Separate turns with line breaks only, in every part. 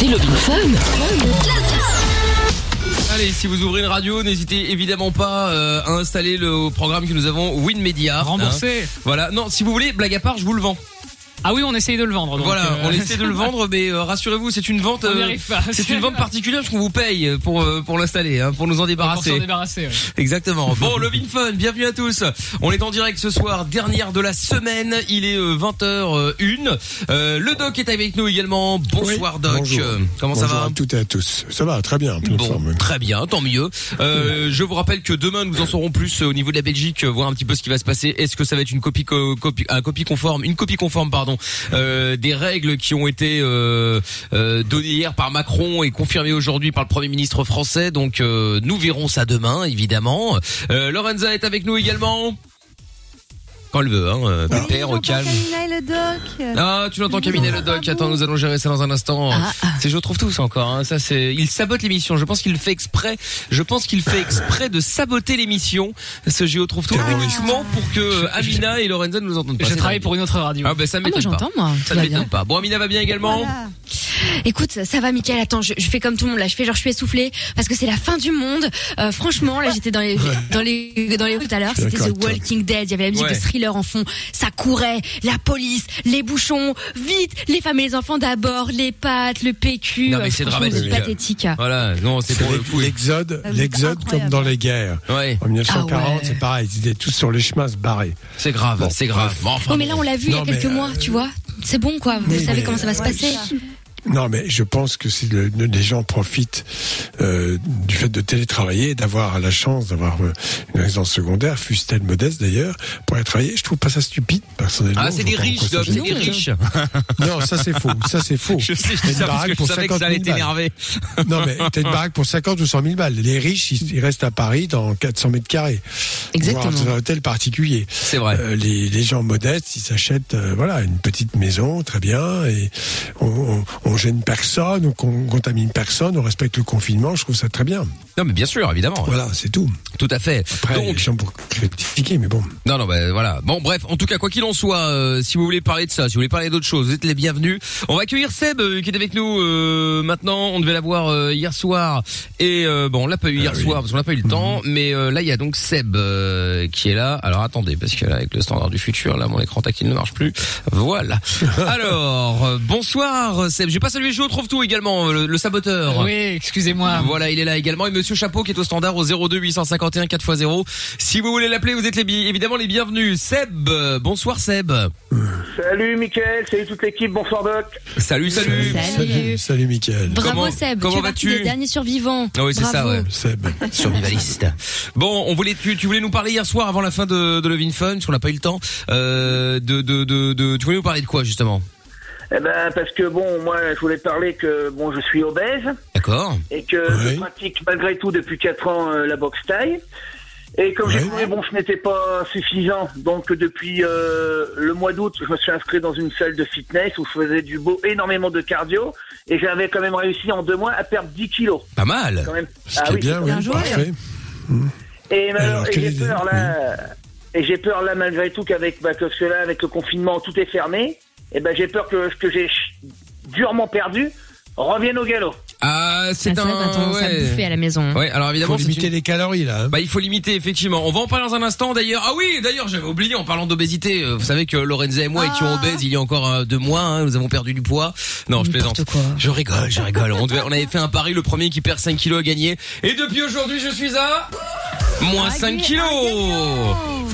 écoutez Love in Fun
Allez, si vous ouvrez une radio, n'hésitez évidemment pas euh, à installer le programme que nous avons, WinMedia.
Remboursé.
hein. Voilà. Non, si vous voulez, blague à part, je vous le vends.
Ah oui, on essaye de le vendre. donc,
voilà,
euh,
on essaie de le vendre, mais euh, rassurez-vous, c'est une vente. euh,
On n'y arrive pas.
C'est une vente particulière parce qu'on vous paye pour euh, pour l'installer, hein, pour nous en
Pour s'en
débarrasser.
débarrasser. ouais.
Exactement. Bon, Love in Fun, bienvenue à tous. On est en direct ce soir, dernière de la semaine. Il est euh, 20h01. Euh, le doc est avec nous également. Bonsoir doc.
Bonjour.
Euh, Comment
Bonjour
ça va
à toutes et à tous. Ça va, très bien. en pleine
Bon,
forme.
très bien, tant mieux. Euh, je vous rappelle que demain nous en saurons plus euh, au niveau de la Belgique, euh, voir un petit peu ce qui va se passer. Est-ce que ça va être une copie, co- copie un copie conforme, une copie conforme, pardon, euh, des règles qui ont été euh, euh, données hier par Macron et confirmées aujourd'hui par le Premier ministre français. Donc euh, nous verrons ça demain, évidemment. Euh, Lorenza est avec nous également. Quand elle veut, hein, euh, pépère, au calme.
le doc.
Ah, tu l'entends Camille et le doc. Attends, nous allons gérer ça dans un instant.
Ah,
C'est je trouve tous encore. hein. Ça c'est, il sabote l'émission. Je pense qu'il le fait exprès. Je pense qu'il fait exprès de saboter l'émission. Ce Géo trouve tout uniquement pour que euh, Amina et Lorenzo ne nous entendent pas.
Je
C'est
travaille
dingue.
pour une autre radio.
Ah ben ça
Ah, moi
m'étonne pas.
j'entends moi,
Ça
ça
ne
va
m'étonne
bien.
pas. Bon, Amina va bien également.
Voilà.
Écoute, ça, ça va Mickaël, attends, je, je fais comme tout le monde là, je fais genre je suis essoufflée parce que c'est la fin du monde. Euh, franchement, là j'étais dans les dans les dans les rues tout à l'heure, c'était
D'accord avec
The
toi.
Walking Dead, il y avait la musique
Ouais.
de thriller en fond, ça courait, la police, les bouchons, vite, les femmes et les enfants d'abord, les pattes, le PQ,
Non, mais
euh,
c'est
franchement,
dramatique.
pathétique.
Voilà. Non, c'est
C'est Ah,
pour le coup.
l'exode,
Ça vous est
l'exode comme
incroyable.
dans les guerres.
Ouais,
En 1940,
Ah ouais.
c'est pareil. Ils étaient tous sur les chemins à se barrer.
c'est grave,
Bon,
c'est grave. Bon, enfin,
Oh mais là on l'a vu il y a
Non, mais,
quelques
euh,
mois, tu vois. C'est bon quoi, vous
mais-
savez
mais- euh,
comment ça va se passer.
Non, mais je pense que si le- les gens profitent euh, du fait de télétravailler, d'avoir la chance d'avoir euh, une résidence secondaire, fût-elle modeste d'ailleurs, pour aller travailler, je trouve pas ça stupide personnellement.
ah, c'est
Je
des
vois pas
riches,
pourquoi
Doc,
ça
c'est
gêne.
des riches.
Non, ça c'est faux. Ça c'est faux.
Je sais, je
Une
dis ça parce
baraque
que je
pour
savais que ça
50 000
allait
balles.
t'énerver.
Non, mais t'as une baraque pour 50 ou 100 000 balles. Les riches, ils, ils restent à Paris dans 400 mètres carrés.
Exactement.
Voire dans un hôtel particulier.
C'est vrai.
Euh, les, les gens modestes, ils s'achètent euh, voilà une petite maison, très bien, et on, on, on gêne personne, on, con- contamine personne, on respecte le confinement. Je trouve ça très bien.
Non, mais bien sûr, évidemment.
Voilà, c'est tout.
Tout à fait.
Après, il y a
Donc,
les gens pour critiquer, mais bon.
Non, non, bah, voilà. Bon, bref, en tout cas, quoi qu'il en soit, euh, si vous voulez parler de ça, si vous voulez parler d'autres choses, vous êtes les bienvenus. On va accueillir Seb, euh, qui est avec nous euh, maintenant. On devait l'avoir euh, hier soir. Et euh, bon, on l'a pas eu hier
oui.
soir, parce qu'on n'a pas eu le temps. Mais euh, là, il y a donc Seb euh, qui est là. Alors, attendez, parce que là, avec le standard du futur, là, mon écran tactile ne marche plus. Voilà. Alors, euh, bonsoir, Seb. J'ai pas salué Joe Trouve Tout également, euh, le, le saboteur.
Oui, excusez-moi.
Voilà, il est là également. Et Monsieur Chapeau qui est au standard au 02 851 4x0. Si vous voulez l'appeler, vous êtes les bi- évidemment les bienvenus. Seb, euh, bonsoir Seb.
Salut Mickaël, salut toute l'équipe, bonsoir Doc.
Salut, salut.
Salut.
salut, salut Michael.
Bravo
Comment-
Seb,
comment
tu fais partie
vas-tu
des derniers survivants.
Ah oui, c'est ça,
Bravo.
ouais.
Seb.
Survivaliste. Bon, on voulait, tu, tu voulais nous parler hier soir avant la fin de, de Love in Fun, parce qu'on n'a pas eu le temps. Euh, de, de, de, de- tu voulais nous parler de quoi justement
Eh ben parce que bon, moi je voulais parler que bon je suis obèse
D'accord.
et que
Oui.
je pratique malgré tout depuis 4 ans euh, la boxe taille. Et comme j'ai
Oui.
trouvé bon ce n'était pas suffisant, donc depuis euh, le mois d'août je me suis inscrit dans une salle de fitness où je faisais du beau énormément de cardio et j'avais quand même réussi en deux mois à perdre 10 kilos
Pas mal.
quand même. Ah
Ce qui est bien, oui,
bien joué.
parfait.
hein. Et, mal-
Alors,
et
quelle
j'ai
idée
peur là. Et j'ai peur là malgré tout qu'avec bah, que cela, avec le confinement, tout est fermé. Et ben j'ai peur que ce que j'ai ch- durement perdu revienne au galop.
Ah,
Ah,
c'est
ça, attends,
un.
ça bouffait
Ouais.
à la maison.
Ouais. Alors
Faut
évidemment, c'est
limiter
une-
les calories là. hein.
Bah il faut limiter effectivement. On va en parler dans un instant d'ailleurs. Ah oui, d'ailleurs j'avais oublié en parlant d'obésité. euh, Vous savez que Lorenza et moi
Ah.
étions obèses il y a encore euh, deux mois. hein, nous avons perdu du poids. Non, je plaisante.
N'importe quoi.
Je rigole, je rigole. On, devait- on avait fait un pari, le premier qui perd 5 kilos a gagné. Et depuis aujourd'hui, je suis à moins 5 kilos.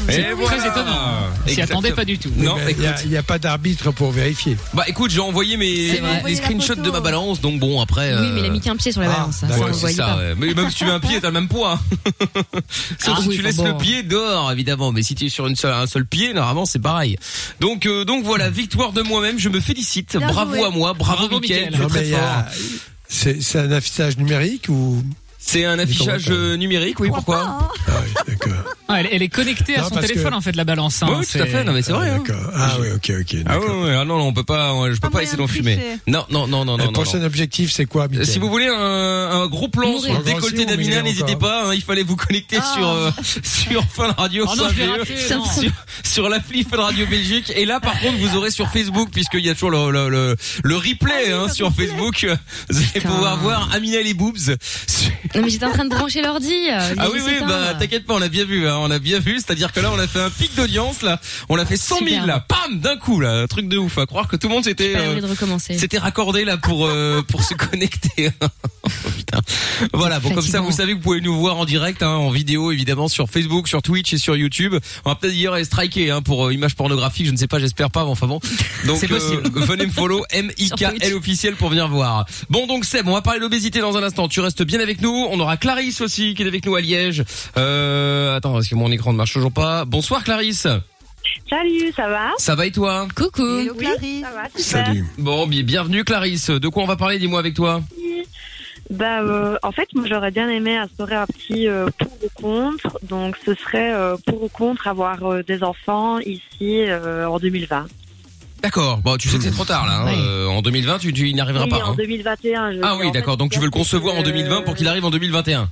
C'est
Et
très
voilà.
étonnant. S'y
Exactement.
attendait pas du tout.
Non,
Mais il y
écoute.
a- Eh ben, il n'y a, pas d'arbitre pour vérifier.
Bah écoute, j'ai envoyé mes
C'est vrai.
les
Envoyez la
screenshots
photo.
de ma balance, donc bon après.
Oui, mais il
euh,
a mis qu'un pied sur la
Ah,
balance. ça,
d'accord.
ça, on
Ouais,
le
c'est
voyait pas.
ça. ouais. Mais même si tu mets un pied, t'as le même poids. hein. Sauf
Ah
si
oui,
tu laisses
bon.
le pied dehors, évidemment. Mais si tu es sur une seule, un seul pied, normalement, c'est pareil. Donc, euh, donc voilà, victoire de moi-même. Je me félicite.
Bien
bravo
joué.
à moi. Bravo,
Bravo, Mickaël.
Mickaël. tu es
Non,
très
mais il y a-
fort.
c'est c'est un affichage numérique ou
C'est un affichage
commentaires.
euh, numérique, oui.
Pourquoi
Pourquoi
pas, hein
Ah oui, d'accord.
Ah, elle, elle est connectée à
Non,
son
parce
téléphone
que-
en fait la balance. hein,
Oui, oui, tout
c'est-
à fait. Non, mais c'est vrai.
Ah,
hein.
d'accord. Ah oui, ok, ok.
Ah
d'accord.
ouais, ouais, ah non, non, on peut pas, on- je peux
Pas
pas
moyen
essayer d'en
de
fumer.
tricher.
Non, non, non, non,
Le
non, non.
prochain objectif, c'est quoi, Mickaël
Si vous voulez un, un gros plan sur le
Mourir.
décolleté d'Amina,
Mourir
n'hésitez
encore.
pas. hein, il fallait vous connecter
Ah.
sur euh, sur Fun Radio.
Oh non, je l'ai
5VE,
raté,
sur
non.
sur l'appli Fun Radio Belgique. Et là, par contre, vous aurez sur Facebook, puisqu'il y a toujours le le le, le replay hein, sur Facebook. Vous allez
Putain.
pouvoir voir Amina et les boobs.
Non mais j'étais en train de brancher l'ordi. euh,
Ah
il
oui
s'éteint,
oui, bah
là.
t'inquiète pas, on l'a bien vu, hein, on l'a bien vu. C'est-à-dire que là, on a fait un pic d'audience là. On l'a fait 100 000
Superbe.
là, pam, d'un coup là, un truc de ouf. À croire que tout le monde s'était
J'ai pas
euh,
envie de recommencer.
C'était raccordé là pour euh, pour se connecter. Oh, putain. Voilà, bon comme ça
Fatigant.
vous savez que vous pouvez nous voir en direct hein, en vidéo évidemment sur Facebook, sur Twitch et sur YouTube. On va peut-être dire striker hein, pour euh, images pornographiques, je ne sais pas, j'espère pas, mais enfin bon. Donc
C'est possible.
euh, venez me follow M I K
Sur
L
Twitch.
officiel pour venir voir. Bon donc Seb, on va parler d'obésité dans un instant. Tu restes bien avec nous. On aura Clarisse aussi qui est avec nous à Liège. Euh, attends, parce que mon écran ne marche toujours pas. Bonsoir Clarisse.
Salut, ça va
Ça va et toi
Coucou.
Hello, Clarisse.
Ça va, super.
Salut.
Bon, bien- bienvenue Clarisse. De quoi on va parler Dis-moi avec toi.
Bah, euh, en fait, moi, j'aurais bien aimé instaurer un petit euh, pour ou contre. Donc, ce serait euh, pour ou contre avoir euh, des enfants ici euh, en 2020.
D'accord. Bon, tu sais que c'est trop tard là. hein.
Oui.
Euh, en 2020, tu, tu il n'y arriveras
Oui,
pas.
en
hein.
2021. je veux
Ah
dire,
oui,
en
d'accord.
fait,
Donc tu veux le concevoir en
euh,
2020 pour qu'il arrive en 2021.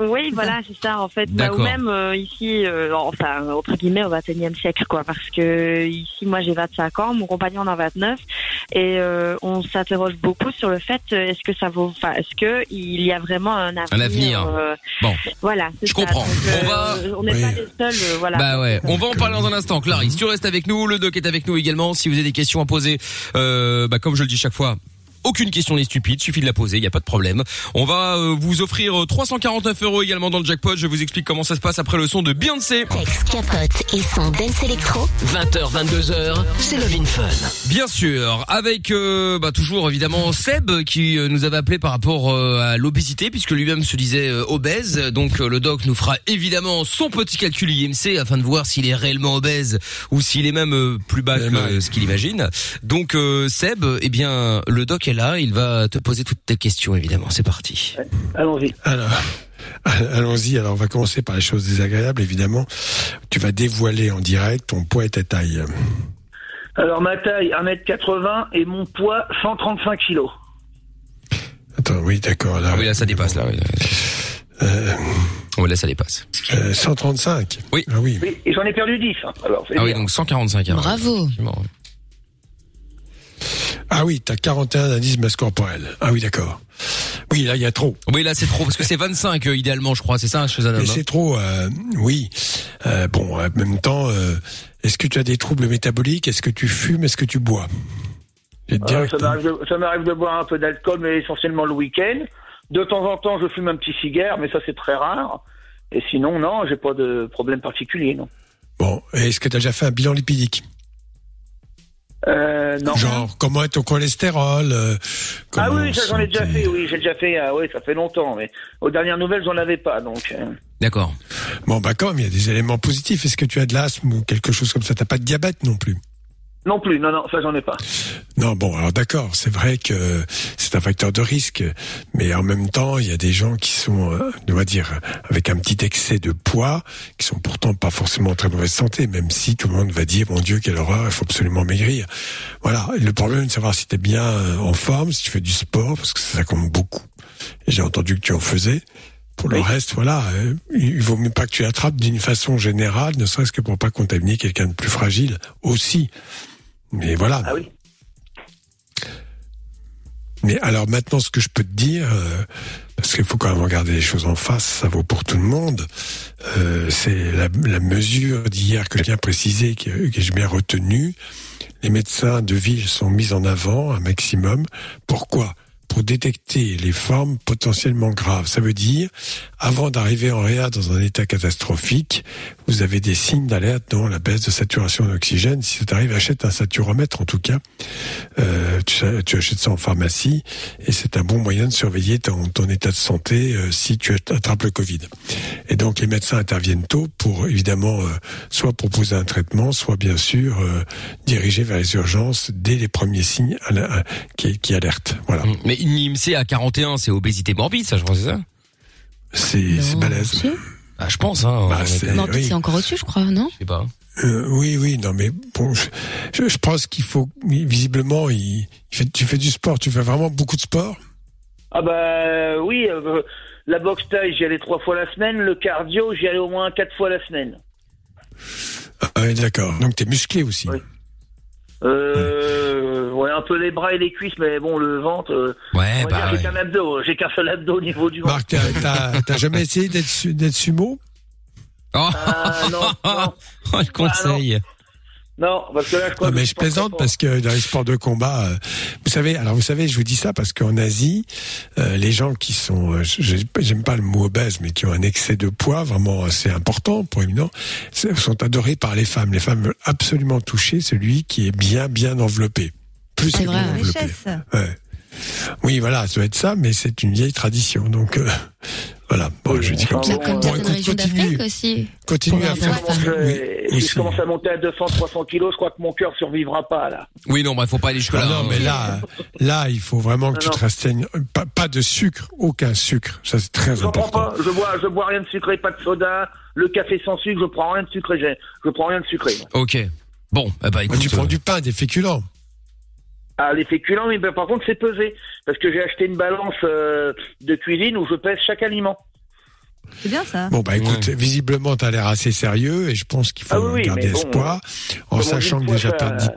Oui, voilà, c'est ça, en fait. Bah,
D'accord.
ou même euh, ici, euh, enfin, entre guillemets, au 21e siècle, quoi. Parce que ici, moi, j'ai 25 ans, mon compagnon en a 29. Et euh, on s'interroge beaucoup sur le fait, euh, est-ce que ça vaut, enfin, est-ce que il y a vraiment un avenir
Un avenir.
euh,
Bon.
Voilà, c'est
Je
ça.
comprends.
Donc, euh,
On va-
On n'est
Oui.
pas les seuls, euh, voilà. euh,
Bah ouais. On va en parler dans un instant. Clarisse, tu restes avec nous. Le doc est avec nous également. Si vous avez des questions à poser, euh, bah, comme je le dis chaque fois. Aucune question n'est stupide, suffit de la poser, il n'y a pas de problème. On va euh, vous offrir euh, 349 euros également dans le jackpot. Je vous explique comment ça se passe après le son de Beyoncé.
Tex capote et son dance électro.
20h, 22h, c'est Love in Fun.
Bien sûr, avec euh, bah, toujours évidemment Seb qui euh, nous avait appelé par rapport euh, à l'obésité puisque lui-même se disait euh, obèse. Donc euh, le doc nous fera évidemment son petit calcul IMC afin de voir s'il est réellement obèse ou s'il est même euh, plus bas que
Eh ben.
euh, ce qu'il imagine. Donc euh, Seb, eh bien le doc est là, il va te poser toutes tes questions évidemment. C'est parti.
Allons-y.
Alors, allons-y. Alors, on va commencer par les choses désagréables, évidemment. Tu vas dévoiler en direct ton poids et ta taille.
Alors ma taille 1m80 et mon poids 135 kilos.
Attends, oui, d'accord.
Ah oui là ça dépasse là. Oui, Ouais, là ça dépasse.
Euh, 135.
Oui.
Ah oui.
Oui, et j'en ai perdu 10. hein. Alors, c'est
Ah oui
bien.
donc 145. hein.
Bravo.
Effectivement.
Ah oui, t'as 41 d'indice masse corporelle. Ah oui, d'accord. Oui, là, il y a trop.
Oui là c'est trop parce que c'est 25 euh, idéalement je crois c'est ça chez un homme.
Mais
hein.
c'est trop, euh, oui. Euh, bon, en même temps, euh, est-ce que tu as des troubles métaboliques Est-ce que tu fumes Est-ce que tu bois Je vais te dire
Euh, ça
que-
m'arrive de- ça m'arrive de, boire un peu d'alcool, mais essentiellement le week-end. De temps en temps, je fume un petit cigare, mais ça c'est très rare. Et sinon, non, j'ai pas de problème particulier, non.
Bon, et est-ce que tu as déjà fait un bilan lipidique
Euh, non.
Genre, comment est ton cholestérol euh,
ah
comment
oui, ça, j'en ai
sont
déjà
tes-
fait, oui, j'ai déjà fait, ah, oui, ça fait longtemps, mais aux dernières nouvelles, j'en avais pas, donc. euh.
D'accord.
Bon, bah comme, il y a des éléments positifs. Est-ce que tu as de l'asthme ou quelque chose comme ça T'as pas de diabète non plus
Non plus, non, non, ça j'en ai pas.
Non, bon, alors d'accord, c'est vrai que c'est un facteur de risque, mais en même temps, il y a des gens qui sont, euh, on va dire, avec un petit excès de poids, qui sont pourtant pas forcément en très mauvaise santé, même si tout le monde va dire, mon Dieu, quelle horreur, il faut absolument maigrir. Voilà, Et le problème est de savoir si tu es bien euh, en forme, si tu fais du sport, parce que ça compte beaucoup. Et J'ai entendu que tu en faisais. Pour le
Oui.
reste, voilà, euh, il vaut mieux pas que tu l'attrapes d'une façon générale, ne serait-ce que pour pas contaminer quelqu'un de plus fragile aussi. Mais voilà.
Ah oui.
Mais alors maintenant, ce que je peux te dire, euh, parce qu'il faut quand même regarder les choses en face, ça vaut pour tout le monde, euh, c'est la, la mesure d'hier que j'ai bien précisée, que, que j'ai bien retenue. Les médecins de ville sont mis en avant un maximum. Pourquoi pour détecter les formes potentiellement graves. Ça veut dire, avant d'arriver en réa dans un état catastrophique, vous avez des signes d'alerte dans la baisse de saturation d'oxygène. Si ça t'arrive, achète un saturomètre en tout cas. Euh, tu, sais, tu achètes ça en pharmacie et c'est un bon moyen de surveiller ton, ton état de santé euh, si tu at- attrapes le Covid. Et donc les médecins interviennent tôt pour évidemment euh, soit proposer un traitement, soit bien sûr euh, diriger vers les urgences dès les premiers signes à la- à- qui, qui alertent. Voilà,
Mm. Mais une IMC à 41, c'est obésité morbide, ça, je pense, c'est ça
c'est c'est balèze.
Si.
Ah, je pense, hein.
Bah,
honnêtement.
c'est-
Non, peut-être
oui.
c'est encore au-dessus, je crois, non
Je sais pas. hein.
Euh, oui, oui, non, mais bon, je, je- je pense qu'il faut, visiblement, il, il fait, tu fais du sport, tu fais vraiment beaucoup de sport.
Ah bah oui, euh, la boxe taille, j'y allais trois fois la semaine, le cardio, j'y allais au moins quatre fois la semaine.
Ah, ouais, d'accord. Donc t'es musclé aussi.
Oui. Euh, ouais, un peu les bras et les cuisses, mais bon, le ventre, euh,
Ouais,
on va dire,
bah.
j'ai qu'un abdo, j'ai qu'un seul abdo au niveau du ventre.
Marc, t'as- t'as t'as jamais essayé d'être su- d'être sumo
Oh,
Ah non, non,
oh,
Bah,
le conseil.
non, parce que là, je crois
Non,
que
mais je plaisante parce que dans les sports de combat, euh, vous savez, alors vous savez, je vous dis ça parce qu'en Asie, euh, les gens qui sont, euh, j'ai- j'aime pas le mot obèse, mais qui ont un excès de poids vraiment assez important, proéminent, c'est- sont adorés par les femmes. Les femmes veulent absolument toucher celui qui est bien, bien enveloppé. Plus
C'est
que
vrai,
bien
ouais.
enveloppé. Ouais. Oui, voilà, ça doit être ça, mais c'est une vieille tradition, donc euh, voilà. Bon, je dis comme
Bon,
ça.
Bah, Comme
bon,
certaines
écoute,
régions
continue.
d'Afrique aussi.
Continuez
Pour
à
la
faire.
vraie femme.
Oui,
si
aussi.
je commence à monter à 200, 300 kilos, je crois que mon cœur survivra pas, là.
Oui, non, bah, faut pas aller jusque là.
Ah non, mais là, là, il faut vraiment que
Ah
tu te
non.
restreignes. Pas, pas de sucre, aucun sucre. Ça, c'est très
Je prends
important.
pas, je bois, je bois rien de sucré, pas de soda, le café sans sucre, je prends rien de sucré, j'ai- je prends rien de sucré.
Ok. Bon, eh bah,
Moi,
écoute.
tu prends
euh,
du pain, des féculents.
Ah, les féculents, mais ben, par contre, c'est pesé. Parce que j'ai acheté une balance euh, de cuisine où je pèse chaque aliment.
C'est bien ça.
Bon, bah écoute, visiblement, tu as l'air assez sérieux et je pense qu'il faut
Ah oui, oui,
garder
mais bon,
espoir en
Comme on dit,
sachant que
une
déjà
fois,
tu
ça-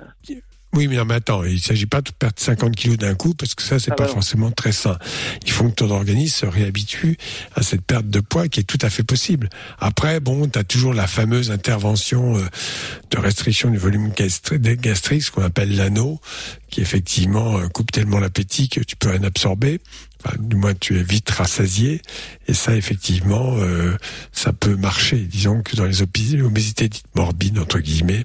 Oui, mais non, mais attends, il s'agit pas de perdre 50 kilos d'un coup parce que ça, c'est
Ah,
pas
bah non.
forcément très sain. Il faut que ton organisme se réhabitue à cette perte de poids qui est tout à fait possible. Après, bon, tu as toujours la fameuse intervention euh, de restriction du volume gastri- des gastrique, ce qu'on appelle l'anneau, qui effectivement euh, coupe tellement l'appétit que tu peux en absorber. Enfin, du moins, tu es vite rassasié. Et ça, effectivement, euh, ça peut marcher. Disons que dans les obé- obésités dites morbides, entre guillemets,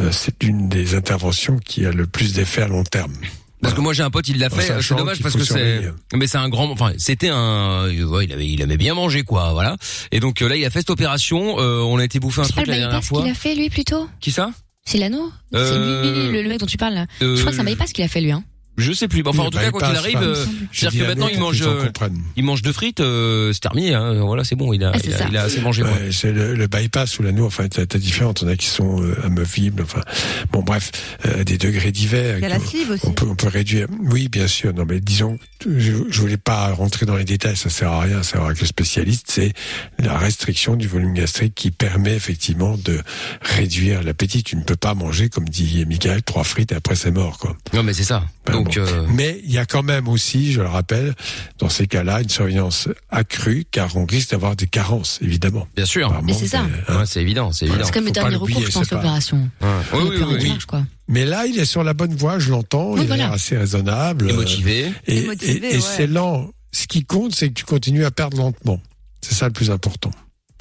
euh, c'est une des interventions qui a le plus d'effet à long terme.
Parce que moi j'ai un pote, il l'a
En
fait. euh, C'est
sachant
dommage
qu'il
parce
faut
que c'est,
surveiller.
mais c'est un grand, enfin c'était un, ouais, il avait, il aimait bien mangé quoi, voilà. Et donc euh, là il a fait cette opération. euh, on a été bouffé un
C'est pas
truc
le
la dernière
bypass
fois.
qu'il a fait, lui, plutôt
Qui ça
C'est l'anneau C'est
Euh,
lui, lui, le, le mec dont tu parles, là.
Euh,
je crois que c'est un bypass qu'il a fait, lui, hein.
Je sais plus. Bon, Enfin en tout
Oui, bah,
cas quand
bypass,
il arrive,
enfin,
euh,
Je
c'est-à-dire
dis
que
à
maintenant
l'autre
il
pour
mange,
qu'ils en
euh,
comprennent.
il mange deux frites, euh, c'est terminé. hein, voilà, c'est bon, il a,
Ah, c'est
il, a
ça.
il a assez mangé. quoi.
Ouais, c'est le, le bypass ou l'anneau, enfin, t'as t'as différents. T'en as qui sont euh, amovibles, enfin, bon, bref, euh, des degrés divers.
Il y a la
qu'on-
fibre aussi.
On peut, on peut réduire. Oui, bien sûr. Non, mais disons, que je, je voulais pas rentrer dans les détails. Ça sert à rien. Ça sert à que le spécialiste. C'est la restriction du volume gastrique qui permet effectivement de réduire l'appétit. Tu ne peux pas manger, comme dit Michael, trois frites et après c'est mort, quoi.
Non mais c'est ça.
Ben
donc
bon.
euh,
Mais il y a quand même aussi, je le rappelle, dans ces cas-là, une surveillance accrue, car on risque d'avoir des carences, évidemment.
bien sûr.
Par
Mais c'est
manque
ça.
de- hein.
Ouais, c'est évident, c'est évident.
C'est comme le
faut pas
dernier
l'oublier,
recours, je pense,
c'est pas-
l'opération.
Ouais. Oui,
On est
oui,
plus en
oui, oui.
charge, quoi.
Mais là, il est sur la bonne voie, je l'entends.
Oui,
il
voilà.
est assez raisonnable.
Et
euh,
motivé.
Et,
Et motivé,
et- et
ouais.
c'est lent. Ce qui compte, c'est que tu continues à perdre lentement. C'est ça le plus important.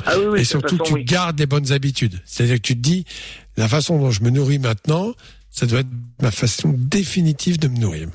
Ah oui, oui,
et
de
surtout,
toute
tu
façon, oui.
gardes des bonnes habitudes. C'est-à-dire que tu te dis, la façon dont je me nourris maintenant, ça doit être ma façon définitive de me nourrir.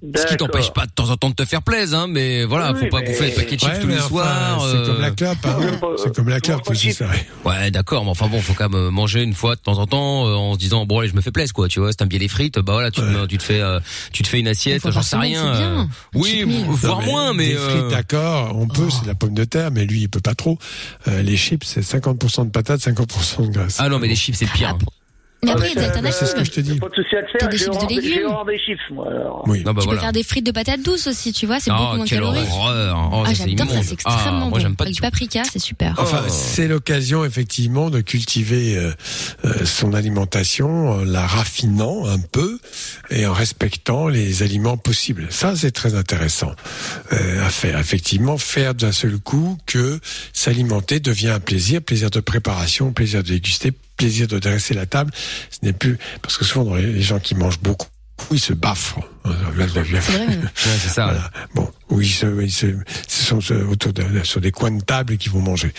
Ce qui
D'accord.
t'empêche pas de temps en temps de te faire plaisir, hein, mais voilà,
Oui,
faut pas
mais-
bouffer le paquet de chips
Ouais,
tous
mais
les
enfin,
soirs.
C'est
euh,
comme la clope. hein.
Je me-
C'est comme la
je me
clope aussi,
retire.
c'est vrai.
Ouais, d'accord, mais enfin bon, faut quand même euh, manger une fois de temps en temps euh, en se disant bon allez, je me fais plaisir quoi, tu vois, c'est un billet des frites, bah voilà, tu, te,
Ouais.
tu te fais euh, tu te fais une
Une
assiette,
fois
j'en
par
sais
semaine,
rien.
c'est bien.
euh, oui,
cheat meal.
m- voire
Non,
moins mais
Des
euh, Oh.
frites, d'accord, on peut, c'est de la pomme de terre, mais lui, il peut pas trop. Euh, les chips, c'est 50% de patates, 50% de graisse.
Ah non, mais les chips c'est le pire. hein.
Mais après, il y a des
Ah, mais
C'est ce que je
alternatives.
te dis.
Pas de souci à te
T'as
faire,
des
j'ai
chips de
horreur des- j'ai
légumes.
horreur des chips, moi, alors.
Oui.
Non bah
Tu peux
voilà.
faire des frites de patates douces aussi, tu vois, c'est beaucoup
Ah,
moins
quelle
calorique.
horreur. Oh,
Ah,
ça, c'est
j'adore ça,
immonde.
c'est extrêmement
ah,
bon.
Moi j'aime pas
Avec
du
du
tout.
paprika, c'est super.
Oh.
Enfin, c'est l'occasion effectivement de cultiver euh, euh, son alimentation en la raffinant un peu et en respectant les aliments possibles. Ça, c'est très intéressant euh, à faire. Effectivement, faire d'un seul coup que s'alimenter devient un plaisir, plaisir de préparation, plaisir de déguster, plaisir de dresser la table. Ce n'est plus parce que souvent dans les les gens qui mangent beaucoup, ils se baffent.
C'est vrai, même.
Ouais, c'est ça.
Voilà. Bon, oui, ils se, ils se, ce sont euh, autour de- sur des coins de table qui vont manger.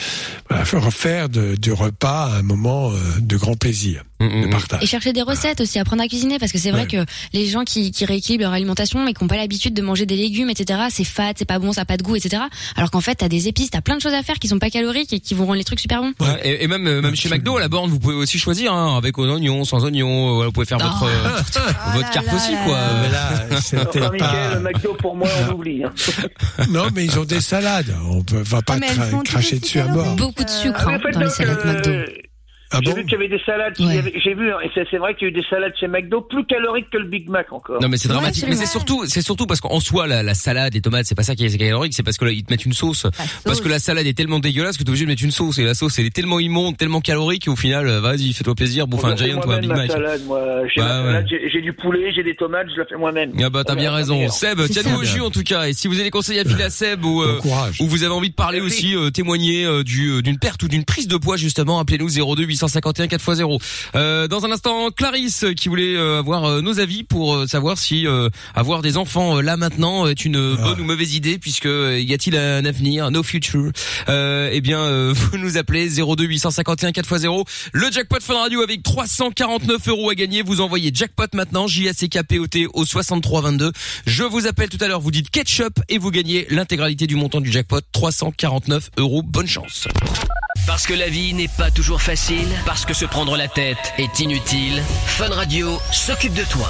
Voilà, faire- faire de- du repas un moment euh, de grand plaisir.
Mm,
le
Bah.
partage.
Et chercher des recettes aussi, apprendre à cuisiner, parce que c'est vrai que les gens qui, qui rééquilibrent leur alimentation, mais qui n'ont pas l'habitude de manger des légumes, etc., c'est fat, c'est pas bon, ça a pas de goût, etc. Alors qu'en fait, t'as des épices, t'as plein de choses à faire qui sont pas caloriques et qui vont rendre les trucs super bons.
Ouais, et, et même euh, même chez McDo à la borne, vous pouvez aussi choisir hein, avec un oignon, sans oignon. euh, voilà, vous pouvez faire votre euh, votre carte aussi quoi.
c'était
Enfin, Mickaël,
pas-
le McDo pour moi,
Ah.
on oublie. hein.
Non, mais ils ont des salades. On peut, va pas
Ah, mais elles
cra-
font toutes
cracher
les
dessus à mort.
Beaucoup de sucre
Ah, mais
hein,
faites
dans les
donc,
salades
euh,
McDo.
Ah
J'ai vu qu'il y avait des salades, il y avait- j'ai vu, hein, et c'est c'est vrai qu'il y a eu des salades chez McDo plus caloriques que le Big Mac encore.
Non mais c'est dramatique. mais c'est surtout c'est surtout parce qu'en soi la, la salade, les tomates, c'est pas ça qui est calorique, c'est parce que là, ils te mettent une sauce. Parce que la salade est tellement dégueulasse que t'es obligé de mettre une sauce et la sauce elle est tellement immonde, tellement calorique et au final euh, vas-y fais-toi plaisir, bouffe un
Je fais
giant ou un
moi-même
Big
ma
Mac.
salade, moi. J'ai
Bah,
ma
ouais.
salade, j'ai- j'ai du poulet, j'ai des tomates, je la fais moi-même.
Ah bah t'as bien raison. Seb,
C'est
tiens-nous
ça.
au jus en tout cas. Et si vous avez des conseils à filer à Seb ou, euh, ou vous avez envie de parler aussi, euh, témoigner euh, du, euh, d'une perte ou d'une prise de poids justement, appelez-nous 02 851 4x0. Euh, dans un instant, Clarisse euh, qui voulait euh, avoir euh, nos avis pour euh, savoir si euh, avoir des enfants euh, là maintenant est une euh, bonne ou mauvaise idée puisque euh, y a-t-il un avenir, no future. Euh, eh bien, euh, vous nous appelez 02 851 4x0. Le jackpot Fun Radio avec 349 euros à gagner. Vous envoyez jackpot maintenant, J-A-C-K-P-O-T au 6322. Je vous appelle tout à l'heure, vous dites ketchup et vous gagnez l'intégralité du montant du jackpot, 349 euros. Bonne chance.
Parce que la vie n'est pas toujours facile, parce que se prendre la tête est inutile, Fun Radio s'occupe de toi.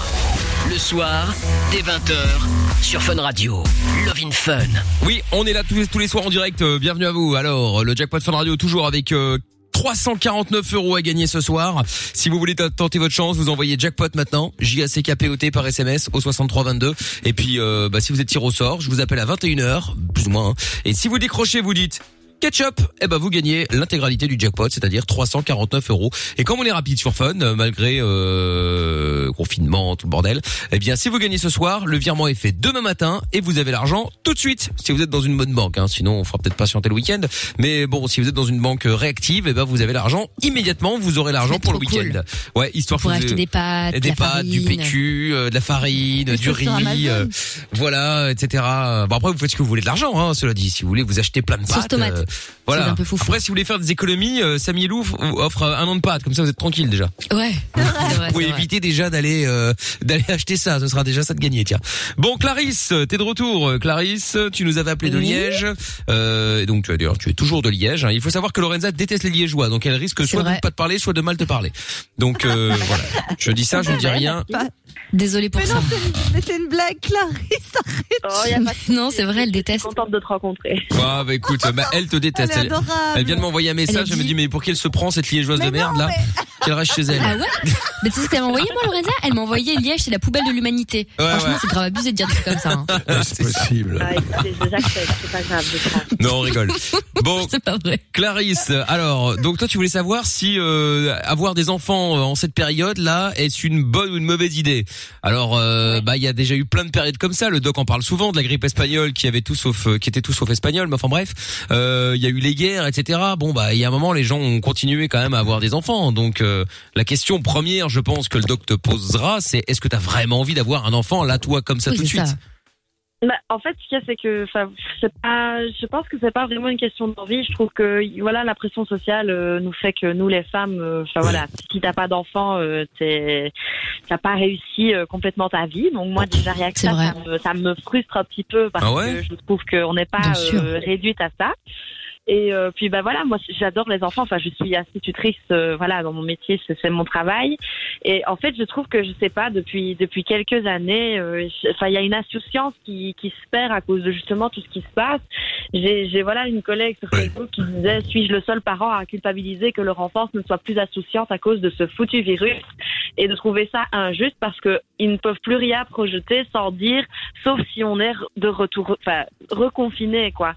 Le soir, dès 20h, sur Fun Radio. Love in Fun.
Oui, on est là tous, tous les soirs en direct. Euh, bienvenue à vous. Alors, le jackpot Fun Radio toujours avec euh, 349 euros à gagner ce soir. Si vous voulez t- tenter votre chance, vous envoyez jackpot maintenant, J A C K P O T par SMS au 6322. Et puis, euh, bah, si vous êtes tiré au sort, je vous appelle à 21h, plus ou moins. hein. Et si vous décrochez, vous dites. Ketchup, eh ben vous gagnez l'intégralité du jackpot, c'est-à-dire 349 euros. Et comme on est rapide sur Fun, euh, malgré euh, confinement, tout le bordel, eh bien si vous gagnez ce soir, le virement est fait demain matin et vous avez l'argent tout de suite. Si vous êtes dans une bonne banque, hein. sinon on fera peut-être patienter le week-end. Mais bon, si vous êtes dans une banque euh, réactive, eh ben vous avez l'argent immédiatement, vous aurez l'argent pour le
trop
week-end. Ouais, histoire
Pour
que vous-
acheter des pâtes, de
des
la
pâtes, du
farine.
PQ, euh, de la farine,
Des
du
choses
riz,
sur Amazon.
euh, voilà, etc. Bon après vous faites ce que vous voulez de l'argent, hein, cela dit. Si vous voulez, vous achetez plein de
Sauce
pâtes. euh,
tomate. C'est
voilà.
un peu
Après, si vous voulez faire des économies, euh, Samy et Lou f- offre euh, un an de pâtes, comme ça vous êtes tranquille déjà.
Ouais. c'est vrai,
Vous pouvez
c'est vrai.
éviter déjà d'aller euh, d'aller acheter ça, ce sera déjà ça de gagner, tiens. Bon, Clarisse, t'es de retour. Euh, Clarisse, tu nous avais appelé de
Oui.
Liège, euh, et donc tu as d'ailleurs tu es toujours de Liège. hein. Il faut savoir que Lorenza déteste les Liégeois, donc elle risque soit de ne pas te parler, soit de mal te parler. Donc euh, voilà, je dis ça, je ne dis rien.
Désolée pour
mais
ça.
Non, c'est une- mais c'est une blague, Clarisse,
Oh,
arrête.
non, c'est vrai, elle déteste.
Contente de te rencontrer.
Ah bah écoute, bah, elle te déteste.
Elle est
Elle,
adorable.
elle vient de m'envoyer un
Elle a
message. Je me dis mais pour qui elle se prend cette liégeoise de merde là Qu'elle reste chez elle.
Ah ouais Mais tu sais ce qu'elle m'a envoyé, moi, Lorenza Elle m'a envoyé Liège, c'est la poubelle de l'humanité.
Ouais,
Franchement,
ouais.
c'est grave abusé de dire des trucs comme ça. hein.
C'est possible.
J'accepte, c'est pas grave, je prends.
Non, on rigole. Bon,
c'est pas vrai.
Clarisse, alors donc toi tu voulais savoir si euh, avoir des enfants euh, en cette période là est une bonne ou une mauvaise idée. Alors euh, bah il y a déjà eu plein de périodes comme ça. Le doc en parle souvent de la grippe espagnole qui avait tout sauf euh, qui était tout sauf espagnole. Mais enfin bref, euh, il y a eu les guerres, etc. Bon bah il y a un moment les gens ont continué quand même à avoir des enfants. Donc euh, la question première, je pense que le doc te posera, c'est est-ce que t'as vraiment envie d'avoir un enfant là toi comme ça tout de suite.
Bah, en fait, ce qu'il y a, c'est que enfin, c'est pas. Je pense que c'est pas vraiment une question d'envie. Je trouve que voilà, la pression sociale euh, nous fait que nous, les femmes, euh, enfin voilà, si t'as pas d'enfant, euh, t'es- t'as pas réussi euh, complètement ta vie. Donc moi, déjà rien que ça, ça me, ça me frustre un petit peu parce
Ah ouais
que je trouve qu'on n'est pas
Bien sûr.
euh, réduite à ça. Et euh, puis bah voilà, moi j'adore les enfants. Enfin, je suis institutrice, euh, voilà, dans mon métier, c'est c'est mon travail. Et en fait, je trouve que je sais pas depuis depuis quelques années, euh, je- enfin il y a une insouciance qui qui se perd à cause de justement tout ce qui se passe. J'ai j'ai, voilà une collègue sur Facebook qui disait suis-je le seul parent à culpabiliser que leur enfance ne soit plus insouciante à cause de ce foutu virus et de trouver ça injuste parce que ils ne peuvent plus rien projeter sans dire sauf si on est de retour enfin reconfiné quoi.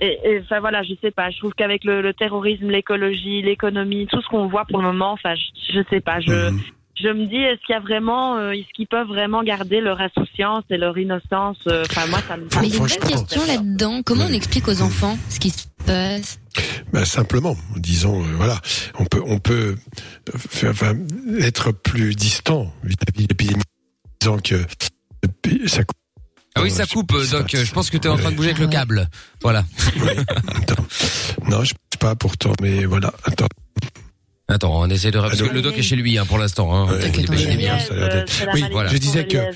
Et, et, enfin voilà, je sais pas. Je trouve qu'avec le, le terrorisme, l'écologie, l'économie, tout ce qu'on voit pour le moment, enfin, je, je sais pas. Je,
Mhm.
je me dis, est-ce qu'il y a vraiment, euh, est-ce qu'ils peuvent vraiment garder leur insouciance et leur innocence euh, Enfin, moi, ça me.
Mais il y a une bonne question là-dedans. Comment on explique aux enfants ce qui se passe
Ben, simplement, disons, euh, voilà, on peut, on peut euh, faire- enfin, être plus distant vis-à-vis de l'épidémie, disant que euh, ça coupe.
Ah oui ça coupe euh, doc. Je pense que t'es en train de bouger avec le câble. Voilà.
Non, je pense pas pourtant, mais voilà. Attends.
Attends, on essaie de parce que le doc est chez lui hein, pour l'instant. Hein.
T'inquiète, on est bien, ça a l'air d'être- Oui, je disais que euh,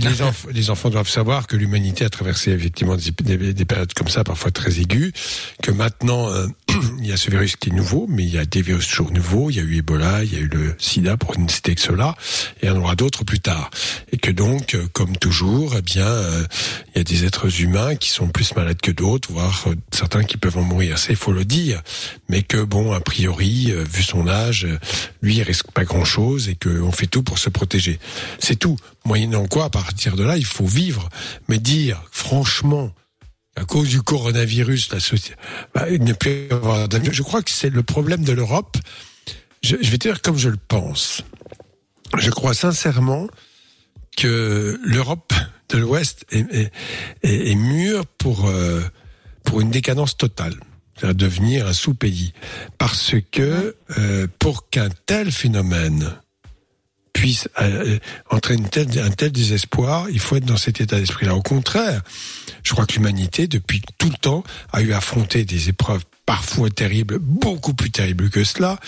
les, enf- les enfants doivent savoir que l'humanité a traversé effectivement des, des- des périodes comme ça, parfois très aiguës, que maintenant, euh, il y a ce virus qui est nouveau, mais il y a des virus toujours nouveaux, il y a eu Ebola, il y a eu le sida, pour ne citer que cela, et il y en aura d'autres plus tard. Et que donc, euh, comme toujours, eh bien, euh, il y a des êtres humains qui sont plus malades que d'autres, voire euh, certains qui peuvent en mourir, ça il faut le dire, mais que bon, a priori, euh, vu son âge, euh, lui il risque pas grand chose et qu'on fait tout pour se protéger. C'est tout. Moyennant quoi, à partir de là, il faut vivre. Mais dire, franchement, à cause du coronavirus, la société, bah, il ne peut y avoir d'avion. Je crois que c'est le problème de l'Europe. Je, je vais te dire comme je le pense. Je crois sincèrement que l'Europe de l'Ouest est, est, est- est mûre pour euh, pour une décadence totale, c'est-à-dire devenir un sous-pays, parce que euh, pour qu'un tel phénomène puisse euh, entraîner une telle- un tel désespoir, il faut être dans cet état d'esprit-là. Au contraire, je crois que l'humanité, depuis tout le temps, a eu à affronter des épreuves parfois terribles, beaucoup plus terribles que cela.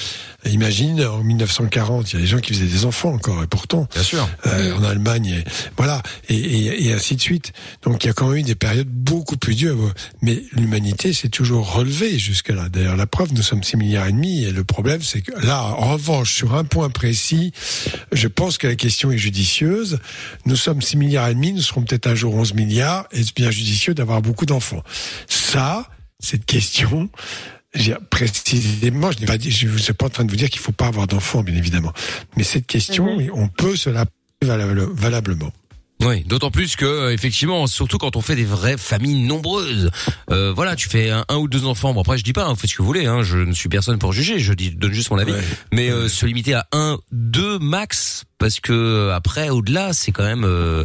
Imagine, en 1940, il y a des gens qui faisaient des enfants encore, et pourtant,
Bien sûr.
euh, en Allemagne, et, voilà, et, et- et ainsi de suite. Donc il y a quand même eu des périodes beaucoup plus dures, mais l'humanité s'est toujours relevée jusque-là. D'ailleurs, la preuve, nous sommes 6 milliards et demi, et le problème, c'est que là, en revanche, sur un point précis, je pense que la question est judicieuse. Nous sommes 6 milliards et demi, nous serons peut-être un jour 11 milliards, et c'est bien judicieux d'avoir beaucoup d'enfants. Ça, cette question, j'ai- précisément, je n'ai pas dit, je ne suis pas en train de vous dire qu'il ne faut pas avoir d'enfants, bien évidemment. Mais cette question, oui, on peut se la poser valable- valablement.
Oui, d'autant plus que euh, effectivement, surtout quand on fait des vraies familles nombreuses, euh, voilà, tu fais un, un ou deux enfants. Bon après, je dis pas, hein, faites ce que vous voulez. Hein, je ne suis personne pour juger. Je dis, je donne juste mon avis. Mais euh, se limiter à un, deux max, parce que euh, après, au-delà, c'est quand même, euh,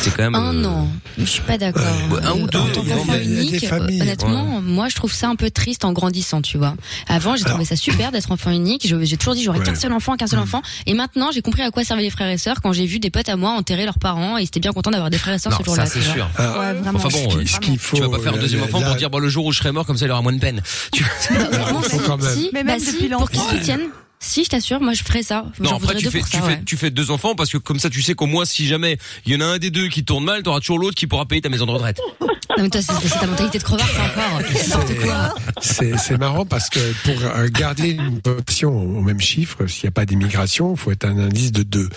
c'est quand même.
Un,
euh,
non, je suis pas d'accord.
Ouais, un ou deux,
En tant
il y a-
qu'enfant
il y a des
unique,
familles,
honnêtement, moi je trouve ça un peu triste en grandissant, tu vois. Avant, j'ai trouvé ça super d'être enfant unique. Je- J'ai toujours dit j'aurais
Ouais.
qu'un seul enfant, qu'un seul enfant. Et maintenant, j'ai compris à quoi servaient les frères et sœurs quand j'ai vu des potes à moi enterrer leurs parents et ils étaient bien contents d'avoir des frères et sœurs
Non,
ce
ça
jour-là.
c'est
tu vois.
sûr.
Ah.
Ouais, vraiment.
enfin bon, euh, tu vas pas faire un
euh,
deuxième enfant
là-
pour dire bon le jour où je serai mort comme ça il aura moins de peine. Tu
Vraiment,
faut quand même.
Si,
Mais
bah
même
si,
depuis
pour qu'ils
l'enfance.
se tiennent. Si, je t'assure, moi je ferais ça.
Non,
J'en
après
voudrais
tu
deux
fais,
pour
tu,
ça, ouais.
fais, tu fais deux enfants parce que comme ça tu sais qu'au moins si jamais il y en a un des deux qui tourne mal, t'auras toujours l'autre qui pourra payer ta maison de retraite.
Non, mais toi, c'est c'est ta mentalité de crevard, ça encore. N'importe quoi.
C'est c'est marrant parce que pour euh, garder une population au même chiffre, s'il n'y a pas d'immigration, il faut être un indice de 2.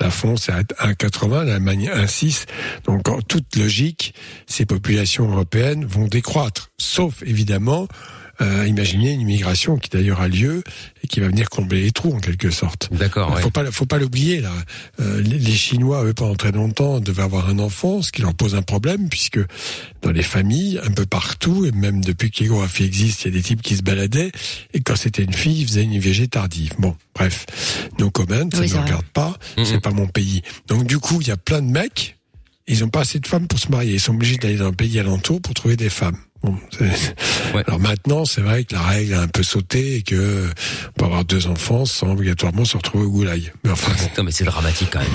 La France est à 1,80, l'Allemagne 1,6. Donc en toute logique, ces populations européennes vont décroître. Sauf évidemment, euh, imaginer une immigration qui d'ailleurs a lieu et qui va venir combler les trous en quelque sorte.
D'accord.
Faut pas, faut pas l'oublier là. Euh, les, les Chinois, eux, pendant très longtemps, devaient avoir un enfant, ce qui leur pose un problème puisque dans les familles, un peu partout, et même depuis que les graphies existent, il y a des types qui se baladaient et quand c'était une fille, ils faisaient une IVG tardive. Bon, bref, nos comment, ça
Oui,
ne
c'est vrai.
regarde pas, c'est pas mon pays. Donc du coup, il y a plein de mecs, ils n'ont pas assez de femmes pour se marier, ils sont obligés d'aller dans un pays alentour pour trouver des femmes. Bon, c'est- Alors maintenant, c'est vrai que la règle a un peu sauté et que euh, on peut avoir deux enfants sans obligatoirement se retrouver au goulag. Mais enfin, Ah
Non mais c'est dramatique quand même.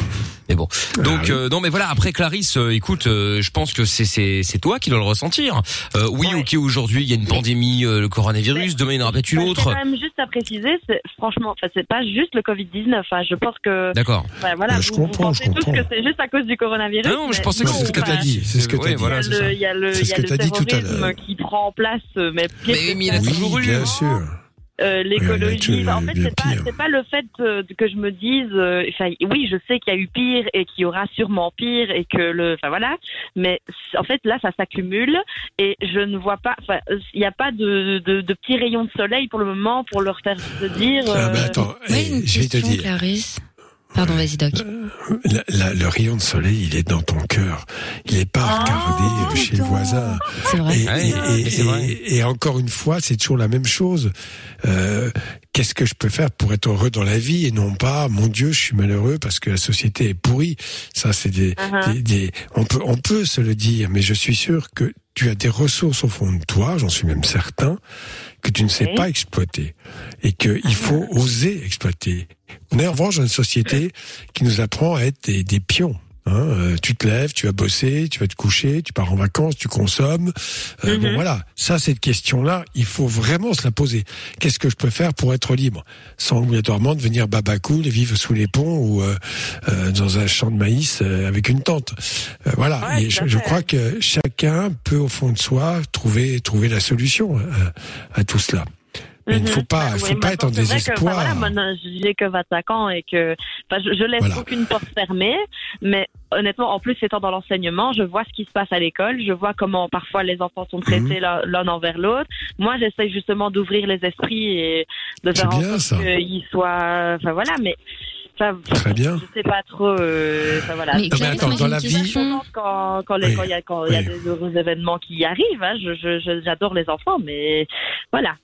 Mais bon. Donc euh, non mais voilà après Clarisse euh, écoute euh, je pense que c'est c'est c'est toi qui dois le ressentir. Euh, oui ok aujourd'hui il y a une pandémie euh, le coronavirus demain il y en aura peut-être une
Bah, c'est
autre.
quand même juste à préciser, c'est- franchement, enfin, c'est pas juste le Covid-19. hein, je pense que.
D'accord.
Ouais, voilà,
Bah, je
vous- vous
comprends, je
pensez tous
comprends.
que c'est juste à cause du coronavirus.
Ah non, je
mais
pensais que c'est ce que
enfin,
t'as dit, c'est ce que
il y a
t'as dit. voilà, c'est
le-
ça.
Il y a le,
C'est
il
ce
y a
que
le
t'as dit tout à
terrorisme
l'heure.
qui prend en place, euh, mais, pire que ça.
hein.
bien sûr.
Euh,
Oui,
l'écologie.
il y en a eu
Enfin, en fait,
bien
c'est pas,
pire.
c'est pas le fait euh, que je me dise, euh, enfin, oui, je sais qu'il y a eu pire et qu'il y aura sûrement pire et que le, enfin voilà. Mais c- en fait, là, ça s'accumule et je ne vois pas, enfin, il n'y a pas de, de, de petits rayons de soleil pour le moment pour leur faire se dire.
Ah, mais
euh,
attends, eh, je vais te
Question,
dire.
Clarisse. Pardon, vas-y, Doc.
La- la- le rayon de soleil, il est dans ton cœur. Il n'est pas regardé euh, chez le voisin.
Ah, C'est vrai.
Et,
Ouais,
et-
mais
et-
c'est vrai.
et- et encore une fois, c'est toujours la même chose. Euh, Qu'est-ce que je peux faire pour être heureux dans la vie et non pas, mon Dieu, je suis malheureux parce que la société est pourrie. Ça, c'est des,
Uh-huh.
des- des- on peut, on peut se le dire, mais je suis sûr que tu as des ressources au fond de toi, j'en suis même certain, que tu ne sais pas exploiter et qu'il faut oser exploiter. On est en revanche dans une société qui nous apprend à être des, des pions. Hein, euh, tu te lèves, tu vas bosser, tu vas te coucher, tu pars en vacances, tu consommes. Euh, Bon voilà, ça cette question-là, il faut vraiment se la poser. Qu'est-ce que je peux faire pour être libre, sans obligatoirement devenir babacool et vivre sous les ponts ou euh, euh, dans un champ de maïs euh, avec une tente. Euh, voilà,
Ouais,
Et
tout
je,
à
je
fait.
crois que chacun peut au fond de soi trouver trouver la solution euh, à, à tout cela. Mais il ne faut pas, il
Oui,
faut pas être en
Mhm. maintenant, c'est vrai que,
désespoir.
enfin, voilà, maintenant, j'ai que 25 ans et que enfin, je, je laisse aucune porte fermée. Mais honnêtement, en plus, étant dans l'enseignement, je vois ce qui se passe à l'école. Je vois comment parfois les enfants sont
Mhm.
traités l'un- l'un envers l'autre. Moi, j'essaie justement d'ouvrir les esprits et de faire en
bien,
sorte
ça.
qu'ils soient. Enfin voilà, mais. ça,
Très bien.
Je sais pas trop. euh, enfin, voilà.
Ah, Mais Non, mais Clarisse, attends, moi, dans j'ai la une vie- question.
quand quand les-
Oui.
quand il y a, quand il y a des heureux événements qui arrivent, hein, je- je- je- j'adore les enfants, mais voilà.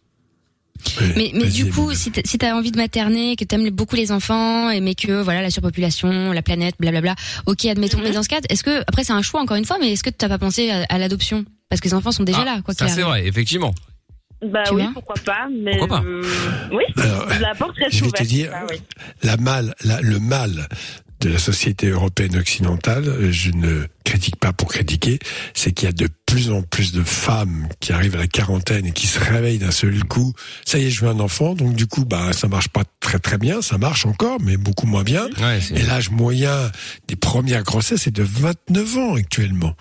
Euh,
Mais, mais du coup, si t'as si t'as envie de materner, que t'aimes beaucoup les enfants, et mais que voilà la surpopulation, la planète, blablabla, ok, admettons.
Mhm.
Mais dans ce cadre, est-ce que après c'est un choix encore une fois, mais est-ce que t'as pas pensé à, à l'adoption Parce que les enfants sont déjà là, quoi qu'il
Ah, Ça c'est
arrive.
vrai, effectivement.
Bah oui, pourquoi pas, mais
Pourquoi pas Euh,
euh, oui, la porte reste
je vais
ouverte.
te dire,
ça, oui.
la mal, la- le mal de la société européenne occidentale, euh, je ne critique pas pour critiquer, c'est qu'il y a de plus en plus de femmes qui arrivent à la quarantaine et qui se réveillent d'un seul coup. Ça y est, je veux un enfant, donc du coup, bah, ça marche pas très très bien, ça marche encore, mais beaucoup moins bien. et l'âge moyen des premières grossesses est de 29 ans actuellement.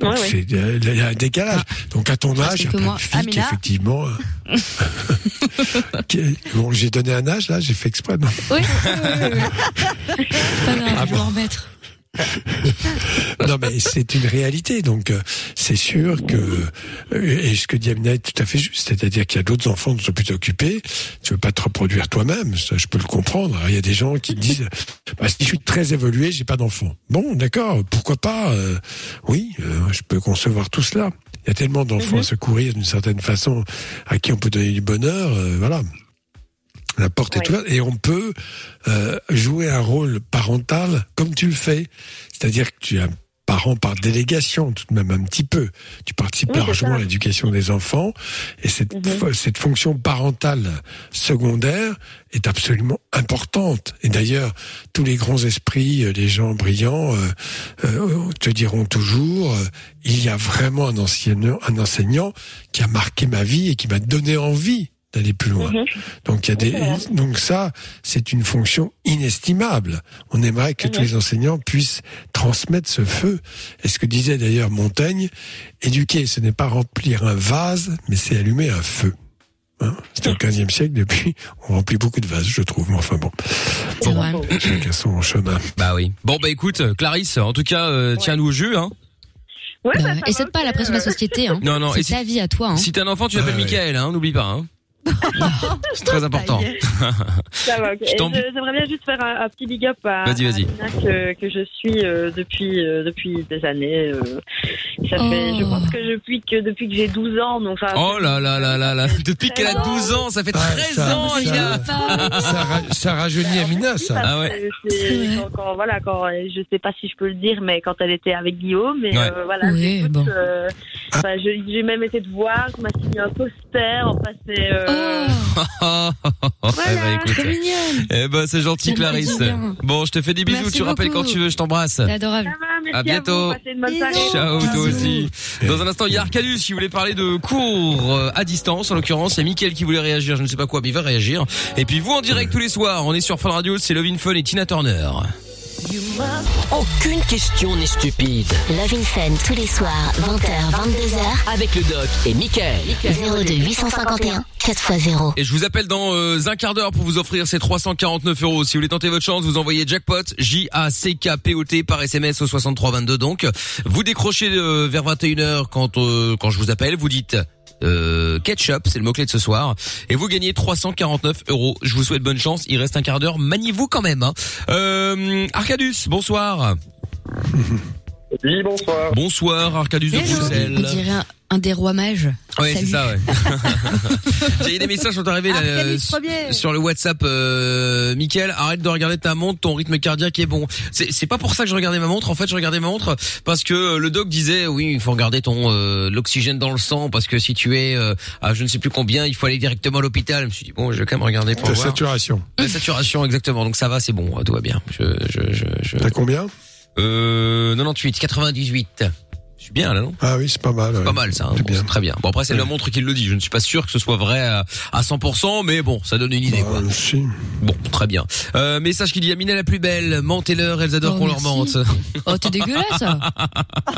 Donc
Ouais, ouais.
c'est, euh, il y a un décalage. Donc à ton
Ah,
âge,
c'est
il y a
que
plein
moi.
de filles
Ah, mais
qui
là-
effectivement. euh, qui- bon, j'ai donné un âge là, j'ai fait exprès. Non
Oui. Pas grave, je vais en remettre.
Ah non, mais c'est une réalité. Donc, euh, c'est sûr que euh, et ce que dit Amina est tout à fait juste, c'est-à-dire qu'il y a d'autres enfants dont on peut t'occuper. Tu veux pas te reproduire toi-même, ça je peux le comprendre. hein. Il y a des gens qui disent, bah, si je suis très évolué, j'ai pas d'enfant. Bon, d'accord, pourquoi pas euh, Oui, euh, je peux concevoir tout cela. Il y a tellement
Mm-hmm.
d'enfants à secourir d'une certaine façon, à qui on peut donner du bonheur. euh, voilà. La porte est ouverte et on peut euh, jouer un rôle parental comme tu le fais. C'est-à-dire que tu es un parent par délégation, tout de même un petit peu. Tu participes
Oui, c'est
largement
ça. Mhm.
à l'éducation des enfants et cette, fo- cette fonction parentale secondaire est absolument importante. Et d'ailleurs, tous les grands esprits, euh, les gens brillants, euh, euh, te diront toujours, euh, il y a vraiment un enseignant, un enseignant qui a marqué ma vie et qui m'a donné envie d'aller plus loin. Donc il y a des donc ça c'est une fonction inestimable. On aimerait que tous les enseignants puissent transmettre ce feu. Et ce que disait d'ailleurs Montaigne, éduquer ce n'est pas remplir un vase, mais c'est allumer un feu. Hein C'était au 15e siècle depuis on remplit beaucoup de vases, je trouve, mais enfin bon. Chacun son chemin.
Bah oui. Bon bah écoute, euh, Clarisse, en tout cas, euh, tiens-nous au jus. Hein.
Bah ouais. Et c'est pas à la pression de la société. Hein.
Non, non, et
C'est
si-
ta vie à toi. Hein.
Si t'as un enfant, tu l'appelles Michael, hein, n'oublie pas. Hein. C'est très important.
Ça va, ok. Et
t'en-
je- J'aimerais bien juste faire un, un petit big up à,
Vas-y,
à
vas-y.
Nina Ah, que, que je suis euh, depuis, euh, depuis des années. euh. ça fait, je pense que depuis que, depuis que j'ai 12 ans, donc ça
Oh là là là là là. Depuis qu'elle a 12 ans, ça fait 13 ans, Amina.
ça, ra- ça rajeunit Amina, ça.
Ah ouais.
Euh, c'est- quand, quand- voilà, quand, euh, je sais pas si je peux le dire, mais quand elle était avec Guillaume, et
Ouais.
euh, voilà,
Oui,
j'écoute,
bon.
euh, enfin, je- j'ai même été te voir, on m'a signé un poster, enfin, c'est, euh,
Eh ben, écoute.
Trop mignonne.
Eh ben, c'est
Ça
gentil,
me fait
Clarisse.
du bien.
Bon, je te fais des bisous.
Merci
tu rappelles
beaucoup.
quand tu veux, je t'embrasse.
C'est adorable.
À bientôt. Ciao, toi aussi. Dans un instant, il y a Arcadus qui voulait parler de cours euh, à distance. En l'occurrence, il y a Mickaël qui voulait réagir. Je ne sais pas quoi, mais il va réagir. Et puis vous en direct tous les soirs. On est sur Fun Radio. C'est Lovin Fun et Tina Turner.
Aucune question n'est stupide.
Love in Fun tous les soirs, 20h, 22h.
Avec le doc et Michael.
02 851 4x0.
Et je vous appelle dans euh, un quart d'heure pour vous offrir ces 349 euros. Si vous voulez tenter votre chance, vous envoyez jackpot J A C K P O T par SMS au 6322. Donc, vous décrochez euh, vers 21h quand euh, quand je vous appelle, vous dites euh, ketchup, c'est le mot clé de ce soir, et vous gagnez 349 euros. Je vous souhaite bonne chance. Il reste un quart d'heure. Maniez-vous quand même. hein. Euh, Arcadus, bonsoir.
Oui, bonsoir.
Bonsoir Arcadus de
On dirait
Bruxelles.
un, un des rois mages.
Ouais, c'est ça, ouais. J'ai eu des messages qui sont arrivés là, euh, sur, sur le WhatsApp. Euh, Michael, arrête de regarder ta montre, ton rythme cardiaque est bon. C'est c'est pas pour ça que je regardais ma montre. En fait, je regardais ma montre parce que euh, le doc disait oui, il faut regarder ton euh, l'oxygène dans le sang parce que si tu es euh, à je ne sais plus combien, il faut aller directement à l'hôpital. Je me suis dit bon, je vais quand même regarder pour
Ta
voir.
saturation.
euh, La saturation, exactement. Donc ça va, c'est bon, tout va bien. Je, je, je, je...
T'as combien
Euh, 98, 98. Je suis bien là, non
Ah oui, c'est pas mal.
Pas mal ça, hein. Bon, c'est très bien. Bon après c'est la montre qui le dit, je ne suis pas sûr que ce soit vrai à, à 100%, mais bon, ça donne une idée quoi. Bon, très bien. Euh, message qu'il y a Mina la plus belle, mentez-leur, elles adorent
Oh,
qu'on leur mente.
merci. Oh, t'es dégueulasse.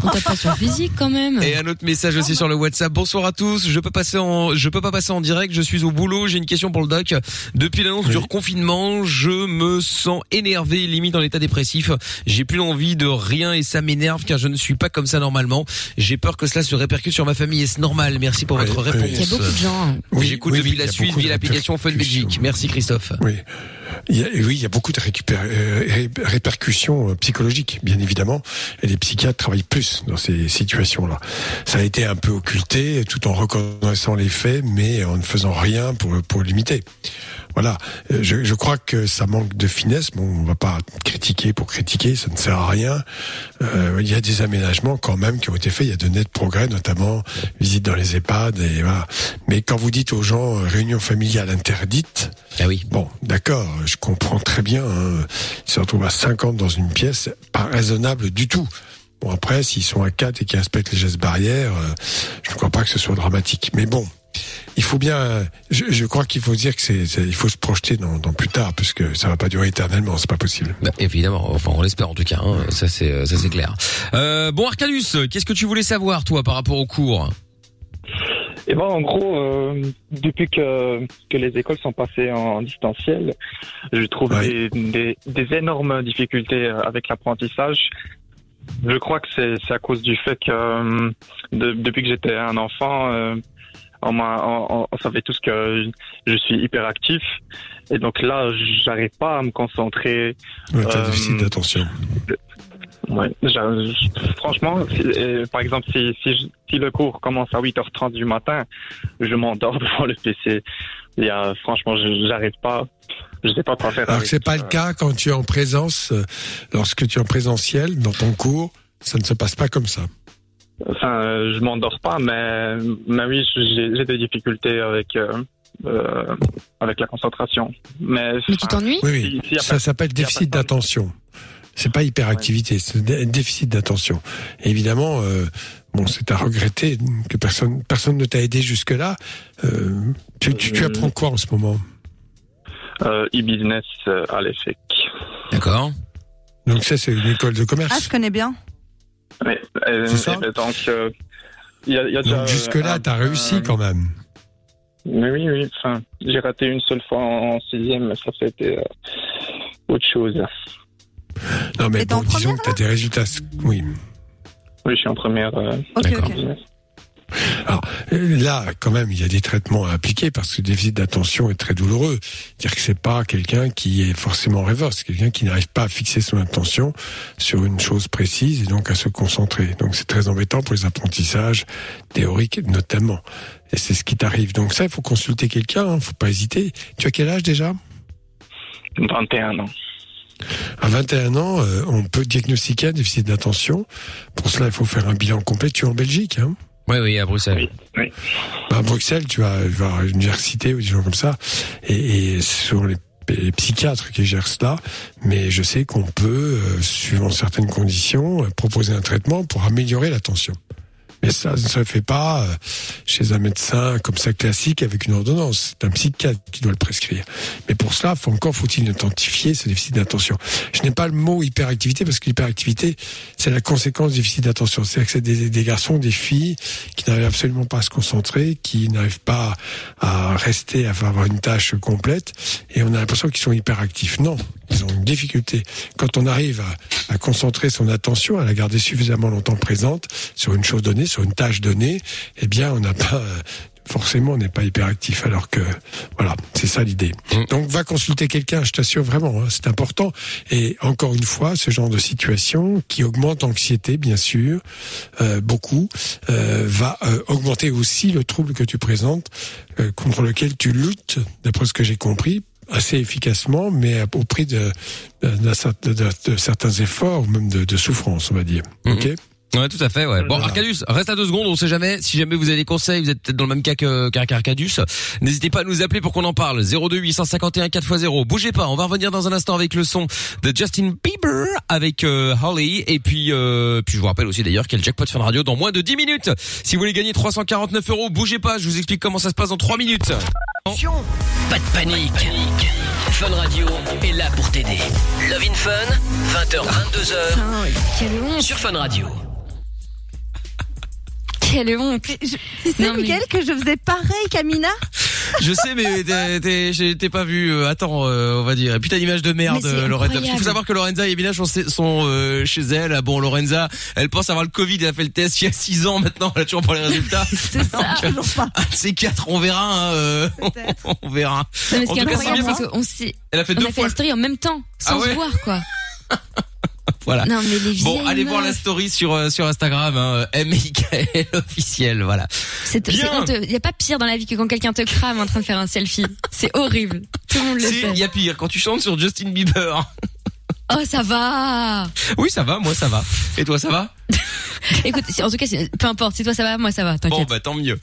On tape pas sur le physique quand même.
Et un autre message aussi sur le WhatsApp. Bonsoir à tous. Je peux passer en, je peux pas passer en direct. Je suis au boulot. J'ai une question pour le doc. Depuis l'annonce du reconfinement, je me sens énervé, limite en état dépressif. J'ai plus envie de rien et ça m'énerve car je ne suis pas comme ça normalement. J'ai peur que cela se répercute sur ma famille et c'est normal. Merci pour votre réponse.
Il y a beaucoup de gens. hein.
Oui, J'écoute
oui, oui,
depuis
il y a
la Suisse
beaucoup de
via l'application Fun Belgique. Merci Christophe.
Oui. Il y a, oui, il y a beaucoup de récupér- euh, ré- répercussions euh, psychologiques, bien évidemment, et les psychiatres travaillent plus dans ces situations-là. Ça a été un peu occulté, tout en reconnaissant les faits, mais en ne faisant rien pour, pour limiter. Voilà, Euh, je, je crois que ça manque de finesse. Bon, on va pas critiquer pour critiquer, ça ne sert à rien. Euh, il y a des aménagements quand même qui ont été faits. Il y a de nets progrès, notamment visite dans les EHPAD. Et voilà. Mais quand vous dites aux gens euh, réunion familiale interdite,
ah oui.
Bon, d'accord, je comprends très bien. Hein. Ils se retrouvent à 50 dans une pièce, c'est pas raisonnable du tout. Bon, après, s'ils sont à 4 et qu'ils respectent les gestes barrières, euh, je ne crois pas que ce soit dramatique. Mais bon, il faut bien. euh, Je, je crois qu'il faut dire que c'est, c'est- il faut se projeter dans, dans plus tard, parce que ça va pas durer éternellement, c'est pas possible.
Bah, évidemment, enfin on l'espère en tout cas, hein. ça c'est ça c'est clair. Euh, bon Arcadus, qu'est-ce que tu voulais savoir toi par rapport au cours
Et ben en gros, euh, depuis que, que les écoles sont passées en distanciel, je trouve des, des- des énormes difficultés euh, avec l'apprentissage. Je crois que c'est c'est à cause du fait que euh, de- depuis que j'étais un enfant, euh, on, m'a- on- on- on savait tous que je suis hyperactif. Et donc là, j'arrive pas à me concentrer.
Ouais, t'as un
euh,
déficit d'attention.
Ouais, j'a- j- franchement, si- euh, par exemple, si, si, je- si le cours commence à 8h30 du matin, je m'endors devant le PC. Il y a, franchement, je- j'arrive pas. Je sais pas quoi faire.
Alors
avec,
que c'est pas le
euh,
cas quand tu es en présence, euh, lorsque tu es en présentiel dans ton cours, ça ne se passe pas comme ça.
Enfin, euh, je m'endors pas, mais, mais oui, j'ai j'ai des difficultés avec, euh, euh, avec la concentration. Mais, enfin,
Oui,
si-
oui.
s'il y a
ça
pas-
s'appelle
s'il y a
déficit
pas-
d'attention. C'est pas hyperactivité, c'est dé- déficit d'attention. Et Évidemment, euh, bon, c'est à regretter que personne, personne ne t'a aidé jusque-là. Euh, tu, tu, tu apprends quoi en ce moment
euh, e-business euh, à l'effet.
D'accord.
Donc ça, c'est une école de commerce.
Ah, je connais bien.
Mais, euh, et ben donc, euh, il y a, il y a déjà, euh,
Donc jusque-là,
un-
t'as réussi quand même.
Mais oui, oui. Enfin, j'ai raté une seule fois en en sixième, mais ça, c'était euh, autre chose.
Non, mais bon, disons que t'as des résultats. Oui.
Oui, je suis en première. euh,
D'accord.
business.
Alors euh, là, quand même, il y a des traitements à appliquer parce que le déficit d'attention est très douloureux. C'est-à-dire que c'est pas quelqu'un qui est forcément rêveur, c'est quelqu'un qui n'arrive pas à fixer son attention sur une chose précise et donc à se concentrer. Donc c'est très embêtant pour les apprentissages théoriques notamment. Et c'est ce qui t'arrive. Donc ça, il faut consulter quelqu'un, hein, faut pas hésiter. Tu as quel âge déjà
21 ans.
À 21 ans, euh, on peut diagnostiquer un déficit d'attention. Pour cela, il faut faire un bilan complet. Tu es en Belgique, hein
Oui oui à Bruxelles.
Bah, à Bruxelles, tu vas, tu vas à l'université ou des gens comme ça, et, et ce sont les, les psychiatres qui gèrent cela, mais je sais qu'on peut, euh, suivant certaines conditions, euh, proposer un traitement pour améliorer l'attention. Mais ça ne se fait pas euh, chez un médecin comme ça classique avec une ordonnance. C'est un psychiatre qui doit le prescrire. Mais pour cela, faut encore faut-il identifier ce déficit d'attention. Je n'ai pas le mot hyperactivité parce que l'hyperactivité, c'est la conséquence du déficit d'attention. C'est-à-dire que c'est des, des garçons, des filles qui n'arrivent absolument pas à se concentrer, qui n'arrivent pas à rester, à avoir une tâche complète, et on a l'impression qu'ils sont hyperactifs. Non, ils ont une difficulté. Quand on arrive à, à concentrer son attention, à la garder suffisamment longtemps présente sur une chose donnée, sur une tâche donnée, eh bien, on n'a pas euh, forcément, on n'est pas hyperactif. Alors que, voilà, c'est ça l'idée. Donc, va consulter quelqu'un, je t'assure vraiment, hein, c'est important. Et encore une fois, ce genre de situation qui augmente l'anxiété, bien sûr, euh, beaucoup, euh, va euh, augmenter aussi le trouble que tu présentes, euh, contre lequel tu luttes, d'après ce que j'ai compris, assez efficacement, mais à- au euh, prix de, de- de- de- de certains efforts, ou même de, de souffrance, on va dire. Ok
Mhm. Ouais, tout à fait, ouais. Bon, Arcadus, reste à deux secondes, on sait jamais. Si jamais vous avez des conseils, vous êtes peut-être dans le même cas que- qu'Ar- qu'Arcadus. N'hésitez pas à nous appeler pour qu'on en parle. 02 851 4x0. Bougez pas, on va revenir dans un instant avec le son de Justin Bieber avec euh, Holly. Et puis, euh, puis je vous rappelle aussi d'ailleurs qu'il y a le jackpot Fun Radio dans moins de 10 minutes. Si vous voulez gagner 349 euros, bougez pas, je vous explique comment ça se passe dans 3 minutes.
Pas de panique. Fun Radio est là pour t'aider. Love in Fun, 20h, 22h. Sur Fun Radio.
Quelle honte
Tu sais, Mickaël, que je faisais pareil, Camina
Je sais, mais t'es- t'es- j'ai- t'es pas vu. euh, attends, euh, on va dire. Putain d'image de merde,
Mais c'est
euh, Lorenza. Parce qu'il
incroyable.
faut savoir que Lorenza et Emina sont, sont, euh, chez elle. Ah Bon, Lorenza, elle pense avoir le Covid. Elle a fait le test il y a 6 ans maintenant. Elle a toujours pas les résultats. euh, c'est ça. C'est 4, on verra. hein, euh, on verra.
Non, mais ce
En
qui est
tout cas, c'est bien
incroyable,
parce
c'est
hein.
qu'on s'est-
Elle a fait
on
deux
a fait
fois.
la story en même temps, sans
Ah ouais
se voir, quoi.
Voilà.
Non, mais les
bon,
vieilles
allez voir la
meufs.
story sur, euh, sur Instagram. Hein, euh, M.I.K.L. officiel, voilà.
C'est
Bien.
Il y a pas pire dans la vie que quand quelqu'un te crame en train de faire un selfie. C'est horrible. Tout le monde le
Si,
sait.
il y a pire. Quand tu chantes sur Justin Bieber.
Oh, ça va.
Oui, ça va, moi ça va. Et toi, ça va
Écoute, si- en tout cas, c'est- peu importe. Si toi ça va, moi ça va.
Bon,
T'inquiète.
bah tant mieux.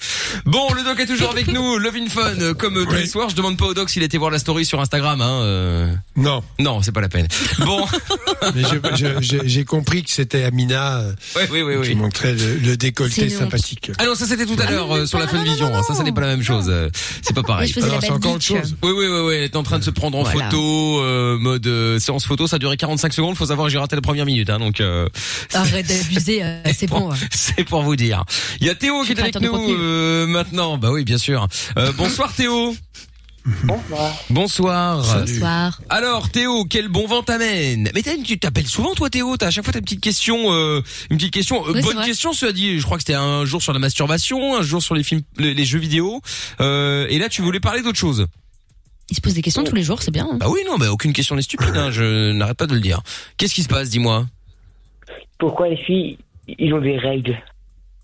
Bon, le doc est toujours avec nous. Love in fun, euh, comme euh, tous les soirs. Je demande pas au doc s'il était voir la story sur Instagram. Hein,
Non.
Non, c'est pas la peine. Bon.
Mais je- je- je- j'ai compris que c'était Amina euh, qui montrait le, le décolleté
C'est une honte.
sympathique.
Ah non, ça c'était tout à l'heure euh, sur la Fun Vision. Ça, ça n'est pas la même chose. euh, C'est pas
Mais
pareil.
je faisais la Alors, c'est bad encore autre geek. chose.
Oui, oui, oui, oui. Elle est en train de se prendre en
Voilà.
photo, euh, mode euh, séance photo. Ça a duré 45 secondes. Faut savoir que j'ai raté la première minute. Hein, donc. euh,
Arrête d'abuser. euh, c'est bon.
hein.
ouais.
C'est pour vous dire. Il y a Théo qui est avec
créateur de
nous
contenu.
euh, maintenant. Bah oui, bien sûr. Euh, bonsoir Théo. Bonsoir. Bonsoir.
Bonsoir.
Alors Théo, quel bon vent t'amène Mais t'as une- tu t'appelles souvent toi Théo, t'as à chaque fois ta petite question, euh, une petite question, euh,
Oui, c'est
bonne
vrai.
question. Cela dit, je crois que c'était un jour sur la masturbation, un jour sur les films, les, les jeux vidéo, euh, et là tu voulais parler d'autre chose.
Il se pose des questions tous les jours, c'est bien.
Mm.
hein.
Bah oui, non, mais aucune question n'est stupide. hein, je n'arrête pas de le dire. Qu'est-ce qui se passe Dis-moi.
Pourquoi les filles, ils ont des règles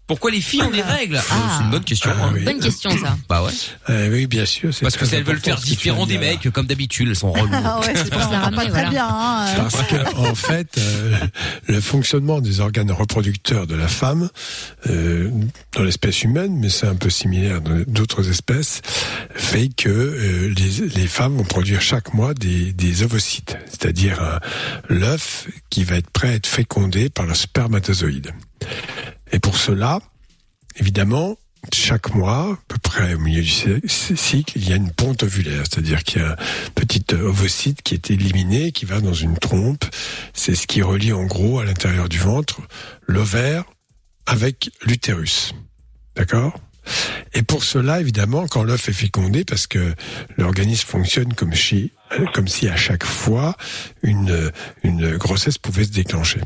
Pourquoi les filles ont des règles
Ah.
Euh, C'est une bonne question. hein.
Bonne question ça.
Bah ouais.
Euh, oui, bien sûr.
Parce que
Ah très
si elles veulent
important,
faire
ce que tu
différent des mecs, comme d'habitude, elles sont reloues.
Ah ouais, c'est pour ça, pas très bien. hein.
Parce que en fait, euh, le fonctionnement des organes reproducteurs de la femme euh, dans l'espèce humaine, mais c'est un peu similaire dans d'autres espèces, fait que euh, les, les femmes vont produire chaque mois des, des ovocytes, c'est-à-dire un- l'œuf qui va être prêt à être fécondé par le spermatozoïde. Et pour cela, évidemment, chaque mois, à peu près au milieu du cy- cycle, il y a une ponte ovulaire, c'est-à-dire qu'il y a un petit euh, ovocyte qui est éliminé, qui va dans une trompe. C'est ce qui relie en gros à l'intérieur du ventre l'ovaire avec l'utérus. D'accord et pour cela, évidemment, quand l'œuf est fécondé, parce que l'organisme fonctionne comme, chi- comme si à chaque fois une, une grossesse pouvait se déclencher.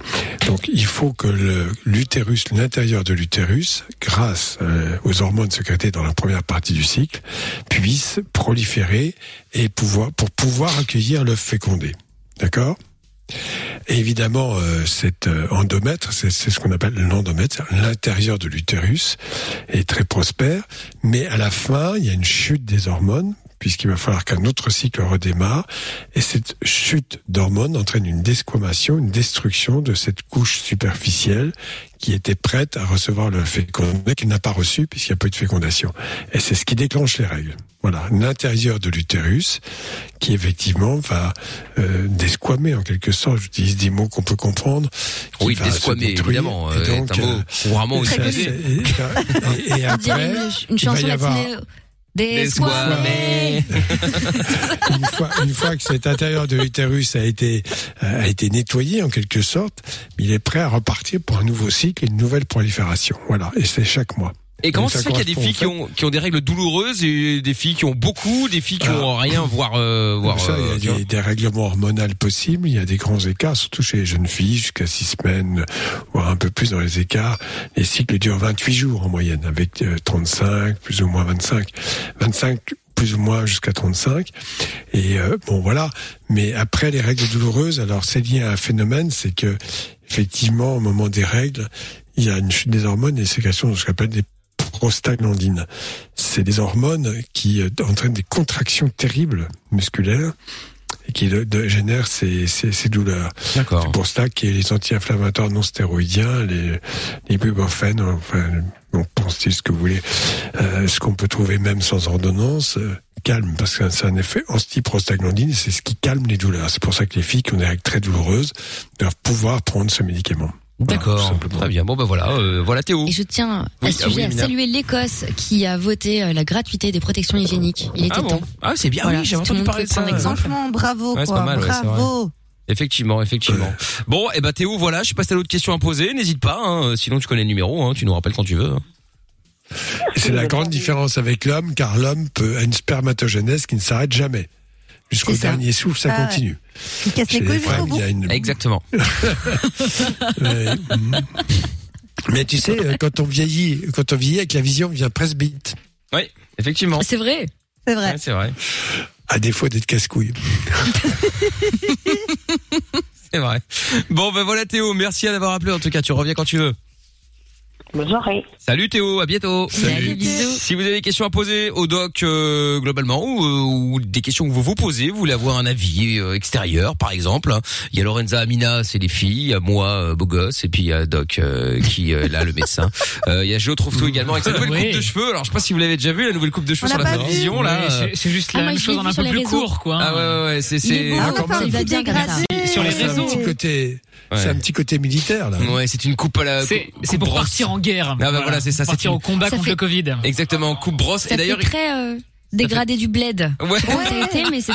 Donc il faut que le- l'utérus, l'intérieur de l'utérus, grâce euh, aux hormones sécrétées dans la première partie du cycle, puisse proliférer et pouvoir, pour pouvoir accueillir l'œuf fécondé. D'accord et évidemment, euh, cet euh, endomètre, c'est c'est ce qu'on appelle l'endomètre, c'est-à-dire l'intérieur de l'utérus, est très prospère, mais à la fin, il y a une chute des hormones, puisqu'il va falloir qu'un autre cycle redémarre, et cette chute d'hormones entraîne une desquamation, une destruction de cette couche superficielle qui était prête à recevoir le fécondé, qu'elle n'a pas reçu, puisqu'il n'y a pas eu de fécondation. Et c'est ce qui déclenche les règles. Voilà, l'intérieur de l'utérus, qui effectivement va euh, desquamer en quelque sorte. J'utilise des mots qu'on peut comprendre. qui
Oui,
va se
desquamer,
détruire.
évidemment,
Et
euh,
donc,
est un mot
euh,
couramment
ça,
utilisé.
c'est- Et, et- et
On dirait
après,
une, une
il va
chanson
y avoir-
matinée. Des soirées.
une, fois, une fois que cet intérieur de l'utérus a été, euh, a été nettoyé en quelque sorte, il est prêt à repartir pour un nouveau cycle et une nouvelle prolifération. Voilà, et c'est chaque mois.
Et comment
Donc,
ça se fait qu'il y a des
correspond,
filles qui
en
ont, qui ont des règles douloureuses et des filles qui ont beaucoup, des filles qui ont rien, voire, euh, voire,
Comme ça,
euh,
il
tu
y a
vois.
des, des règlements hormonaux possibles, il y a des grands écarts, surtout chez les jeunes filles, jusqu'à 6 semaines, voire un peu plus dans les écarts. Les cycles durent 28 jours en moyenne, avec euh, 35, plus ou moins 25. 25 plus ou moins jusqu'à 35. Et euh, bon, voilà. Mais après, les règles douloureuses, alors c'est lié à un phénomène, c'est que effectivement, au moment des règles, il y a une chute des hormones et une sécrétion de ce qu'on appelle des prostaglandines. C'est des hormones qui euh, entraînent des contractions terribles musculaires et qui le- de- génèrent ces, ces, ces douleurs.
C'est
pour cela qu'il y a les anti-inflammatoires non stéroïdiens, les, les ibuprofène, enfin, on pense ce que vous voulez, euh, ce qu'on peut trouver même sans ordonnance, euh, calme, parce que c'est un effet antiprostaglandine, et c'est ce qui calme les douleurs. C'est pour ça que les filles qui ont des règles très douloureuses doivent pouvoir prendre ce médicament.
D'accord. Très bien. Bon, bah voilà, euh, voilà Théo.
Et je tiens à
Oui,
ce
ah oui,
sujet à
Amina.
saluer l'Écosse qui a voté euh, la gratuité des protections hygiéniques. Il était
ah bon
temps.
Ah, c'est bien.
Voilà,
oui, j'ai
tout le
entendu
monde
parler
peut
de ça.
prendre exemple.
Franchement, bravo,
Ouais, c'est
quoi.
pas mal, ouais, c'est vrai.
bravo.
Effectivement, effectivement. Bon, et bah Théo, voilà, je passe à l'autre question à poser. N'hésite pas. hein, sinon, tu connais le numéro. hein, tu nous rappelles quand tu veux. hein.
Et C'est la grande différence avec l'homme, car l'homme peut, a une spermatogénèse qui ne s'arrête jamais. Jusqu'au
C'est ça.
dernier souffle, ça
Ah ouais.
continue.
Il casse
Chez
les couilles
les
jusqu'au
femmes, il
bout.
y a une
Exactement.
Ouais. Mhm. Mais tu sais, euh, quand on vieillit, quand on vieillit avec la vision vient presbyte.
Oui, effectivement.
C'est vrai.
C'est vrai.
c'est vrai.
À défaut d'être casse-couille.
C'est vrai. Bon, ben voilà Théo, merci d'avoir appelé. En tout cas, tu reviens quand tu veux.
Bonne soirée.
Salut Théo, à bientôt.
Salut. Salut, bisous.
Si vous avez des questions à poser au doc euh, globalement ou, euh, ou des questions que vous vous posez, vous voulez avoir un avis euh, extérieur par exemple, hein. il y a Lorenza Amina, c'est les filles, il y a moi euh, beau gosse et puis il y a doc euh, qui euh, là le médecin. Euh, il y a Joe trouve tout également avec sa nouvelle
Oui.
coupe de cheveux. Alors je sais pas si vous l'avez déjà vu la nouvelle coupe de cheveux
On
sur
l'a
la
pas
télévision
vu.
là.
Mais c'est- c'est juste la
Ah, moi,
même
je
chose
l'ai
en
vu
un
sur
peu
les
plus
réseaux.
court quoi.
Ah ouais ouais, ouais c'est
Il est
c'est
beau,
Ouais,
enfin, il va bien comme ça.
Sur les réseaux.
C'est un petit côté, c'est un petit côté militaire, là.
Ouais, c'est une coupe à la.
C'est- c'est pour partir en guerre.
Ah bah voilà, c'est ça.
Partir
c'est
au combat contre le Covid.
Exactement, coupe brosse.
Ça
et
fait
d'ailleurs,
très euh, dégradé du bled.
Ouais.
Bon, t'as été, mais c'est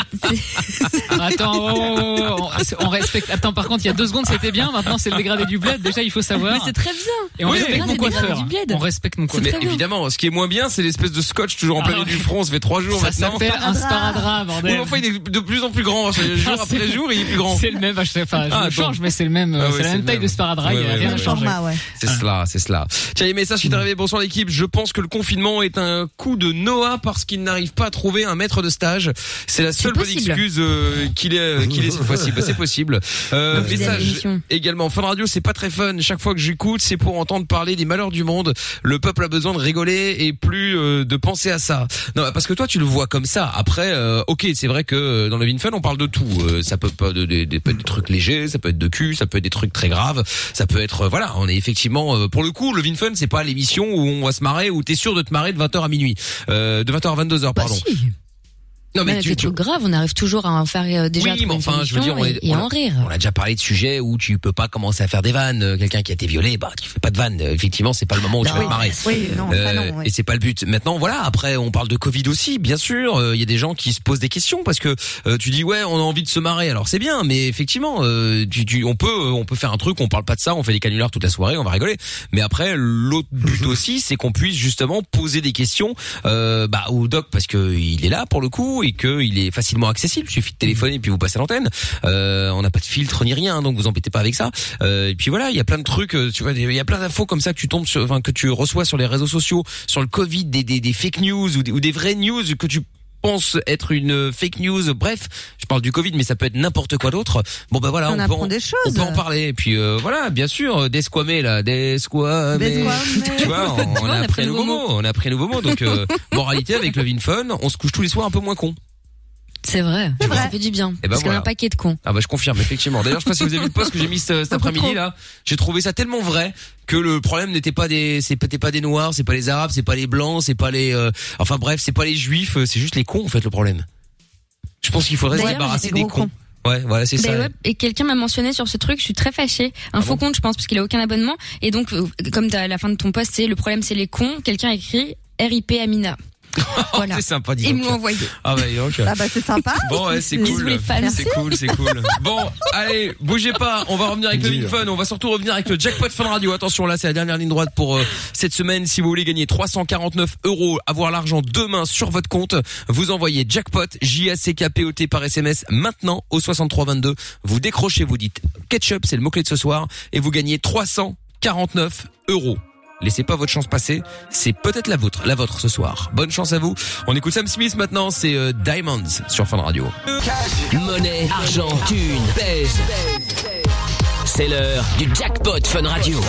Attends, oh, oh, oh, oh, on- c'est- on respecte. Attends, par contre, il y a deux secondes, c'était bien. Maintenant, c'est le dégradé du bled. Déjà, il faut savoir.
mais c'est très bien.
Et on
Oui.
respecte
Le
mon
dégradé
coiffeur.
du bled.
On respecte mon
Mais
coiffeur.
évidemment, ce qui est moins bien, c'est l'espèce de scotch toujours en plein
Ah
milieu
ouais.
du front. Ça fait trois jours
Ça
maintenant.
s'appelle un sparadrap, bordel.
Oui, mais enfin, il est de plus en plus grand. C'est- Jour
Ah,
après
c'est-
jour, il est plus grand.
C'est le même, à chaque fois.
Ah,
je le
bon.
change, mais c'est le même, euh,
Ah ouais,
c'est la
c'est
même
le
taille
même.
de sparadrap, il
Ouais,
n'y a
ouais,
rien Ah.
ouais,
à
ouais.
changer.
C'est cela, c'est cela. Tiens, les messages qui sont arrivés. Bonsoir l'équipe. Je pense que le confinement est un coup de Noah parce qu'il n'arrive pas à trouver un maître de stage. C'est la seule bonne
possible.
excuse euh, qu'il est, qu'il est cette fois-ci. Bah, c'est possible. Euh,
Vous avez
message
l'émission.
également. Fun radio, c'est pas très fun. Chaque fois que j'écoute, c'est pour entendre parler des malheurs du monde. Le peuple a besoin de rigoler et plus euh, de penser à ça. Non, bah, parce que toi, tu le vois comme ça. Après, euh, ok, c'est vrai que euh, dans le Vin Fun, on parle de tout. Euh, ça peut pas de, de- de- peut être des trucs légers, ça peut être de cul, ça peut être des trucs très graves, ça peut être euh, voilà. On est effectivement euh, pour le coup, le Vin Fun, c'est pas l'émission où on va se marrer, où t'es sûr de te marrer de 20h à minuit, euh, de 20h à 22h, pardon. Non mais
Même
tu,
avec
tu-
les trucs graves, on arrive toujours à en faire euh, déjà. à
oui,
trouver
mais
une
enfin, je veux dire,
solution
on,
et,
est-
et
on
à
a-
en rire.
on a déjà parlé de sujets où tu peux pas commencer à faire des vannes. Euh, Quelqu'un qui a été violé, bah, tu fais pas de vannes. Euh, Effectivement, c'est pas le moment où tu
Non,
vas te marrer.
Bah oui, non, ça
Euh,
non,
Et c'est pas le but. Maintenant, voilà. Après, on parle de Covid aussi, bien sûr. Euh, Il y a des gens qui se posent des questions parce que euh, tu dis ouais, on a envie de se marrer. Alors c'est bien, mais effectivement, euh, tu, tu- on peut, euh, on peut faire un truc. On parle pas de ça. On fait des canulars toute la soirée. On va rigoler. Mais après, l'autre but aussi, c'est qu'on puisse justement poser des questions euh, bah, au doc parce que il est là pour le coup et que il est facilement accessible. Il suffit de téléphoner et puis vous passez à l'antenne. Euh, on n'a pas de filtre ni rien, hein, donc vous embêtez pas avec ça. Euh, et puis voilà, il y a plein de trucs. euh, Tu vois, il y a plein d'infos comme ça que tu tombes, sur, enfin que tu reçois sur les réseaux sociaux, sur le Covid, des, des, des fake news ou des, ou des vraies news que tu penses être une euh, fake news. Bref, je parle du Covid, mais ça peut être n'importe quoi d'autre. Bon bah voilà,
On
on, peut
apprend
en,
des choses.
on peut en parler. Et puis euh, voilà, bien sûr, euh, desquamé là, desquamé.
Desquamé.
Tu vois, on,
Tu vois,
on a appris un nouveau mot. On a appris un nouveau mot. Donc euh, moralité avec le Vinfun, on se couche tous les soirs un peu moins con.
C'est vrai. Ça fait du bien.
ben
parce qu'on a
voilà.
un paquet de cons.
Ah bah je confirme effectivement. D'ailleurs, je sais pas si vous avez vu le post que j'ai mis ce- cet après-midi là. J'ai trouvé ça tellement vrai que le problème n'était pas des c'est c'était pas des noirs, c'est pas les arabes, c'est pas les blancs, c'est pas les euh, enfin bref, c'est pas les juifs, euh, c'est juste les cons en fait le problème. Je pense qu'il faudrait se
D'ailleurs,
débarrasser
il y a des
des
gros
cons. Ouais, voilà, c'est
Ben
ça. Ah
ouais, et quelqu'un m'a mentionné sur ce truc, je suis très fâchée. Un faux compte, je pense, parce qu'il a aucun abonnement. Et donc, euh, comme t'as- à la fin de ton post, c'est le problème, c'est les cons. Quelqu'un a écrit RIP Amina. voilà.
C'est sympa dis
Et me
donc.
l'ont envoyé.
Ah bah dis donc.
Ah bah c'est sympa.
Bon, ouais, c'est
Bisous
cool.
les
ah,
fans.
C'est cool, c'est cool. Bon, allez, bougez pas. On va revenir avec le Big Fun. On va surtout revenir avec le Jackpot Fun Radio. Attention, là, c'est la dernière ligne droite pour euh, cette semaine. Si vous voulez gagner 349 euros, avoir l'argent demain sur votre compte, vous envoyez Jackpot, J-A-C-K-P-O-T par SMS maintenant au 6322. Vous décrochez, vous dites ketchup, c'est le mot-clé de ce soir, et vous gagnez 349 euros. Laissez pas votre chance passer, c'est peut-être la vôtre, la vôtre ce soir. Bonne chance à vous. On écoute Sam Smith maintenant, c'est euh, Diamonds sur Fun Radio.
Monnaie, argent, thune, pèse. C'est l'heure du jackpot Fun Radio.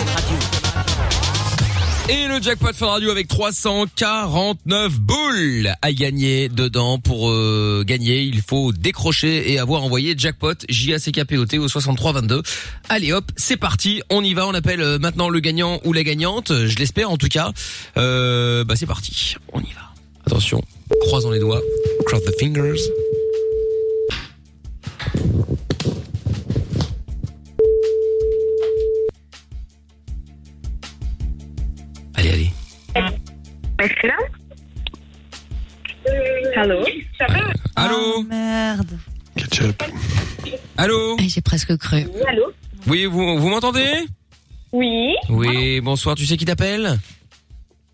Et le jackpot Fun Radio avec 349 boules à gagner dedans. Pour euh, gagner, il faut décrocher et avoir envoyé jackpot j a c k p o t au 6322. Allez hop, c'est parti. On y va. On appelle euh, maintenant le gagnant ou la gagnante. Je l'espère en tout cas. Euh, bah c'est parti. On y va. Attention. Croisons les doigts. Cross the fingers. Allez, allez.
Euh, Allô
Allô
Merde.
Allô
J'ai presque cru.
Euh, Allô
Oui, vous, vous m'entendez
Oui
Oui, bonsoir. Tu sais qui t'appelle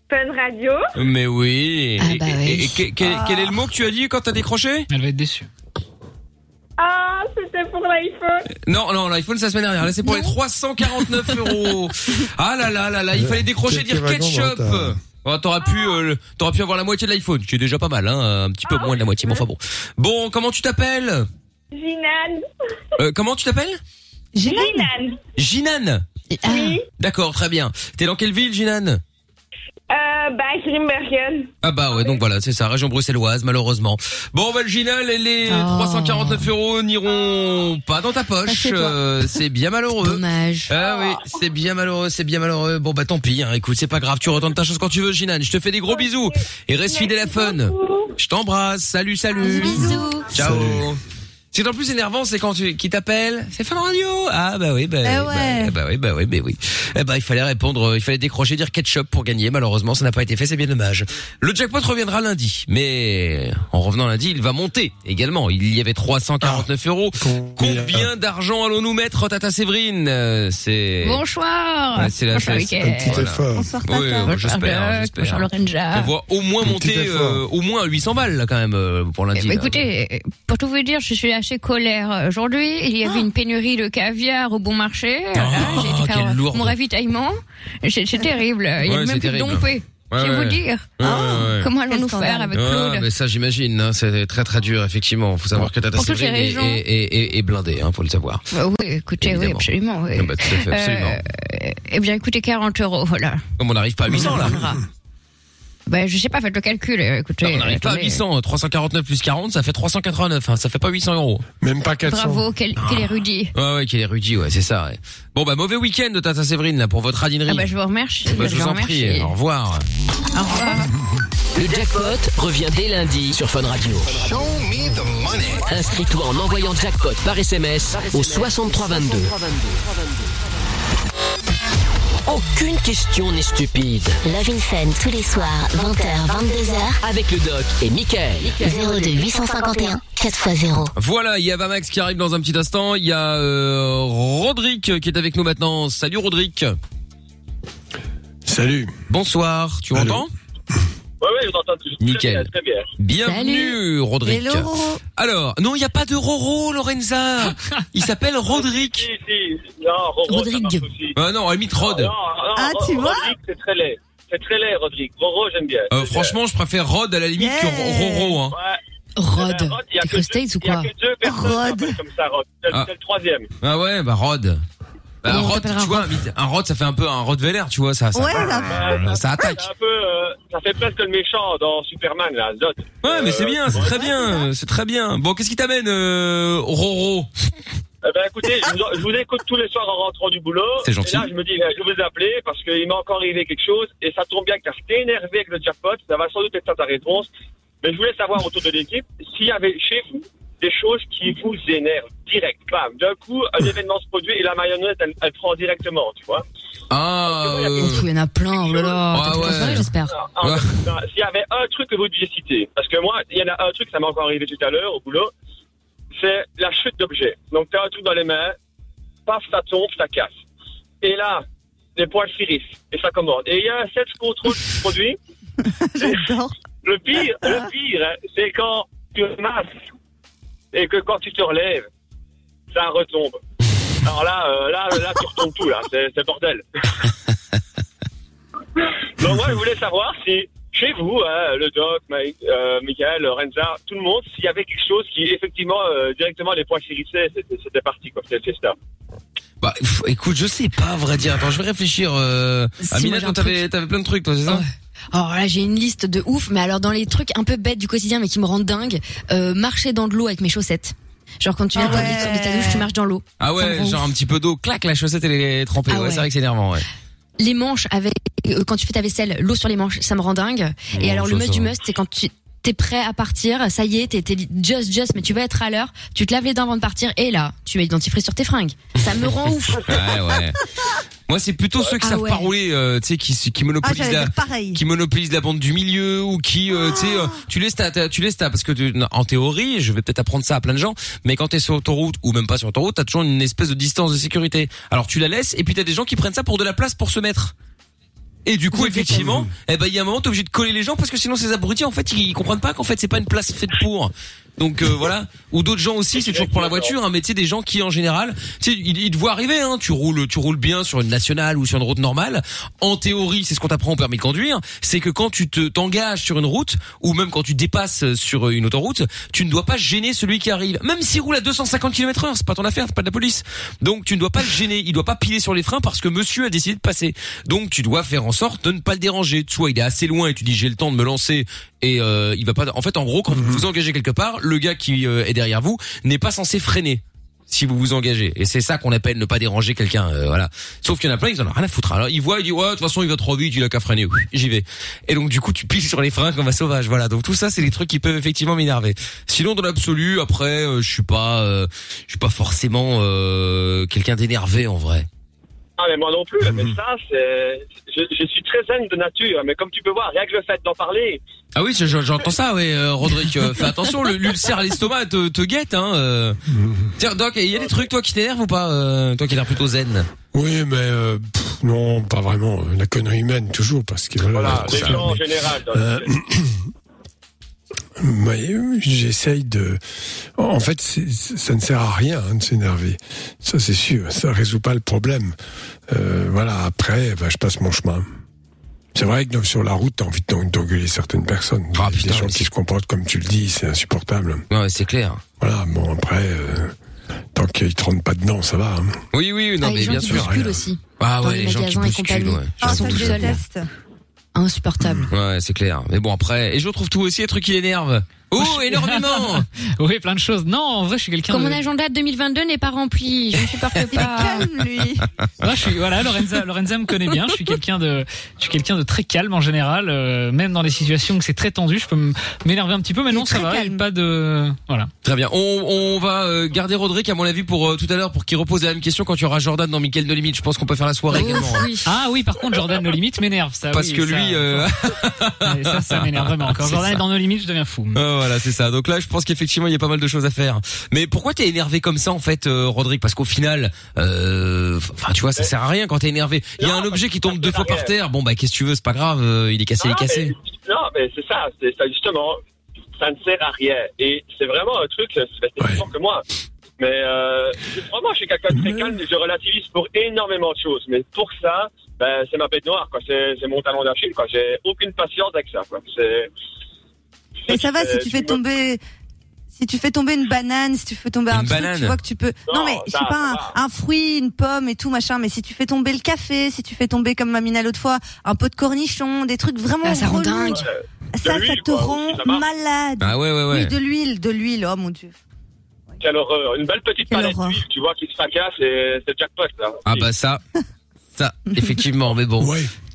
Fun Radio
Mais oui. Et- et- et que- que- Quel est le mot que tu as dit quand t'as décroché Elle va être déçue.
Ah, c'était pour l'iPhone
Non, non, l'iPhone, c'est la semaine dernière. Là, c'est pour les 349 euros. Ah là là là là, il fallait décrocher,
Quelques
dire
wagons,
ketchup.
hein,
Ah, t'auras pu, euh, le- t'auras pu avoir la moitié de l'iPhone, qui est déjà pas mal, hein, un petit peu moins de la moitié, mais enfin bon. Bon, comment tu t'appelles
Ginan
Euh, Comment tu t'appelles
Ginan
Jinan. D'accord, très bien. T'es dans quelle ville, Jinan
Euh, bah, Grimbergen
Ah bah ouais, donc voilà, c'est ça, région bruxelloise, malheureusement. Bon, bah le Ginal, et les 349 euros n'iront pas dans ta poche. Euh, c'est bien malheureux.
Dommage.
Ah oui, c'est bien malheureux, c'est bien malheureux. Bon bah tant pis, hein. écoute, c'est pas grave, tu retentes ta chance quand tu veux, Ginan. Je te fais des gros bisous et reste fidèle à Fun. Je t'embrasse, salut, salut. Bisous. Ciao. Ce qui est en plus énervant, c'est quand tu qui t'appelle, c'est Fun Radio. Ah bah oui, bah,
Eh
oui, bah,
ouais.
eh bah oui, bah oui, mais oui. Eh bah il fallait répondre, euh, il fallait décrocher, dire ketchup pour gagner. Malheureusement, ça n'a pas été fait, c'est bien dommage. Le jackpot reviendra lundi, mais en revenant lundi, il va monter également. Il y avait 349 euros. Combien d'argent allons-nous mettre, Tata Séverine Euh, C'est
Bonsoir.
Ouais, c'est la
Bonsoir,
fête.
Mickaël.
Voilà. Oui, euh, j'espère, j'espère.
Bonsoir, Lorenza.
On voit au moins monter euh, au moins à 800 balles là quand même euh, pour
Eh
lundi.
ben,
là.
écoutez, euh, pour tout vous dire, je suis assez colère aujourd'hui. Il y
Ah.
avait une pénurie de caviar au bon marché.
Oh,
Là, j'ai dû faire mon ravitaillement. C'est c'est terrible. Il y a même
Ouais, c'est
plus de
terrible.
dompé.
Ouais,
je vais
ouais.
vous dire. Ah,
Ouais, ouais, ouais.
Comment allons-nous
Quel
faire avec
Ah,
Claude
mais ça j'imagine, hein, c'est très très dur effectivement. Faut savoir que Tata
Pour toutes les
Séverine est,
raisons.
est, est- est- est blindée, hein, faut le savoir.
Bah oui, écoutez, oui,
Évidemment.
absolument. Oui.
Ah bah, tout à fait, absolument.
Euh, eh bien, écoutez, 40 euros, voilà.
Comme on n'arrive pas à 800 là. Ah,
Bah, je sais pas, faites le calcul. euh, Écoutez,
On n'arrive pas à
attendez.
800, 349 plus 40, ça fait 389, hein, ça fait pas 800 euros.
Même pas
Bravo, quel, quel
Ah,
érudit.
Ouais, ouais, quel érudit, ouais, c'est ça. ouais. Bon, bah, mauvais week-end de Tata Séverine, là, pour votre radinerie.
Ah bah, je vous remercie.
Bah, je
je
vous en
remercie.
prie, au revoir.
Au revoir.
Le jackpot revient dès lundi sur Fun Radio. Inscris-toi en envoyant jackpot par SMS au 6322. Aucune question n'est stupide.
Love in Fun tous les soirs, 20h, 22h.
Avec le doc et Michael.
02 851 4x0.
Voilà, il y a Vamax qui arrive dans un petit instant. Il y a euh, Rodrigue qui est avec nous maintenant. Salut Rodrigue.
Salut.
Bonsoir, tu m'entends
Oui, oui, je vous entends toujours.
Nickel.
Euh, Très bien, très bien.
Bienvenue Rodrigue.
Hello, Roro.
Alors, non, il n'y a pas de Roro, Lorenza. Il s'appelle Rodrigue.
Si, si. Non, Roro, ça marche aussi.
Ah non, limite Rod.
Non, non, Ro- Rodrigue, c'est très laid. C'est très laid, Rodrigue. Roro, j'aime bien.
Euh, franchement, je préfère Rod à la limite que Ro- Roro. Hein.
Rod.
Il y a que
States ou quoi
deux personnes qui s'appellent comme ça, Rod. C'est
Ah.
c'est le troisième.
Ah ouais, bah Rod. Bah,
Comment on
Rod, tu
t'appelle un
vois, un Rod, ça fait un peu un Rottweiler, tu vois, ça, ça,
Ouais, là.
ça, attaque.
C'est un peu, euh, ça fait presque le méchant dans Superman, là, Zod.
Ouais, mais c'est
Euh,
bien, c'est très bien, c'est très bien. Bon, qu'est-ce qui t'amène, euh, Roro
Eh ben, écoutez, je vous, je vous écoute tous les soirs en rentrant du boulot.
C'est gentil.
Et là, je me dis, eh, je vais vous appeler parce qu'il m'est encore arrivé quelque chose. Et ça tombe bien que tu t'es énervé avec le jackpot. Ça va sans doute être ça ta réponse. Mais je voulais savoir autour de l'équipe s'il y avait chez vous des choses qui vous énervent direct. Bam. D'un coup, un événement se produit et la marionnette, elle, elle prend directement, tu vois.
Ah,
Ouf, Il y en a plein, oh là là.
Ah
T'as toute la
ouais.
soirée, j'espère.
Ah, non, S'il y avait un truc que vous deviez citer, parce que moi, il y en a un truc, ça m'est encore arrivé tout à l'heure au boulot, c'est la chute d'objets. Donc, t'as un truc dans les mains, paf, ça tombe, ça casse. Et là, les poils s'irissent, et ça commande. Et il y a un self contrôle qui se produit.
J'adore.
Le pire, le pire, hein, c'est quand tu remasses et que quand tu te relèves, ça retombe. Alors là, euh, là, là, tu retombes tout, là, c'est c'est bordel. Donc moi, je voulais savoir si chez vous, hein, le doc, Mike, euh, Michael, Renza, tout le monde, s'il y avait quelque chose qui, effectivement, euh, directement les points s'irrissaient, c'était c'était parti, quoi, c'était le fiesta.
Bah, pff, écoute, je sais pas, à vrai dire. Attends, je vais réfléchir. Euh...
Si, moi,
Amina,
j'ai
toi,
un
t'avais t'avais plein de trucs, toi, c'est ça
Alors Oh, là, j'ai une liste de ouf, mais alors dans les trucs un peu bêtes du quotidien, mais qui me rendent dingue, euh, marcher dans de l'eau avec mes chaussettes. Genre quand tu viens de
Ah
sortir de ta douche, tu marches dans l'eau.
Ah
Ça me
ouais,
rend
genre
ouf.
un petit peu d'eau, clac, la chaussette elle est trempée.
Ah
ouais,
ouais.
c'est vrai que c'est énervant, ouais.
Les manches avec euh, quand tu fais ta vaisselle, l'eau sur les manches, ça me rend dingue.
Bon,
Et alors le
ça,
must
ça
du
va.
must, c'est quand tu t'es prêt à partir, ça y est, t'es t'es just just, mais tu vas être à l'heure. Tu te laves les dents avant de partir et là, tu mets le dentifrice sur tes fringues. Ça me rend ouf.
Ouais, ouais. Moi, c'est plutôt ceux qui
Ah
savent
ouais. Ah,
pas rouler, euh, tu sais, qui, qui monopolisent
j'allais
la,
dire pareil.
qui monopolisent la bande du milieu ou qui, euh, tu sais, euh, tu laisses ta, ta- tu laisses ta, parce que tu- en théorie, je vais peut-être apprendre ça à plein de gens, mais quand t'es sur autoroute ou même pas sur autoroute, t'as toujours une espèce de distance de sécurité. Alors tu la laisses et puis t'as des gens qui prennent ça pour de la place pour se mettre. Et du coup, effectivement, eh ben, il y a un moment, t'es obligé de coller les gens parce que sinon, ces abrutis, en fait, ils comprennent pas qu'en fait, c'est pas une place faite pour. Donc euh, voilà. Ou d'autres gens aussi, c'est toujours pour la voiture, hein, mais tu sais, des gens qui, en général, tu sais, ils, ils te voient arriver, hein. Tu roules, tu roules bien sur une nationale ou sur une route normale. En théorie, c'est ce qu'on t'apprend au permis de conduire, c'est que quand tu te t'engages sur une route ou même quand tu dépasses euh, sur une autoroute, tu ne dois pas gêner celui qui arrive. Même s'il roule à 250 km heure, c'est pas ton affaire, c'est pas de la police. Donc tu ne dois pas le gêner, il doit pas piler sur les freins parce que monsieur a décidé de passer. Donc tu dois faire en sorte de ne pas le déranger. Soit il est assez loin et tu dis j'ai le temps de me lancer et euh, il va pas en fait en gros quand vous vous engagez quelque part, le gars qui euh, est derrière vous n'est pas censé freiner si vous vous engagez. Et c'est ça qu'on appelle ne pas déranger quelqu'un, euh, voilà. Sauf qu'il y en a plein, ils en ont rien à foutre. Alors, ils voient, ils disent, ouais, de toute façon, il va trop vite, il a qu'à freiner, Oui, j'y vais. Et donc, du coup, tu piles sur les freins comme un sauvage, voilà. Donc, tout ça, c'est des trucs qui peuvent effectivement m'énerver. Sinon, dans l'absolu, après, euh, je suis pas, euh, je suis pas forcément, euh, quelqu'un d'énervé, en vrai.
Ah, mais moi non plus, mais ça, c'est. Je, je suis très zen de nature, mais comme tu peux voir, rien que le fait d'en parler.
Ah oui, je- je- j'entends ça, oui, euh, Roderick. euh, fais attention, le- l'ulcère à l'estomac te, te guette, hein. euh. Tiens, Doc, il y a des trucs, toi, qui t'énervent ou pas euh, Toi qui l'air plutôt zen.
Oui, mais euh, pff, non, pas vraiment. Euh, La connerie humaine, toujours, parce que voilà.
les
ça,
gens en
mais-
général. donc,
Euh, mais, euh, j'essaye de. En fait, c'est- c'est- ça ne sert à rien hein, de s'énerver. Ça, c'est sûr. Ça résout pas le problème. Euh, voilà. Après, ben, je passe mon chemin. C'est vrai que donc, sur la route, t'as envie d'en- d'engueuler certaines personnes.
Ah,
des des gens qui se comportent comme tu le dis, c'est insupportable.
Ouais, c'est clair.
Voilà. Bon, après, euh, tant qu'ils te rentrent pas dedans, ça va. hein.
Oui, oui, non,
Ah, les
mais
gens
bien
qui
sûr.
bousculent
aussi.
Ah
Dans
ouais,
les
les gens qui
magasins et
bousculent,
compagnie.
ouais.
Ah, ça, je déteste. Insupportable.
Ouais, c'est clair. Mais bon, après, et je retrouve tout aussi les trucs qui l'énervent. Oh, énormément
Oui, plein de choses. Non, en vrai, je suis quelqu'un
Quand
de...
mon agenda de 2022 n'est pas rempli, je ne supporte pas.
Moi, je suis, voilà, Lorenza, Lorenza me connaît bien. Je suis quelqu'un de, je suis quelqu'un de très calme en général, euh, même dans les situations où c'est très tendu. Je peux m- m'énerver un petit peu, mais non, ça va. il y a Pas de, voilà.
Très bien. On, on va euh, garder Roderick, à mon avis, pour euh, tout à l'heure, pour qu'il repose la même question quand tu auras Jordan dans Michael de Limite. Je pense qu'on peut faire la soirée également. hein.
Ah oui, par contre, Jordan No Limite m'énerve, ça.
Parce
oui,
que
ça-
lui, euh,
Ouais, ça, ça m'énerve vraiment. Quand
C'est
Jordan
ça.
est dans No Limite, je deviens fou.
Ah, voilà, c'est ça. Donc là, je pense qu'effectivement, il y a pas mal de choses à faire. Mais pourquoi t'es énervé comme ça, en fait, euh, Roderick Parce qu'au final, euh, enfin, tu vois, ça sert à rien quand t'es énervé. Il y a un objet qui tombe deux fois par terre. Bon, bah, qu'est-ce que tu veux C'est pas grave. euh, il est cassé, il est cassé.
Ah, mais- non, mais c'est ça, c'est ça, justement, ça ne sert à rien. Et c'est vraiment un truc, c'est c'est plus fort que moi. Mais euh, vraiment, je suis quelqu'un de très calme, je relativise pour énormément de choses. Mais pour ça, ben, c'est ma bête noire, quoi. C'est c'est mon talent d'Achille, quoi. J'ai aucune patience avec ça, quoi. C'est.
Mais ça va si
Euh,
tu
tu
fais
vois-
tomber. Si tu fais tomber une banane, si tu fais tomber un
Une
truc,
banane
tu vois que tu peux. Non,
Non,
mais je sais
ça,
pas,
ça
un, un fruit, une pomme et tout machin. Mais si tu fais tomber le café, si tu fais tomber comme Mamina l'autre fois, un pot de cornichon, des trucs vraiment
Ah, ça rend
Oh,
relous.
dingue.
Ça,
De
ça
l'huile,
te
quoi,
rend
aussi, ça marche.
malade.
Ah ouais, ouais, ouais.
Oui, de l'huile, de l'huile. Oh mon dieu.
Quelle horreur. Une belle petite palette d'huile, tu vois, qui se fracasse, et c'est le jackpot, là.
Ah bah ça, ça, effectivement, mais bon.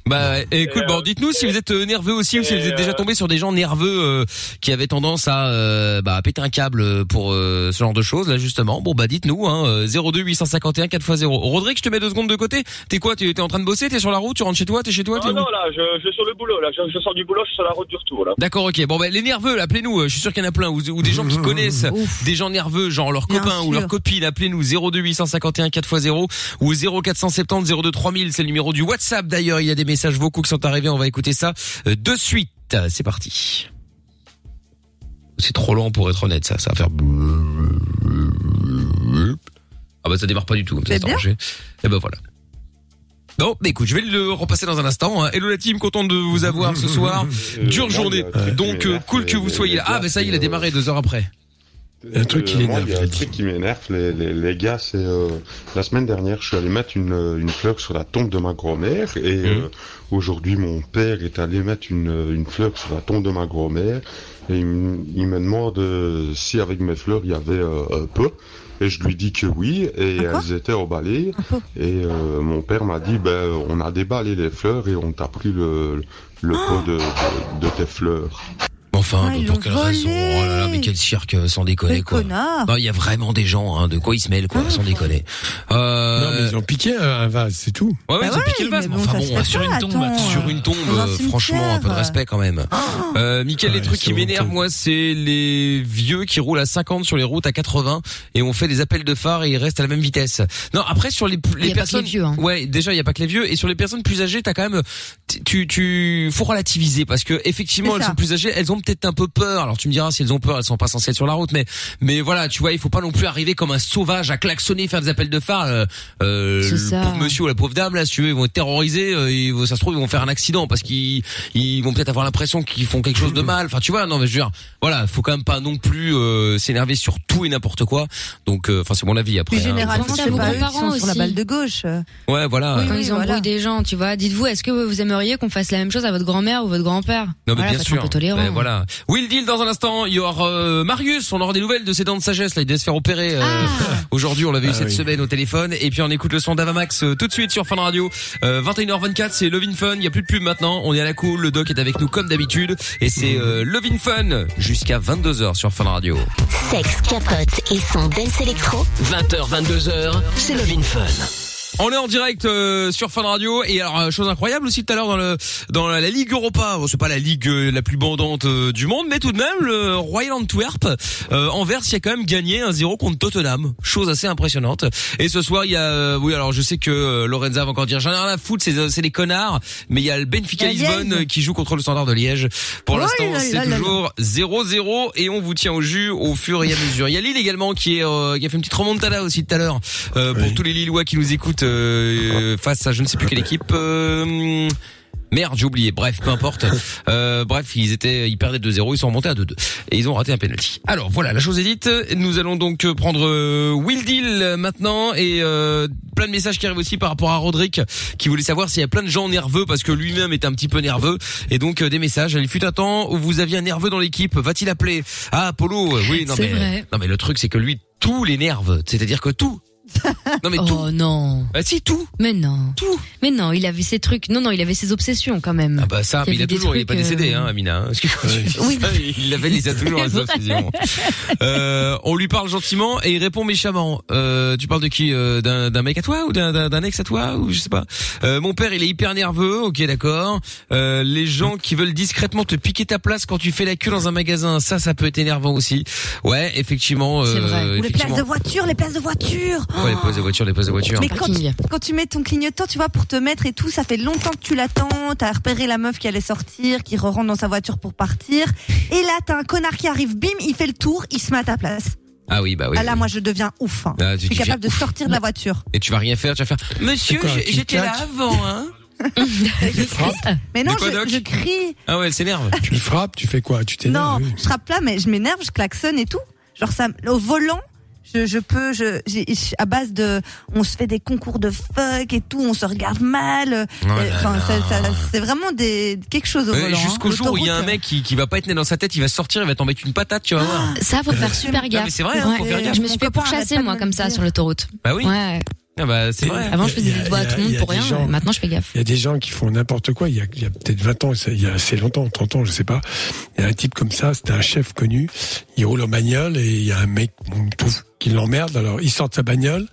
Bah écoute, bon, dites-nous si vous êtes euh, nerveux aussi ou si vous êtes déjà tombé sur des gens nerveux euh, qui avaient tendance à euh, bah, péter un câble euh, pour euh, ce genre de choses là justement. Bon bah dites-nous hein, euh, 02 851 4x0. Rodrigue, je te mets deux secondes de côté. T'es quoi T'es t'es en train de bosser T'es sur la route Tu rentres chez toi T'es chez toi T'es
Ah
où
non, là, je, je suis sur le boulot, là. Je, je sors du boulot, je suis sur la route du retour, là.
D'accord, ok. Bon, ben les nerveux, là, appelez-nous. Euh, Je suis sûr qu'il y en a plein. Ou, ou des gens qui connaissent des gens nerveux, genre leurs copains ou leurs copines. Appelez-nous 02851 4x0 ou 0470 02 3000. C'est le numéro du WhatsApp. D'ailleurs, il y a des messages vocaux qui sont arrivés. On va écouter ça euh, de suite. Euh, C'est parti. C'est trop lent pour être honnête, ça. Ça va faire. Ah bah ça démarre pas du tout. Ça,
C'est
c'est
bien.
arrangé. Et ben voilà. Non, mais bah, écoute, je vais le repasser dans un instant. hein. Hello la team, content de vous avoir bah, ce soir. Dure journée. Donc euh, cool que vous soyez là. Ah, ben ça y est, il a démarré deux heures après.
Un truc qui
Euh, moi,
l'énerve,
il y a
il a
un
dit.
truc qui m'énerve, les, les, les gars, c'est euh, la semaine dernière, je suis allé mettre une, euh, une fleur sur la tombe de ma grand-mère et
Mmh.
euh, aujourd'hui, mon père est allé mettre une, euh, une fleur sur la tombe de ma grand-mère et il, m- il me demande euh, si avec mes fleurs il y avait euh, un peu. Et je lui dis que oui, et elles étaient emballées. Et euh, mon père m'a dit, ben, on a déballé les fleurs et on t'a pris le, le
Ah.
pot de, de- de tes fleurs.
Enfin,
Ah, ils
pour
l'ont
quelle
volé.
raison Oh là là, mais quel cirque, euh, sans déconner
Quel
quoi.
connard.
Bah, il y a vraiment des gens, hein, de quoi ils se mêlent
Ah.
quoi, sans déconner. Euh...
Non, mais ils ont piqué euh, un vase, c'est tout.
Ouais,
Bah
ouais, ils ont piqué le vase, mais enfin bon, sur une tombe, sur une tombe,
Dans un
euh, franchement, un peu de respect quand même.
Oh.
Euh,
Ah
Michael, les trucs qui m'énervent, moi, c'est les vieux qui roulent à 50 sur les routes à 80 et on fait des appels de phare et ils restent à la même vitesse. Non, après sur les,
y a
les
pas que
personnes,
les vieux, hein.
ouais, déjà il y a pas que les vieux et sur les personnes plus âgées, t'as quand même, tu, tu, tu- faut relativiser parce que effectivement
C'est
elles
ça.
sont plus âgées, elles ont peut-être un peu peur. Alors tu me diras si elles ont peur, elles sont pas censées être sur la route, mais, mais voilà, tu vois, il faut pas non plus arriver comme un sauvage à klaxonner, faire des appels de phare. Euh, euh,
C'est
le
ça.
pauvre monsieur ou la pauvre dame là, si tu veux, ils vont être terrorisés, euh, ils vont- ça se trouve ils vont faire un accident parce qu'ils ils vont peut-être avoir l'impression qu'ils font quelque chose de mal. Enfin, tu vois, non mais je veux dire, voilà, faut quand même pas non plus euh, s'énerver sur tout et n'importe quoi. Donc, euh, enfin, c'est mon avis après.
Plus
hein.
généralement,
Pensez à
c'est
vos
pas eux qui
grands-parents
sont sur la
aussi.
balle de gauche.
Ouais, voilà.
quand ils embrouillent des gens, tu vois. Dites-vous, est-ce que vous aimeriez qu'on fasse la même chose à votre grand-mère ou votre grand-père
Non mais
Voilà,
bien
faites un
sûr.
peu tolérant.
Mais voilà. Will Deal dans un instant. Il y aura euh, Marius. On aura des nouvelles de ses dents de sagesse. Là, il devait se faire opérer. euh,
Ah.
Aujourd'hui, on l'avait eu cette semaine au téléphone. Et puis on écoute le son d'Avamax euh, tout de suite sur Fun Radio. Euh, 21h24, c'est Levin Fun. Il n'y a plus de pub maintenant. On est à la cool. Le doc est avec nous comme d'habitude. Et c'est euh, Levin Fun jusqu'à 22h sur Fun Radio.
Sexe, capote et son dance électro.
20h, 22h, c'est Love in Fun.
On est en direct euh, sur Fun Radio et alors euh, chose incroyable aussi tout à l'heure dans le dans la, la Ligue Europa, Bon, c'est pas la ligue euh, la plus bandante euh, du monde mais tout de même le Royal Antwerp euh, Anvers y a quand même gagné 1-0 contre Tottenham, chose assez impressionnante. Et ce soir il y a euh, oui alors je sais que euh, Lorenza va encore dire j'en ai rien à foutre c'est euh, c'est des connards mais il y a le Benfica
La Liège.
Lisbonne euh, qui joue contre le Standard de Liège. Pour
Oh
l'instant
là là
c'est
là
toujours 0-0 et on vous tient au jus au fur et à mesure. Il y a Lille également qui est euh, qui a fait une petite remontada aussi tout à l'heure euh, pour tous les Lillois qui nous écoutent euh, face à je ne sais plus quelle équipe. euh, Merde, j'ai oublié. Bref, peu importe. Euh, bref, ils étaient, ils perdaient 2-0, ils sont remontés à 2-2 et ils ont raté un penalty. Alors voilà, la chose est dite. Nous allons donc euh, prendre euh, Will Deal euh, maintenant et euh, plein de messages qui arrivent aussi par rapport à Roderick qui voulait savoir s'il y a plein de gens nerveux parce que lui-même est un petit peu nerveux et donc euh, des messages. Il fut un temps où vous aviez un nerveux dans l'équipe. Va-t-il appeler Ah, Apollo. Oui, non
C'est
mais
vrai.
non mais le truc c'est que lui tout l'énerve. C'est-à-dire que tout. Non mais tout.
Oh non.
Bah si tout.
Mais non.
Tout.
Mais non, il avait ses trucs. Non, non, il avait ses obsessions quand même.
Ah bah ça, mais il a
avait des
toujours, il est pas
trucs,
décédé,
euh,
hein, Amina. hein, parce que- il l'avait, il a toujours,
C'est
hein,
vrai.
excusez-moi. Euh, on lui parle gentiment et il répond méchamment. Euh, tu parles de qui euh, D'un d'un mec à toi ou d'un- d'un d'un ex à toi ou je sais pas. Euh, mon père, il est hyper nerveux. Ok, d'accord. Euh, les gens qui veulent discrètement te piquer ta place quand tu fais la queue dans un magasin, ça, ça peut être énervant aussi. Ouais, effectivement.
C'est vrai.
euh,
Ou les places
effectivement.
de voiture, les places de voiture.
Ouais, les places de voiture, les places de voiture.
Mais quand tu, quand tu mets ton clignotant, tu vois, pour te mettre et tout, ça fait longtemps que tu l'attends. T'as repéré la meuf qui allait sortir, qui re-rentre dans sa voiture pour partir. Et là, t'as un connard qui arrive, bim, il fait le tour, il se met à ta place.
Ah oui, bah oui.
ah là,
oui.
moi, je deviens ouf. hein.
Ah, tu
je suis
deviens
capable de
ouf.
sortir de la voiture.
Et tu vas rien faire, tu vas faire. Monsieur,
C'est quoi, un
j'ai- j'étais là
clic-clac
avant, hein.
Mais non,
De quoi, Doc
je, je crie.
Ah ouais, elle s'énerve.
Tu le frappes, tu fais quoi Tu
Non,
t'énerves oui.
je frappe là, mais je m'énerve, je klaxonne et tout. Genre ça, au volant, je, je peux, je, j'ai- je- à base de, on se fait des concours de fuck et tout, on se regarde mal. euh,
Oh là
Enfin,
là.
ça- ça- c'est vraiment des quelque chose
Euh,
au
Ouais,
volant.
Ben, Jusqu'au
hein.
jour où il y a un
L'autoroute,
mec qui, qui va pas être né dans sa tête, il va sortir, il va t'en mettre une patate, tu vas voir.
Ah, Ça, faut faire super
Non,
gaffe.
mais c'est vrai, hein, faut faire gaffe.
Je me suis fait pourchasser, moi, comme ça, sur l'autoroute.
Bah oui.
Ouais.
Ah bah, c'est vrai.
Avant, je faisais des doigts à tout
il
le
y
monde
a
pour
des
rien.
gens-
Maintenant, je fais gaffe.
Il y a des gens qui font n'importe quoi. Il y a, il y a peut-être 20 ans, c'est- il y a assez longtemps, 30 ans, je sais pas. Il y a un type comme ça, c'était un chef connu. Il roule en bagnole et il y a un mec on trouve qui l'emmerde. Alors, il sort de sa bagnole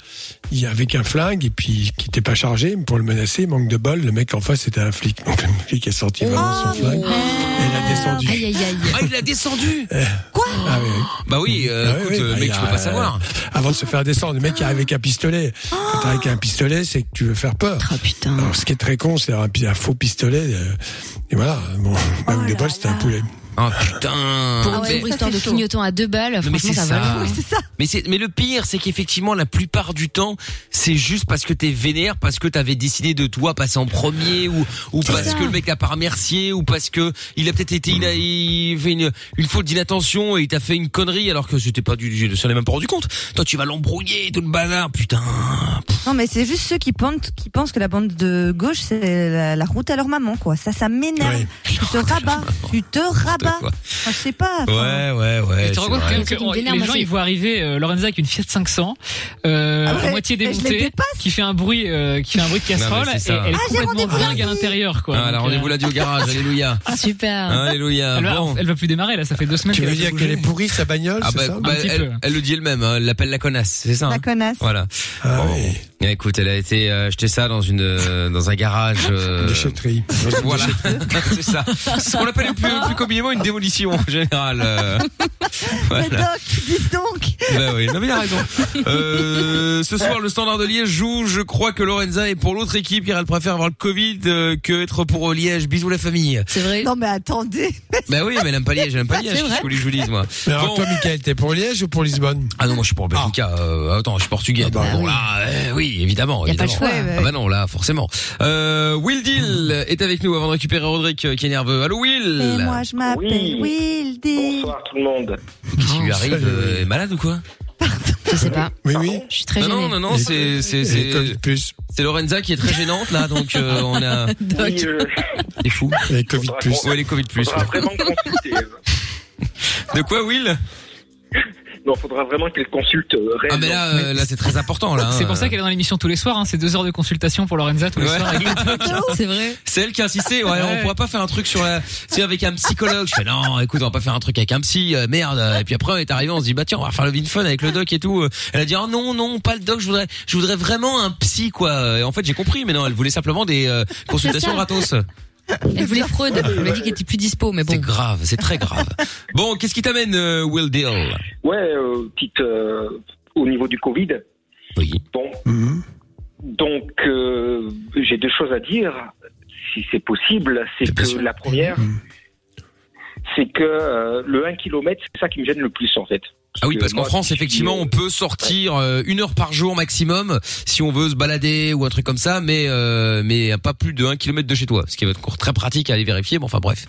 il, avec un flingue et puis qui n'était pas chargé mais pour le menacer. Manque de bol, le mec en face c'était un flic. Donc, le flic est sorti vraiment son flingue. Elle a descendu.
Oh, Aïe, aïe, aïe.
Ah, il l'a descendu
Quoi
Ah
Bah oui, euh, écoute, euh, mec, je peux pas savoir.
euh, Avant de se faire descendre, le mec arrive avec un pistolet. Quand t'arrives avec un pistolet, c'est que tu veux faire peur.
Oh, Oh
Alors, ce qui est très con, c'est un, pi- un faux pistolet. euh, et voilà, bon, même des bols, c'est un poulet.
Ah putain. Ah,
Pour une
Mais-
sombre histoire de clignotant à deux balles,
Non, mais
franchement,
c'est
ça,
ça.
va.
Mais c'est mais le pire c'est qu'effectivement la plupart du temps c'est juste parce que t'es vénère parce que t'avais décidé de toi passer en premier ou ou parce que le mec t'a pas remercié ou parce que il a peut-être été il a il fait une une faute d'inattention et il t'a fait une connerie alors que c'était pas du ça n'est même pas rendu compte. Toi tu vas l'embrouiller tout le bazar putain.
Non, mais c'est juste ceux qui pensent, qui pensent que la bande de gauche, c'est la, la route à leur maman, quoi. Ça, ça m'énerve. Tu te rabats. Tu te rabats.
quoi.
Enfin, je sais pas.
Ouais ouais ouais.
Tu te rends compte quand même que on- les gens ils voient arriver euh, Lorenza avec une Fiat 500 euh,
Ah ouais,
à moitié
mais je les
déboutée,
dépasse.
qui fait un bruit, euh, qui fait un bruit de
Non, mais
casserole
c'est
et
ça.
elle est
Ah, j'ai
complètement
rendez-vous
dingue à l'intérieur quoi.
Ah, la
Donc, euh,
rendez-vous là au garage alléluia.
Ah, Super.
Alléluia.
Elle, va-
Bon.
elle va plus démarrer là, ça fait deux semaines.
Tu veux
a
dire
pas
qu'elle
bougé.
est pourrie,
sa bagnole,
Ah bah, bah,
Un petit peu.
elle, elle le dit elle-même, hein, elle l'appelle la connasse, c'est ça
La
hein
connasse.
Voilà.
Ah
Bon. Et Écoute, elle a été euh, jetée ça dans une euh, dans un garage. Euh...
Déchetterie.
voilà, c'est ça. C'est ce qu'on appelle plus, plus communément une démolition en général. euh.
Mais
Voilà.
Doc, dis donc.
Bah oui, non mais il a raison. Euh, ce soir, le Standard de Liège joue. Je crois que Lorenza est pour l'autre équipe car elle préfère avoir le Covid euh, que être pour Liège. Bisous la famille.
C'est vrai.
Non, mais attendez.
Bah oui, mais elle aime pas Liège, elle aime pas
C'est
Liège. Qu'est-ce
vrai.
que vous voulez que je vous dise moi
Mais alors,
Bon.
toi, Michael, t'es pour Liège ou pour Lisbonne Ah bah
Ah non, moi je suis pour Benfica. Euh, attends, je suis portugais. donc bon, là, euh, oui, évidemment.
Y a pas
évidemment.
le choix. Ouais, ouais.
Ah bah non, là, forcément. Euh, Will Deal est avec nous avant de récupérer Roderick euh, qui est nerveux. Allô Will
Et moi, je m'appelle Will D.
Bonsoir tout le monde.
Qu'est-ce
Oh,
qui lui arrive euh, est malade ou quoi
Je sais pas.
Oui, oui.
Je suis très
non,
gênée.
non, non, non, c'est c'est c'est c'est Lorenza qui est très gênante là, donc euh, on a
Oui, euh,
des fous.
Les Covid plus.
Ouais, les Covid plus.
faudra
ouais.
vraiment consulter.
De quoi Will
Non, faudra vraiment qu'elle consulte euh, réellement.
Ah mais là, euh, là c'est très important là.
C'est
hein.
pour ça qu'elle est dans l'émission tous les soirs. Hein. C'est deux heures de consultation pour Lorenza tous les
Ouais.
soirs. avec le doc.
C'est vrai.
C'est elle qui a insisté. Ouais, on
Ouais.
pourra pas faire un truc sur la, c'est avec un psychologue. Je fais non, écoute, on va pas faire un truc avec un psy, euh, merde. Et puis après, on est arrivé, on se dit bah tiens, on va faire le vin fun avec le doc et tout. Elle a dit oh non, non, pas le doc. Je voudrais, je voudrais vraiment un psy quoi. Et en fait, j'ai compris, mais non, elle voulait simplement des euh, consultations
ça.
gratos.
Elle voulait Freud. Elle m'a dit qu'elle était plus dispo, mais bon.
C'est grave, c'est très grave. Bon, qu'est-ce qui t'amène, euh, Will Deal
Ouais, euh, petite euh, au niveau du Covid.
Oui.
Bon.
Mhm.
Donc euh, j'ai deux choses à dire, si c'est possible. C'est que la première,
Mhm.
c'est que euh, le 1 km, c'est ça qui me gêne le plus en fait.
Ah oui, parce
que
qu'en
moi,
France,
je suis,
effectivement,
euh,
on peut sortir euh, une heure par jour maximum si on veut se balader ou un truc comme ça, mais euh, mais à pas plus de 1 km de chez toi, ce qui va être encore très pratique à aller vérifier. Mais enfin bref.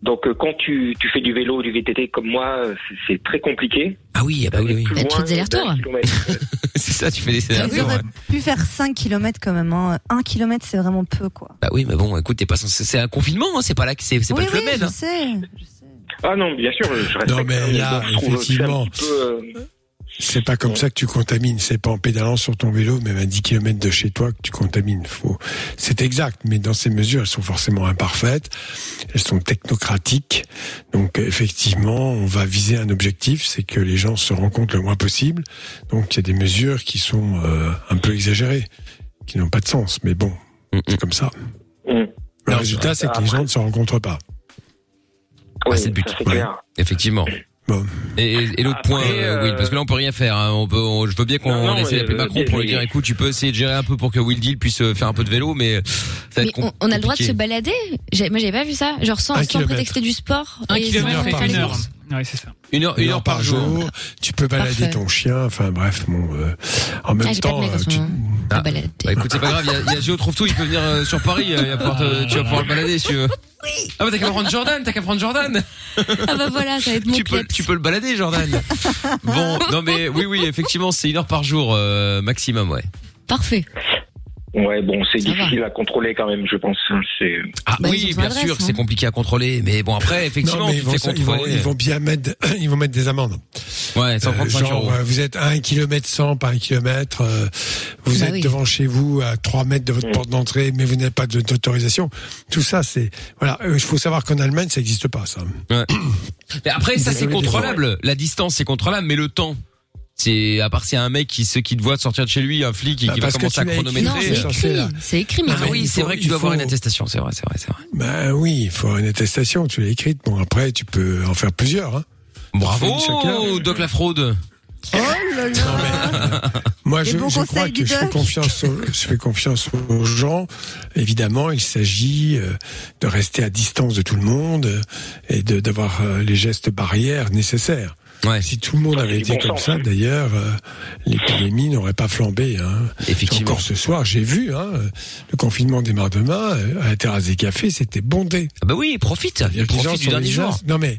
Donc euh, quand tu, tu fais du vélo, du VTT comme moi, euh, c'est- c'est très compliqué.
Ah oui, ah bah oui, oui.
Plus loin d'un kilomètre.
c'est ça, tu fais des
Ils
allers-retours,
auraient
ouais.
pu faire 5 km quand même. Hein. 1 km, c'est vraiment peu, quoi.
Bah oui, mais bon, écoute, t'es pas censé- c'est un confinement, hein, c'est pas là que c'est c'est
oui,
pas le
oui,
Club Med,
je
hein.
sais.
Ah non, bien sûr, je respecte.
Non, mais là,
bon, je trouve que c'est un
effectivement.
petit peu, euh,
C'est pas comme ça que tu contamines. C'est pas en pédalant sur ton vélo, même à 10 km de chez toi, que tu contamines. Faut... C'est exact, mais dans ces mesures, elles sont forcément imparfaites. Elles sont technocratiques. Donc, effectivement, on va viser un objectif, c'est que les gens se rencontrent le moins possible. Donc, il y a des mesures qui sont euh, un peu exagérées, qui n'ont pas de sens. Mais bon, c'est comme ça. Le résultat, c'est que les gens ne se rencontrent pas.
Ah, c'est le but.
c'est clair.
Ouais, Effectivement. Et, et- et l'autre point, euh, oui, parce que là on peut rien faire. hein. On peut, on- je veux bien qu'on
Non, non,
essaie
mais,
d'appeler
euh,
Macron pour lui
mais-
dire, écoute, tu peux essayer de gérer un peu pour que Will Deal puisse euh, faire un peu de vélo, mais ça va
Mais
être
on,
com-
on a le droit de se
compliqué.
balader. J'ai- Moi, j'avais pas vu ça. Genre sans,
Un
sans
kilomètre.
prétexter du sport.
Un
et sans
kilomètre
faire
et
les
une heure.
courses.
Ouais, c'est ça.
Une heure,
une heure par jour. Tu peux balader
Parfait.
ton chien. Enfin bref, bon, euh, en même
Ah, j'ai pas
temps,
de mec en
euh,
ce
tu-
moment.
Ah, bah, écoute, c'est pas grave. Il y a, il y a Géo trouve tout. Il peut venir euh, sur Paris. euh, il va pouvoir te- tu vas pouvoir le balader si tu veux. Ah bah t'as qu'à prendre Jordan. T'as qu'à prendre Jordan.
Ah bah voilà, ça va être mon
tu peux, tu peux le balader, Jordan. bon, non mais oui, oui, effectivement, c'est une heure par jour euh, maximum, ouais.
Parfait.
euh, Ouais, bon, c'est difficile à contrôler quand même, je pense. C'est.
Ah
Bah,
oui, bien sûr,
hein.
que c'est compliqué à contrôler, mais bon après, effectivement,
Non, mais
tu
ils,
te
vont,
fais
ils vont-
contrôler.
ils vont bien mettre, ils vont mettre des amendes.
Ouais, 135
genre,
euros.
euh, vous êtes à 1 km 100 par 1 km, vous
Bah
êtes
oui.
devant chez vous à 3 mètres de votre porte d'entrée, mais vous n'avez pas de- d'autorisation. Tout ça, c'est voilà. Euh, Il faut savoir qu'en Allemagne, ça n'existe pas ça.
Ouais. Mais après, ça
Désolé,
c'est
désolé.
contrôlable. La distance c'est contrôlable, mais le temps. C'est à part s'il y a un mec qui se qui te voit sortir de chez lui, un flic et
Bah,
qui va
parce que
commencer à
tu l'as écrit
Non,
chronométrer.
c'est écrit. C'est écrit, mais
Ah oui, c'est vrai que tu dois avoir une attestation, c'est vrai, c'est vrai, c'est vrai.
Ben oui, il faut une attestation. Tu l'as écrite. Bon après, tu peux en faire plusieurs. hein.
Bravo,
Chacun.
Doc la Oh, fraude.
Moi,
Oh Des
je,
bons
je crois
conseils du
que je fais,
doc.
confiance aux, je fais confiance aux gens. Évidemment, il s'agit euh, de rester à distance de tout le monde euh, et de- d'avoir euh, les gestes barrières nécessaires. Si tout le monde avait été comme ça, d'ailleurs, euh, l'épidémie n'aurait pas flambé. Hein.
Effectivement.
Encore ce soir, j'ai vu, hein, le confinement démarre demain, euh, à la terrasse des cafés, c'était bondé.
Ah bah oui, profite,
C'est-à-dire que les
profite
gens
du
sont
dernier
les uns-
jour.
Non mais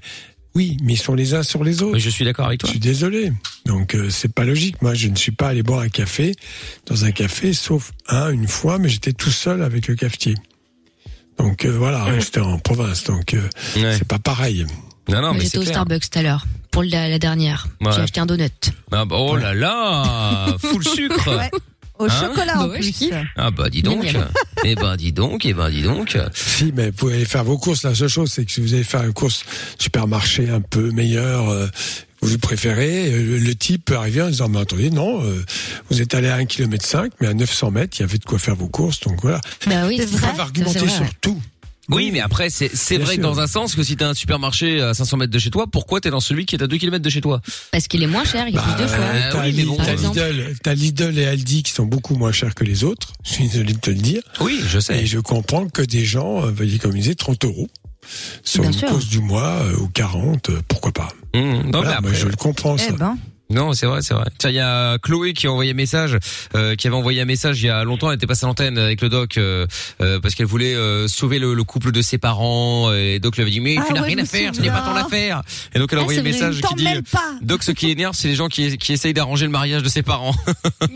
oui, mais ils sont les uns sur les autres.
je suis d'accord avec toi.
Je suis désolé. Donc euh, c'est pas logique. Moi, je ne suis pas allé boire un café dans un café, sauf un une fois, mais j'étais tout seul avec le cafetier. Donc euh, voilà, rester en province, donc euh, c'est pas pareil.
Non, non,
Moi,
mais
J'étais
c'est
au
clair.
Starbucks tout à l'heure pour la, la dernière.
Ouais.
J'ai acheté un donut.
Ah bah, oh là là, full sucre.
Ouais.
Au
Hein
chocolat en plus.
Ah bah dis donc.
Miam.
Eh ben dis donc, eh ben dis donc.
Si, mais vous pouvez aller faire vos courses. La seule chose, c'est que si vous allez faire une course supermarché un peu meilleure, euh, vous préférez, euh, le type peut arriver en disant, mais attendez, non, euh, vous êtes allé à 1,5 km, mais à 900 mètres, il y avait de quoi faire vos courses, donc voilà.
Bah oui,
Ils
c'est
peuvent
vrai,
argumenter
c'est vrai,
sur
ouais.
tout.
Oui, mais après, c'est, c'est
Bien
vrai que
sûr.
dans un sens, que si t'as un supermarché à 500 mètres de chez toi, pourquoi t'es dans celui qui est à 2 km de chez toi
Parce qu'il est moins cher, il est
Bah,
plus deux fois.
Euh, T'as Li- t'as Lidl, t'as Lidl et Aldi qui sont beaucoup moins chers que les autres. Je suis désolé de te le dire.
Oui, je sais.
Et je comprends que des gens euh, veuillent économiser 30 euros sur
Bien
une
sûr.
course du mois euh, ou 40, euh, pourquoi pas.
Mmh, non,
Voilà,
mais après- euh,
moi, je le comprends Oh,
Eh ben.
ça.
Non, c'est vrai, c'est vrai. Tiens, il y a Chloé qui a envoyé un message, euh, qui avait envoyé un message il y a longtemps. Elle était passée à l'antenne avec le doc euh, euh, parce qu'elle voulait euh, sauver le, le couple de ses parents. Et Doc lui avait dit mais
Ah
tu n'as
ouais,
rien
je
à
me
faire, ce n'est
souviens.
pas ton affaire. Et donc elle a
Ah,
envoyé un
c'est vrai,
message
t'en
qui dit
mêle pas.
Doc, ce qui énerve, c'est les gens qui, qui essayent d'arranger le mariage de ses parents.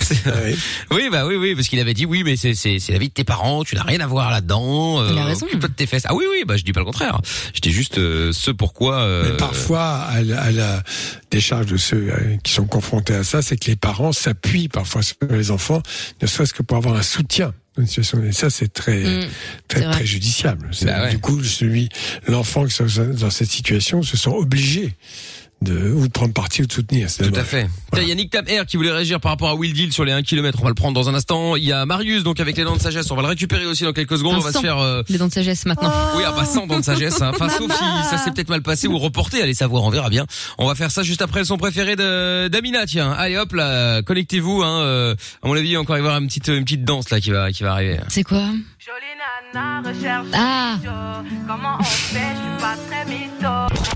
C'est- Oui, bah oui, oui, parce qu'il avait dit oui, mais c'est c'est c'est la vie de tes parents, tu n'as rien à voir là-dedans.
Il a raison.
Occupe-toi de tes fesses. Ah oui, oui, bah je dis pas le contraire. Je dis juste euh, ce pourquoi. euh,
Mais parfois, à la, à la décharge de ceux euh, qui sont confrontés à ça, c'est que les parents s'appuient parfois sur les enfants, ne serait-ce que pour avoir un soutien. dans une situation. Et ça, c'est très,
Mmh.
Mm,
très
c'est vrai.
préjudiciable. C'est-
Bah ouais.
Du coup, celui, l'enfant qui est dans cette situation se sent obligé de, ou de prendre parti ou de soutenir. C'est
Tout à
dommage.
fait. Tiens, Il y a Nick Tam Air qui voulait réagir par rapport à Will Deal sur les 1 km. On va le prendre dans un instant. Il y a Marius, donc avec les dents de sagesse. On va le récupérer aussi dans quelques secondes.
Un
On va se
cent.
faire... euh,
Les dents de sagesse maintenant.
Oui, ah bah sans dents de sagesse. Hein. Enfin, sauf si ça s'est peut-être mal passé ou reporté. Allez savoir, on verra bien. On va faire ça juste après le son préféré de d'Amina. Tiens, allez hop là, connectez-vous. Hein. euh, À mon avis, il va encore y avoir une petite, une petite danse là qui va, qui va arriver.
C'est quoi Ah
Comment on fait, je suis pas très mytho.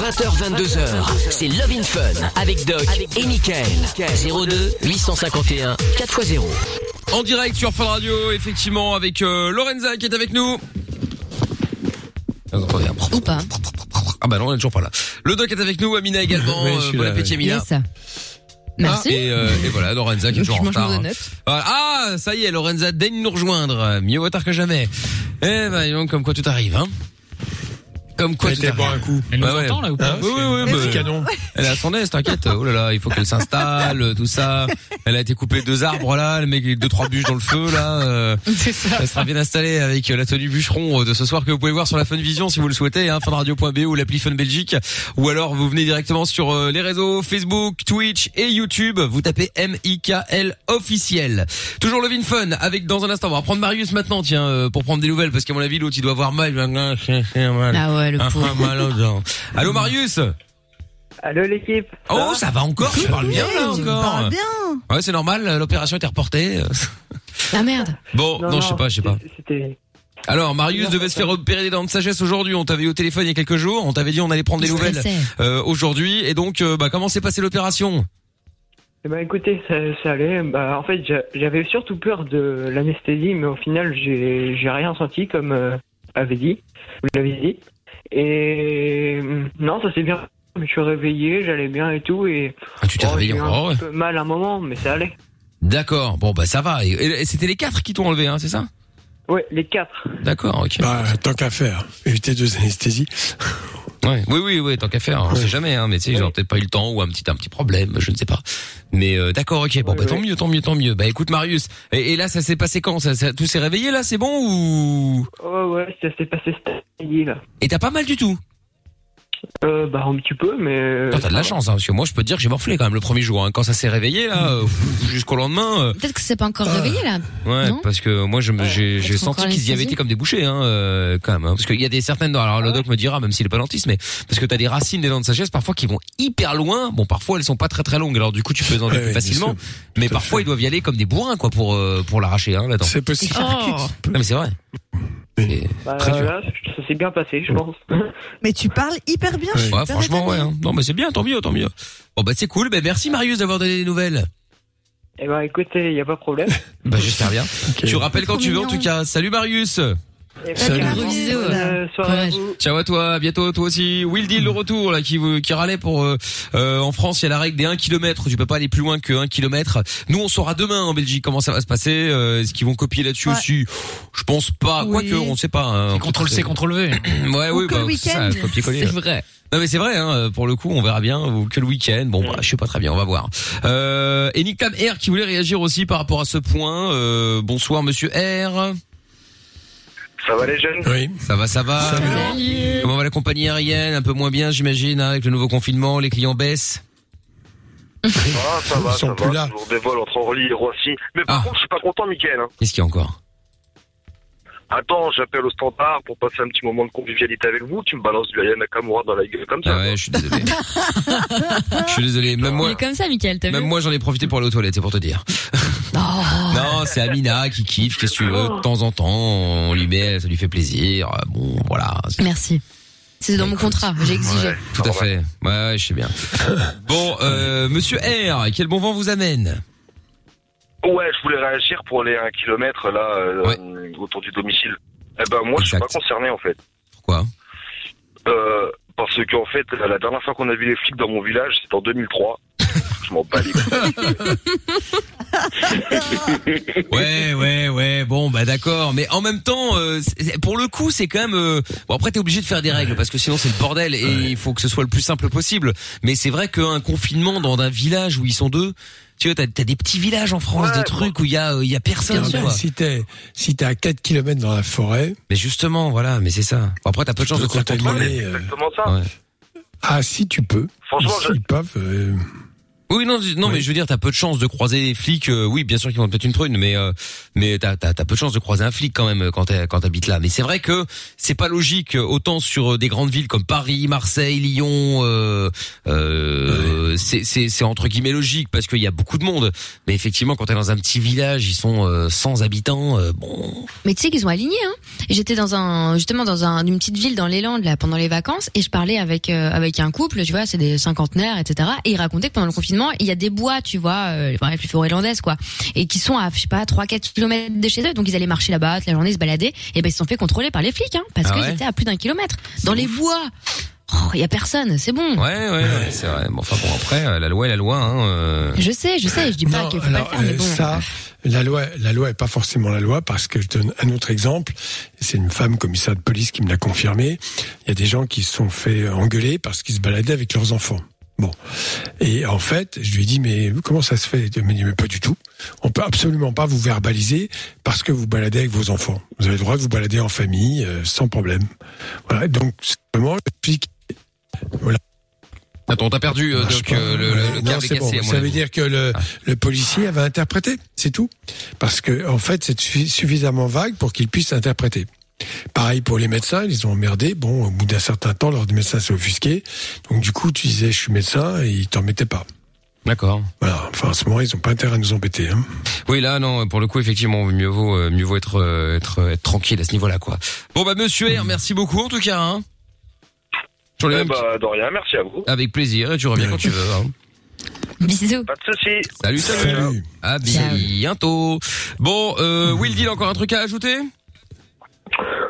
20h, 22h, c'est Love in Fun avec Doc et Michael. 02 851 4x0.
En direct sur Fun Radio, effectivement, avec euh, Lorenza qui est avec nous. Alors, on revient.
Ou pas
Ah bah non, on est toujours pas là. Le doc est avec nous, Amina également.
Oui, je
Euh,
suis
bon
là,
appétit
oui.
Amina.
Yes. Merci.
Ah, et, euh, et voilà, Lorenza qui est
Je
toujours en
mange mes
retard. hein.
donuts.
Ah, ça y est, Lorenza daigne nous rejoindre. Euh, Mieux vaut tard que jamais. Eh ben, dis donc, comme quoi tout arrive, hein. Comme quoi
Elle
tout
était
arrive.
boire un coup.
Elle
Elle nous entend, là, ou pas
Oui, oui, oui.
Elle
bah,
est canon.
Elle a son aise, t'inquiète. Oh là là, il faut qu'elle s'installe, euh, tout ça. Elle a été coupée deux arbres, là. Le mec, deux, trois bûches dans le feu, là. euh,
C'est ça.
elle sera bien installée avec euh, la tenue bûcheron euh, de ce soir que vous pouvez voir sur la Fun Vision si vous le souhaitez, hein, funradio.be ou l'appli Fun Belgique. Ou alors vous venez directement sur euh, les réseaux Facebook, Twitch et YouTube. Vous tapez M-I-K-L officiel. Toujours le Vin Fun avec dans un instant. On va prendre Marius maintenant, tiens, euh, pour prendre des nouvelles parce qu'à mon avis l'autre il doit avoir mal. Ah
ouais,
le pauvre.
Allô Marius.
Allô l'équipe.
Oh, ça va encore Tu parles bien là encore
bien.
Ouais, c'est normal. euh, L'opération était reportée.
Ah merde.
Bon, non, je sais pas, je sais pas.
C'était.
Alors, Marius
Non,
devait se faire opérer des dents de sagesse aujourd'hui. On t'avait eu au téléphone il y a quelques jours. On t'avait dit on allait prendre des
Il
nouvelles
stressait.
euh, aujourd'hui. Et donc, euh, bah, comment s'est passée l'opération
Eh ben écoutez, ça, ça allait. Bah, en fait, j'a- j'avais surtout peur de l'anesthésie, mais au final, j'ai j'ai rien senti comme euh, avait dit. Vous l'avez dit. Et euh, non, ça s'est bien. Je suis réveillé, j'allais bien et tout. Et
Ah,
oh,
tu t'es réveillé encore,
un
ouais.
petit peu mal à un moment, mais ça allait.
D'accord. Bon, bah ça va. Et, et c'était les quatre qui t'ont enlevé, hein, c'est ça
Ouais, les quatre.
D'accord. Ok.
Bah, tant qu'à faire. Éviter deux anesthésies.
Ouais. Oui, oui, oui. Tant qu'à faire. On sait jamais. Hein, mais tu sais, j'aurais peut-être pas eu le temps ou un petit, un petit problème. Je ne sais pas. Mais euh, d'accord. Ok. Bon, bah tant mieux, tant mieux, tant mieux. Bah écoute, Marius. Et, et là, ça s'est passé quand ça, ça- Tout s'est réveillé là C'est bon ou
Oh, Ouais, ouais, ça s'est passé cette année, là.
Et t'as pas mal du tout
Euh, bah, un petit peu, mais.
Toi, t'as de la chance, hein, parce que moi, je peux te dire que j'ai morflé quand même le premier jour. hein. Quand ça s'est réveillé, là, euh, jusqu'au lendemain. euh,
Peut-être que c'est pas encore réveillé là.
Ouais, parce que moi, je me- j'ai j'ai
être
senti
encore
qu'ils y avaient
anesthésié.
été comme des bouchers, hein, euh, quand même. hein. parce qu'il y a des certaines. Alors, le doc me dira, même s'il est pas dentiste, mais parce que t'as des racines des dents de sagesse parfois qui vont hyper loin. Bon, parfois elles sont pas très très longues. Alors du coup, tu peux les enlever
Ouais,
plus
ouais, bien
facilement.
sûr.
Mais parfois, ils doivent y aller comme des bourrins, quoi, pour euh, pour l'arracher, hein, la dent.
C'est possible.
Non, mais c'est vrai.
Bah,
Très dur.
là, ça s'est bien passé, je pense.
Mais tu parles hyper
Ah,
bien. je suis
Ouais,
hyper
franchement, ouais.
étonnée.
hein. Non, mais c'est bien, tant mieux, tant mieux. Bon, bah c'est cool. Ben merci Marius d'avoir donné des nouvelles.
Eh ben, écoutez, il n'y a pas de problème.
Bah j'espère bien. Tu rappelles quand tu veux, en tout cas. Salut Marius. Salut.
Euh, soirée à vous.
Ciao à toi, à bientôt toi aussi. Will Deal le retour là qui vous- qui râlait pour euh, euh, en France, il y a la règle des 1 km, tu peux pas aller plus loin que 1 km. Nous on saura demain en Belgique comment ça va se passer, euh, est-ce qu'ils vont copier là-dessus aussi Je pense pas,
Oui.
quoique on sait pas. hein.
Contrôle C, contrôle V.
Ouais,
Ou
oui,
que
bah,
le
ça,
week-end.
copier-coller.
C'est vrai.
Non mais c'est vrai, hein, pour le coup, on verra bien. Ou que le week-end, bon,
Mm.
bah, je sais pas très bien, on va voir. Euh, et Nick Tam R qui voulait réagir aussi par rapport à ce point. Euh, bonsoir, Monsieur R.
Ça va les jeunes
Oui.
Ça va, ça va. Comment va la compagnie aérienne Un peu moins bien, j'imagine, hein, avec le nouveau confinement, les clients baissent.
Ah, ça va,
Ils sont
ça
plus
va.
là. Ah.
Toujours des vols entre Orly et Roissy. Mais par contre, je suis pas content, Mickaël. hein.
Qu'est-ce qu'il y a encore
Attends, j'appelle au standard pour passer un petit moment de convivialité avec vous. Tu me balances du Ayana Nakamura dans la gueule comme ça.
Ah ouais, je suis désolé. je suis désolé. Même
Ah. Il
moi,
est comme ça, Michael, t'as vu Oh.
même moi, j'en ai profité pour aller aux toilettes, c'est pour te dire. Non, c'est Amina qui kiffe, qu'est-ce que tu veux, de temps en temps, on lui met, ça lui fait plaisir, Euh, bon, voilà. c'est-
Merci. C'est dans mon contrat, j'ai exigé.
Bah, Ouais, tout à fait. Ouais, ouais, je sais bien. Bon, euh, monsieur R, quel bon vent vous amène
Ouais, je voulais réagir pour les 1 km là, euh, autour du domicile. Eh ben, moi, je suis pas concerné en fait.
Pourquoi
euh, Parce qu'en fait, la dernière fois qu'on a vu les flics dans mon village, c'était en 2003. je m'en bats les couilles.
Ouais, ouais, ouais. Bon, bah d'accord. Mais en même temps, euh, c'est- c'est- pour le coup, c'est quand même. euh, Bon, après, t'es obligé de faire des règles parce que sinon, c'est le bordel et il faut que ce soit le plus simple possible. Mais c'est vrai qu'un confinement dans un village où ils sont deux. Tu vois, t'as t'as des petits villages en France, des trucs où il y a, euh, il y a personne.
Non, mais
quoi.
si t'es si t'es à 4 km dans la forêt.
Mais justement, voilà, mais c'est ça. Bon, après, t'as peu de chance de te faire contrôler.
Exactement ça.
euh, Ah, si tu peux.
Franchement,
S'ils peuvent. euh,
Oui, non, non, mais je veux dire, t'as peu de chances de croiser des flics. euh, oui, bien sûr qu'ils vont te mettre une prune, mais euh, mais t'as t'as t'as peu de chances de croiser un flic quand même euh, quand t'es- quand t'habites là. Mais c'est vrai que c'est pas logique euh, autant sur euh, des grandes villes comme Paris, Marseille, Lyon. Euh, euh, C'est c'est c'est entre guillemets logique parce qu'il y a beaucoup de monde. Mais effectivement, quand t'es dans un petit village, ils sont euh, 100 habitants. euh, bon,
Mais tu sais qu'ils ont aligné. Hein. Et J'étais dans un justement dans un, une petite ville dans les Landes là pendant les vacances et je parlais avec euh, avec un couple, tu vois, c'est des cinquantenaires, etc. Et ils racontaient que pendant le confinement, il y a des bois, tu vois, euh, les plus forêts landaises quoi, et qui sont à je sais pas 3 4 kilomètres de chez eux, donc ils allaient marcher là-bas toute la journée, se balader, et ben ils se sont fait contrôler par les flics, hein, parce
Ah
qu'ils
ouais
étaient à plus d'un kilomètre dans les bois. Oh, il y a personne, c'est bon.
ouais, ouais, ouais, c'est vrai. Bon, enfin bon, après, euh, la loi est la loi. Hein, euh.
Je sais, je sais, je dis pas qu'il faut
Alors,
pas le faire, mais
euh,
bon.
ça, la loi, la loi est pas forcément la loi parce que je donne un autre exemple. C'est une femme commissaire de police qui me l'a confirmé. Il y a des gens qui se sont fait engueuler parce qu'ils se baladaient avec leurs enfants. Bon. Et en fait, je lui ai dit, mais comment ça se fait Elle m'a dit, mais pas du tout. On peut absolument pas vous verbaliser parce que vous baladez avec vos enfants. Vous avez le droit de vous balader en famille, euh, sans problème. Voilà. Donc, simplement, je dis, voilà.
Attends, t'as perdu euh, donc euh, le, le- le
Non,
câble est
c'est
cassé.
bon.
à mon
Ça veut
avis. Ah.
dire que le, le policier va interpréter, c'est tout. Parce que en fait, c'est suffi- suffisamment vague pour qu'il puisse interpréter. Pareil pour les médecins, ils ont emmerdé. Bon, au bout d'un certain temps, leur médecin s'est offusqué. Donc du coup, tu disais, je suis médecin, et ils t'en mettaient pas.
D'accord.
Voilà. Enfin, en ce moment, ils ont pas intérêt à nous embêter. Hein.
Oui, là, non, pour le coup, effectivement, mieux vaut, euh, mieux vaut être, euh, être, euh, être tranquille à ce niveau-là, quoi. Bon, bah, monsieur R, merci beaucoup, en tout cas, hein. Toujours les
Eh
mêmes-
ben, de rien, merci à vous.
Avec plaisir, et tu reviens quand tu veux, hein.
Bisous.
Pas de soucis.
Salut, salut.
Salut.
À bientôt. Bon, euh, Will Deal, encore un truc à ajouter?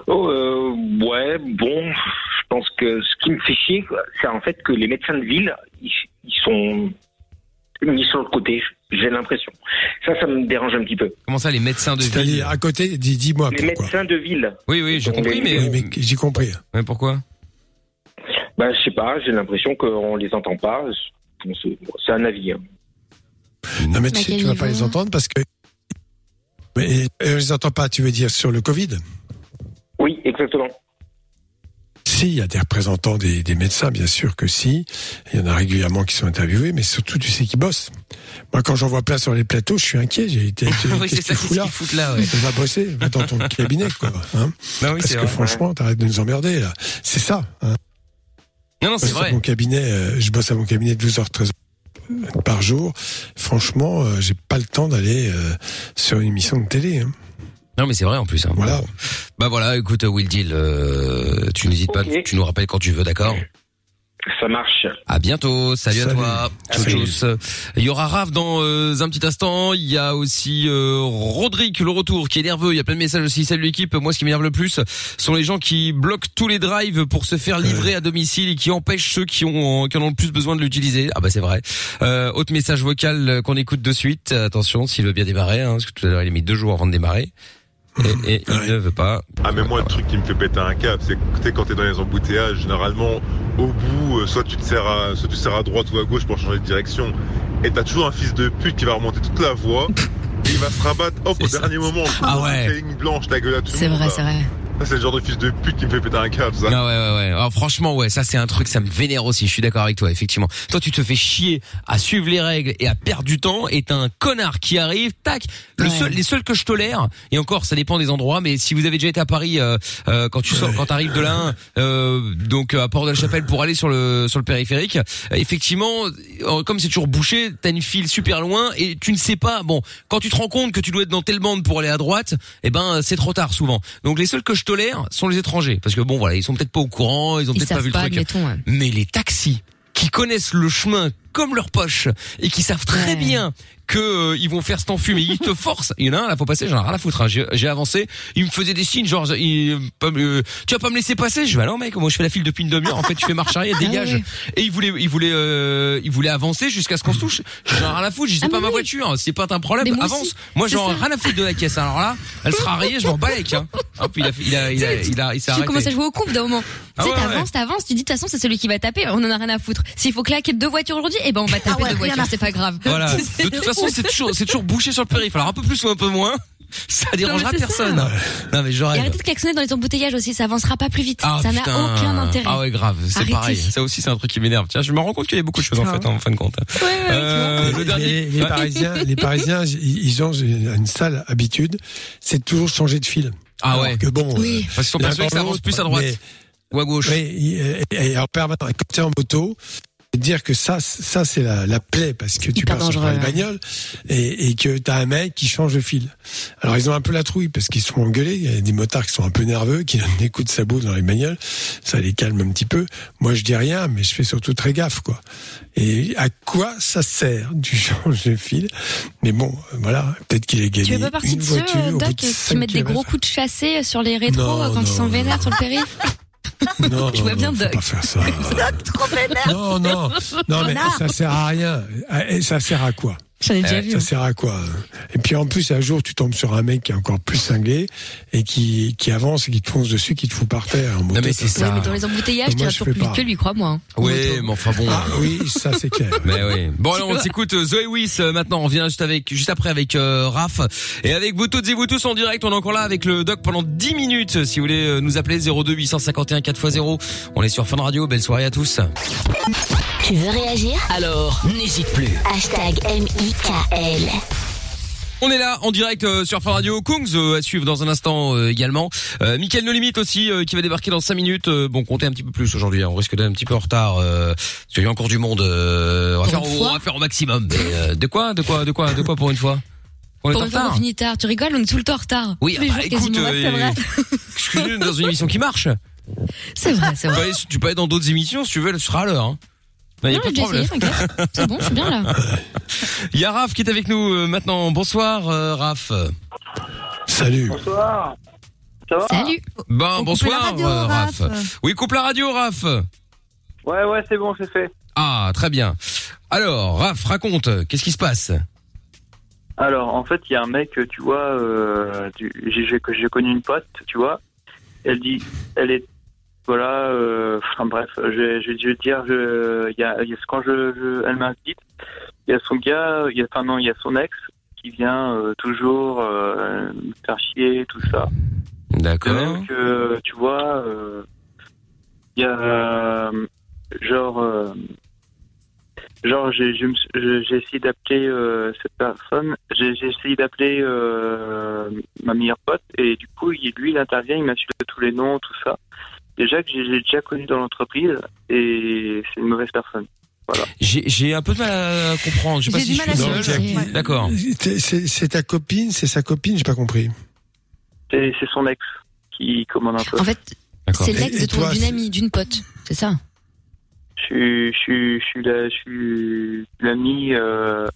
Oh, euh, ouais, bon, je pense que ce qui me fait chier, quoi, c'est en fait que les médecins de ville, ils, ils sont mis sur le côté, j'ai l'impression. Ça, ça me dérange un petit peu.
Comment ça, les médecins de ville?
C'est-à-dire, à côté, dis- dis-moi.
Les médecins de ville. Euh,
Oui, oui, j'ai compris, mais.
Oui, mais j'ai compris. hein.
Mais pourquoi?
Bah, je sais pas, j'ai l'impression qu'on les entend pas. Bon, c'est bon, c'est un avis. hein.
Non, mais
Mais
tu, sais,
quel
tu vas
niveau
pas les entendre parce que. Mais euh, je les entends pas. Tu veux dire sur le Covid
Oui, exactement.
Si, il y a des représentants des, des médecins, bien sûr que si. Il y en a régulièrement qui sont interviewés, mais surtout, tu sais qui bossent. Moi, quand j'en vois plein sur les plateaux, je suis inquiet. J'ai été.
Oui, c'est ça, qu'est-ce qu'ils foutent là, ouais.
Va bosser, va dans ton cabinet, quoi. hein.
Bah oui,
Parce
c'est
que
vrai.
franchement, t'arrêtes de nous emmerder, là. C'est ça. hein.
Non, non,
Je
c'est
bosse à
vrai.
Mon cabinet, euh, je bosse à mon cabinet 12h, 13h par jour. Franchement, euh, j'ai pas le temps d'aller euh, sur une émission de télé. hein.
Non, mais c'est vrai en plus. hein.
Voilà.
Bah voilà, écoute, euh, Will Deal, euh, tu n'hésites pas, tu nous rappelles quand tu veux, d'accord
Ça marche.
À bientôt, salut, à
Salut.
toi. Ciao,
Salut.
ciao. Il y aura Rav dans euh, un petit instant, il y a aussi euh, Rodrigue, le retour, qui est nerveux, il y a plein de messages aussi, salut l'équipe, moi ce qui m'énerve le plus sont les gens qui bloquent tous les drives pour se faire livrer à domicile et qui empêchent ceux qui, ont, euh, qui en ont le plus besoin de l'utiliser. Ah bah c'est vrai. Euh, autre message vocal euh, qu'on écoute de suite, attention s'il veut bien démarrer, hein, parce que tout à l'heure il a mis deux jours avant de démarrer. Et, et il ne veut pas.
Ah mais moi le truc qui me fait péter un câble, c'est que tu sais, quand t'es dans les embouteillages, généralement au bout, euh, soit tu te sers à, soit tu te sers à droite ou à gauche pour changer de direction, et t'as toujours un fils de pute qui va remonter toute la voie, et il va se rabattre, hop au dernier moment,
Ah
Toute
ouais.
la ligne blanche, ta gueule à tout le
C'est
monde,
vrai,
là.
c'est vrai.
Ça, c'est le genre de fils de pute qui me fait péter un câble, ça.
Ah ouais, ouais, ouais. Alors, franchement, ouais, ça c'est un truc, ça me vénère aussi. Je suis d'accord avec toi, effectivement. Toi, tu te fais chier à suivre les règles et à perdre du temps, et t'as un connard qui arrive, tac. Le seul, les seuls que je tolère, et encore, ça dépend des endroits, mais si vous avez déjà été à Paris, euh, euh, quand tu sors, quand t'arrives de l'un, euh, donc euh, à Port de la Chapelle pour aller sur le sur le périphérique, euh, effectivement, euh, comme c'est toujours bouché, t'as une file super loin et tu ne sais pas. Bon, quand tu te rends compte que tu dois être dans telle bande pour aller à droite, eh ben c'est trop tard souvent. Donc les seuls que je tolère sont les étrangers, parce que bon voilà, ils sont peut-être pas au courant, ils ont
Ils
peut-être pas
savent
vu
pas,
le truc.
admettons, ouais.
Mais les taxis qui connaissent le chemin comme leur poche et qui savent très bien que euh, ils vont faire cet enfui mais ils te forcent il y en a un là faut passer j'en ai rien à foutre hein. j'ai j'ai avancé il me faisait des signes genre il, euh, pas me- tu vas pas me laisser passer je vais non mec moi je fais la file depuis une demi-heure en fait tu fais marche arrière
Ah
dégage
ouais.
et il voulait il voulait euh, il voulait avancer jusqu'à ce qu'on se touche j'en ai rien à foutre je dis, c'est pas ma voiture hein, c'est pas un problème
Ah Mais moi
avance
aussi.
moi j'en ai
C'est ça.
rien à foutre de la caisse hein. alors là elle sera rayée je m'en bats les hein. hop il a il a il a il a il s'est
Tu commences à
arrêté
jouer au couple d'un moment.
Ah
tu sais,
ouais,
t'avances,
ouais.
t'avances, tu dis de toute façon c'est celui qui va taper, on en a rien à foutre. S'il faut claquer deux voitures aujourd'hui, eh ben on va
Ah
taper deux voitures, c'est pas grave.
Voilà.
Tu sais.
De toute façon, c'est toujours, c'est toujours bouché sur le périph. Alors un peu plus ou un peu moins, ça dérangera
mais c'est
personne. Non mais
Et
j'aurais.
arrêtez de klaxonner dans les embouteillages aussi, ça avancera pas plus vite.
Ah,
ça n'a
putain.
aucun intérêt.
Ah ouais grave, c'est
Arrêtez.
pareil. Ça aussi c'est un truc qui m'énerve. Tiens, je me rends compte qu'il y a beaucoup de choses en fait en fin de compte. Euh, le dernier.
Les, les
Ouais.
Parisiens, les Parisiens, ils ils ont une une sale habitude, c'est de toujours changer de fil.
Ah
Alors
ouais.
Que bon,
Oui. Parce qu'ils sont
l'un
persuadés que ça
dans
avance
l'autre,
plus à droite
mais-
ou à gauche.
Oui, il- et, et en permanence, quand t'es en moto, dire que ça, ça c'est la, la plaie parce que tu
Hyper
passes
dangereux,
par les
ouais.
bagnoles et, et que t'as un mec qui change de fil. Alors ils ont un peu la trouille parce qu'ils se font engueuler. Il y a des motards qui sont un peu nerveux, qui donnent des coups de sabot dans les bagnoles. Ça les calme un petit peu. Moi je dis rien, mais je fais surtout très gaffe quoi. Et à quoi ça sert du change de fil Mais bon, voilà, peut-être qu'il est
Tu
gagné
fais pas partie
une
de ceux,
voiture
euh,
au bout
Doc,
de
qui
cinq
mettent des gros
kilomètres.
coups de chassé sur les rétros
Non,
euh, quand ils
non,
sont vénères sur le périph'.
Non,
Je vois
non,
bien
non, faut
Doc.
pas faire ça.
Doc trop hein. vénère.
Non, non, non, mais ça sert à rien. Et ça sert à quoi Eh,
J'en ai déjà vu,
Ça
hein.
sert à quoi Et puis en plus, un jour, tu tombes sur un mec qui est encore plus cinglé et qui, qui avance et qui te fonce dessus, qui te fout par terre. En moto,
mais c'est
Ouais,
ça.
mais dans les embouteillages,
Moi,
tu vas
je
toujours
fais
plus vite
pas.
que lui, crois-moi. hein.
Oui, mais enfin bon.
Ah oui, ça c'est clair.
Mais oui. Bon,
Tu
alors on
vois.
s'écoute euh, Zoé Wiss euh, maintenant. On vient juste avec, juste après avec euh, Raph et avec vous toutes et vous tous en direct. On est encore là avec le doc pendant 10 minutes. Si vous voulez euh, nous appeler 02 851 4x0. On est sur Fun Radio. Belle soirée à tous.
Tu veux réagir
Alors, n'hésite plus.
Hashtag M-I-K-L.
On est là en direct euh, sur Fun Radio Kungs euh, à suivre dans un instant euh, également. Euh, Mickaël No Limite aussi euh, qui va débarquer dans 5 minutes. Euh, bon, comptez un petit peu plus aujourd'hui. hein. On risque d'être un petit peu en retard. Euh, parce qu'il y a encore du monde. euh, on, va faire,
Pour une
au-
fois.
on va faire au maximum. Mais, euh, de quoi, de quoi, de quoi, de quoi pour une fois On est
Pour
en
une fois,
retard
on finit tard. Tu rigoles, on est tout le temps en retard.
Oui,
Tous les
bah,
jours,
écoute,
quasiment, ouais, c'est
euh,
vrai.
excusez-nous dans une émission qui marche.
C'est vrai, c'est
Tu peux
vrai.
aller- tu peux aller dans d'autres émissions si tu veux, elle sera à l'heure. Hein. Bah, y a
Non,
pas de
j'ai
problème.
essayé, t'inquiète. C'est bon, je suis bien là.
Il y a Raph qui est avec nous euh, maintenant. Bonsoir euh, Raph.
Salut.
Bonsoir. Ça va
Salut.
Ben, bonsoir
la radio,
euh,
Raph.
Oui, coupe la radio Raph.
Ouais, ouais, c'est bon, c'est fait.
Ah, très bien. Alors, Raph, raconte, euh, qu'est-ce qui se passe
Alors, en fait, il y a un mec, tu vois, euh, tu- j'ai- j'ai j'ai connu une pote, tu vois. Elle dit, elle est, voilà, euh, enfin, bref, je, je, je vais te dire, je, il y a, il y a- quand je, je- elle m'invite, il y a son gars, il y a, enfin non, il y a son ex qui vient euh, toujours euh, me faire chier, tout ça.
D'accord.
De même que, tu vois, euh, Il y a, euh, genre, euh, genre, j'ai je me suis- je- j'ai essayé d'appeler euh, cette personne. J'ai j'ai essayé d'appeler euh, ma meilleure pote et du coup, il- lui, il intervient, il m'insulte de tous les noms, tout ça. Déjà que j'ai j'ai déjà connu dans l'entreprise et c'est une mauvaise personne. Voilà.
J'ai j'ai un peu de mal à comprendre. Je sais pas
J'ai
si
du
je
mal
suis
à
seul.
saisir, ouais.
D'accord.
C'est- C'est c'est ta copine, c'est sa copine, j'ai pas compris.
Et c'est son ex qui commande un peu.
En fait, c'est
Et-
l'ex
et
de ton
toi,
d'une
c'est-
amie, d'une pote, c'est ça
Je suis, je suis, je suis la- je suis l'ami euh,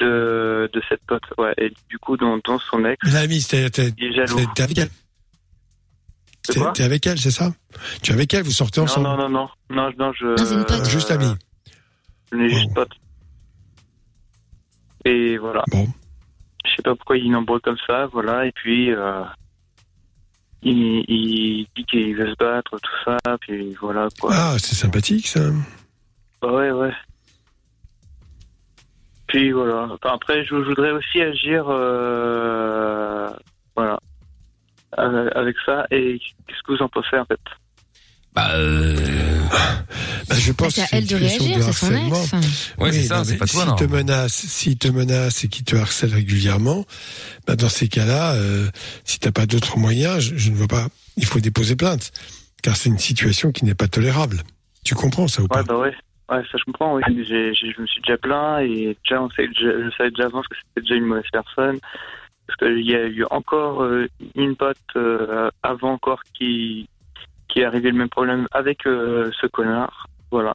de, de cette pote, ouais. Et du coup, dans, dans son ex,
L'ami, c'est-à-dire t'es
il est jaloux.
t'es- t'es avec elle. T'es t'es avec elle, c'est ça Tu es avec elle, vous sortez
Non,
ensemble.
non, euh, non, non, non, je- non, je.
Juste ami.
On est juste pote. Et voilà. Je sais pas pourquoi il embrouille comme ça, voilà. Et puis, euh, il, il dit qu'il veut se battre, tout ça, puis voilà quoi.
Ah, c'est sympathique ça.
Bah ouais, ouais. Puis voilà. Enfin, après, je voudrais aussi agir, euh, voilà, Euh, avec ça. Et qu'est-ce que vous en pensez en fait
Bah, euh...
Bah, je pense
c'est à
que c'est
elle
une
de
situation
réagir, c'est son
harcèlement.
ex.
Ouais, c'est ça,
non,
c'est
mais
pas toi,
s'il
non.
te menace, s'il te menace et qu'il te harcèle régulièrement, bah, dans ces cas-là, euh, si t'as pas d'autres moyens, je, je ne vois pas. Il faut déposer plainte, car c'est une situation qui n'est pas tolérable. Tu comprends ça ou pas
Ouais, bah ouais. Ouais, ça je comprends.
Ah.
Oui. J'ai- j'ai- je me suis déjà plaint et déjà, on sait, je, je savais déjà avant que c'était déjà une mauvaise personne. Parce qu'il y a eu encore euh, une pote euh, avant encore qui, qui est arrivé le même problème avec euh, ce connard. Voilà.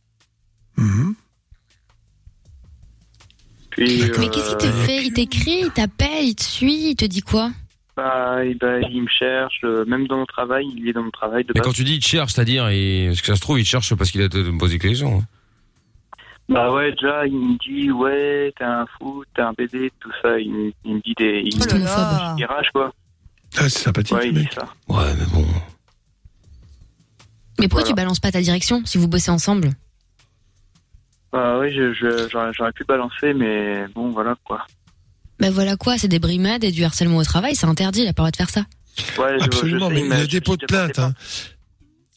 Mhm.
Puis,
Mais qu'est-ce qu'il te
euh,
fait Il t'écrit, il t'appelle, il te suit, il te dit quoi
bah, eh ben, il me cherche, euh, même dans mon travail, il est dans mon travail de
Mais
base.
quand tu dis il te cherche, c'est-à-dire, il... parce que ça se trouve, il te cherche parce qu'il a te me posé que les gens. hein.
Bah ouais, déjà, il me dit, ouais, t'es un fou, t'es un bébé, tout ça. Il, me- il me dit des. Il
Oh là là.
il rage, quoi.
Ah, c'est sympathique.
Ouais, il dit ça.
Ouais, mais bon.
Mais pourquoi tu balances pas ta direction si vous bossez ensemble
Bah ouais, je- je- j'aurais j'aurais pu balancer, mais bon, voilà, quoi.
Ben voilà quoi, c'est des brimades et du harcèlement au travail, c'est interdit, il a pas le droit de faire ça.
Ouais, je-
Absolument,
je sais,
mais
mais
le dépôt de plainte, hein.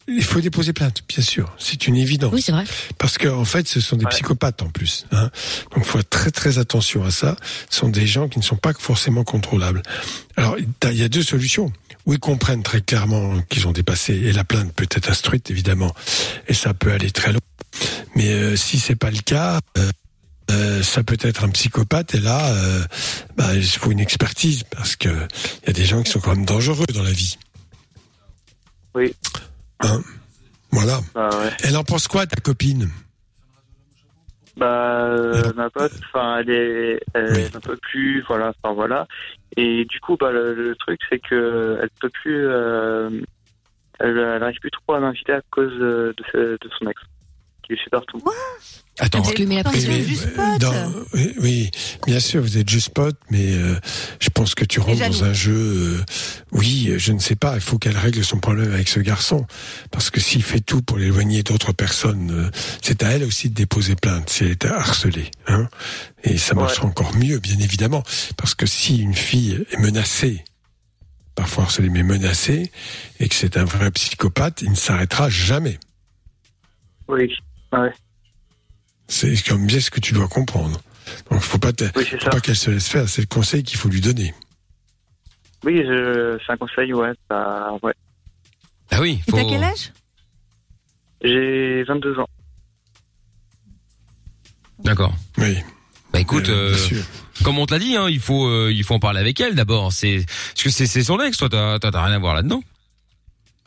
il faut déposer plainte, bien sûr. C'est une évidence.
Oui, c'est vrai.
Parce que en fait, ce sont des psychopathes en plus. Hein. Donc, faut être très très attention à ça. Ce sont des gens qui ne sont pas forcément contrôlables. Alors, t'as- il y a deux solutions. Ou ils comprennent très clairement qu'ils ont dépassé, et la plainte peut être instruite évidemment, et ça peut aller très loin. Mais euh, si c'est pas le cas, euh, euh, ça peut être un psychopathe et là, euh, bah, il faut une expertise parce que il y a des gens qui sont quand même dangereux dans la vie.
Oui.
Hein voilà.
Bah ouais.
Elle en pense quoi ta copine
Bah, euh, ma pote, enfin, elle est, elle n'en peut plus, voilà, enfin, voilà. Et du coup, bah, le, le truc, c'est que elle peut plus, euh, elle, elle arrive plus trop à m'inviter à cause euh, de, ce- de son ex, qui lui suit partout.
Attends,
tu lui mets la pression.
Dans-
Hein.
oui, oui, bien sûr, vous êtes juste pote, mais euh, je pense que tu rentres dans un jeu. euh, oui, euh, je ne sais pas. Il faut qu'elle règle son problème avec ce garçon, parce que s'il fait tout pour l'éloigner d'autres personnes, euh, c'est à elle aussi de déposer plainte si elle est harcelée. Hein Et ça marchera encore mieux, bien évidemment, parce que si une fille est menacée, parfois harcelée, mais menacée, et que c'est un vrai psychopathe, il ne s'arrêtera jamais.
Oui, ouais.
C'est comme bien ce que tu dois comprendre. Donc, faut pas, te- faut pas qu'elle se laisse faire. C'est le conseil qu'il faut lui donner.
Oui, je- c'est un conseil, ouais, bah, ouais.
Ah oui,
Et t'as quel âge
J'ai 22 ans.
D'accord.
Oui.
Bah écoute, euh, comme on te l'a dit, hein, il faut euh, il faut en parler avec elle d'abord. C'est parce que c'est c'est son ex, toi t'as t'as t'as rien à voir là-dedans.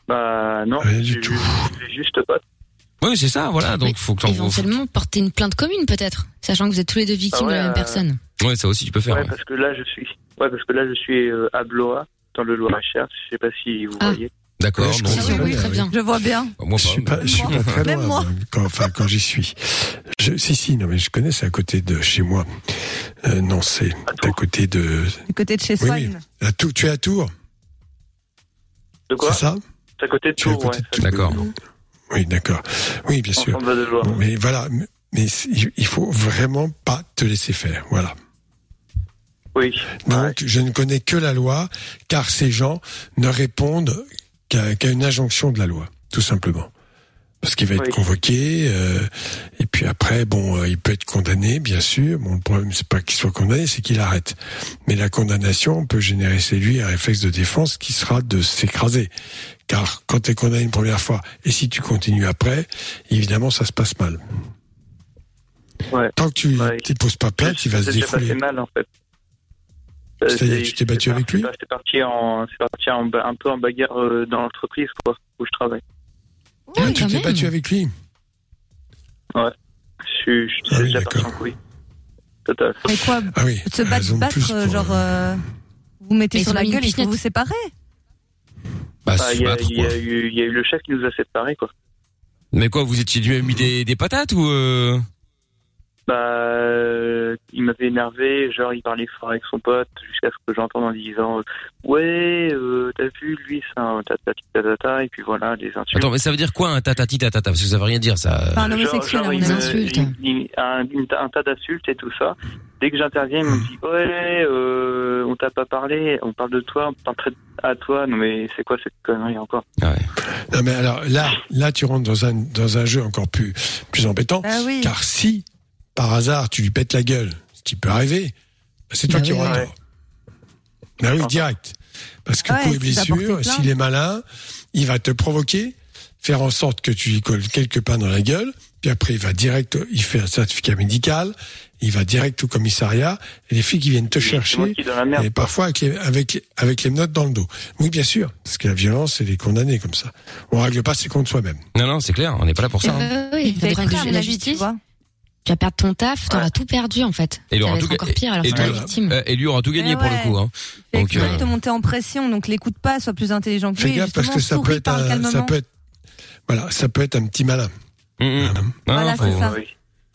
Bah non.
Rien du
tout. Juste pote.
Oui, c'est ça, voilà. Donc faut que t'en
Éventuellement, porter une plainte commune peut-être, sachant que vous êtes tous les deux
Ah
victimes
ouais,
de la même
euh,
personne.
Ouais, ça aussi tu peux faire.
Ouais,
ouais.
parce que là, je suis, ouais, parce que là, je suis euh, à Blois, dans le Loir-et-Cher. Je sais pas si vous voyez.
D'accord. bon,
Je vois bien.
Bah, Moi,
je suis pas, je suis pas très
Même
loin.
moi.
moi, Quand, enfin, quand j'y suis. Je, si, si, non, mais je connais, c'est à côté de chez moi. Euh, non, c'est à côté de.
Du côté de chez
Oui,
Swan.
oui. À Tours- tu es à Tours
De quoi
C'est ça
C'est à côté de Tours, ouais.
D'accord.
Oui, d'accord. Oui, bien sûr. Bon, mais voilà, mais- mais c'est- il faut vraiment pas te laisser faire. Voilà.
Oui.
Donc, je ne connais que la loi, car ces gens ne répondent qu'à qu'à une injonction de la loi, tout simplement. parce qu'il va être convoqué. euh, et puis après, bon, euh, il peut être condamné, bien sûr. Bon, le problème, c'est pas qu'il soit condamné, c'est qu'il arrête. Mais la condamnation peut générer chez lui un réflexe de défense qui sera de s'écraser. Car quand tu es condamné une première fois, et si tu continues après, évidemment, ça se passe mal. Tant que tu t'y poses pas plainte, il va se
C'est déjà
défouler.
passé mal en fait. Euh,
C'est-à-dire
c'est-
que tu t'es battu avec lui
C'est parti, en, c'est parti en, ba- un peu en bagarre euh, dans l'entreprise quoi, où je travaille.
Ah, Tu t'es battu avec lui
Ouais. Je suis, je suis déjà parti en couille. Total.
Mais quoi
Ah oui.
Se battre, battre, euh, genre. euh, Vous mettez
Mais
sur
ils ont
la
mis une
gueule et vous vous séparez.
Bah,
Ah,
se
il y a-
battre,
il y, a
quoi.
eu- il y a eu le chef qui nous a séparés quoi.
Mais quoi, vous étiez dû mis des, des patates ou euh...
Bah, euh, il m'avait énervé, genre il parlait fort avec son pote, jusqu'à ce que j'entende en disant euh, Ouais, euh, t'as vu, lui, c'est un tatati tatata, et puis voilà, les insultes.
Attends, mais ça veut dire quoi un tatati tatata Parce que ça veut rien dire ça.
Genre- genre, il me- il- il- un, une ta- un tas d'insultes et tout ça. Dès que j'interviens, il me dit Ouais, euh, on t'a pas parlé, on parle de toi, on parle très- à toi, non mais c'est quoi cette connerie encore
Non mais alors là, là tu rentres dans un dans un jeu encore plus plus embêtant,
Bah
car si par hasard tu lui pètes la gueule, ce qui peut arriver, c'est toi
Bah
qui
oui,
auras
ouais.
le droit. Bah oui, direct. Parce que
Ouais,
coup et
si t'as porté
blessure,
plainte.
s'il est malin, il va te provoquer, faire en sorte que tu lui colles quelques pains dans la gueule, puis après il va direct, il fait un certificat médical, il va direct au commissariat, et les filles qui viennent te chercher, et parfois avec les, avec, avec les notes dans le dos. Oui, bien sûr, parce que la violence, elle est condamnée comme ça. On règle pas ses comptes soi-même.
Non, non, c'est clair, on n'est pas là pour ça. hein.
Euh, oui,
va être
faudrait que
prêt à
je-
mener
la
la justice,
justice. Tu vas perdre ton taf, t'auras tout perdu en fait.
Et lui
ça va
aura
être
tout, ga-
encore pire alors
et
que t'es
lui-
la victime.
euh, et lui aura tout gagné
Eh
pour le
ouais.
coup. Hein. Donc,
Tu
euh,
vas te monter en pression, donc l'écoute pas, sois plus intelligent que
Fais
lui.
gaffe parce que ça peut être, un, ça peut être, voilà, ça peut être un petit malin. Mm-hmm.
non, non,
Ah,
Voilà,
faut,
c'est ça.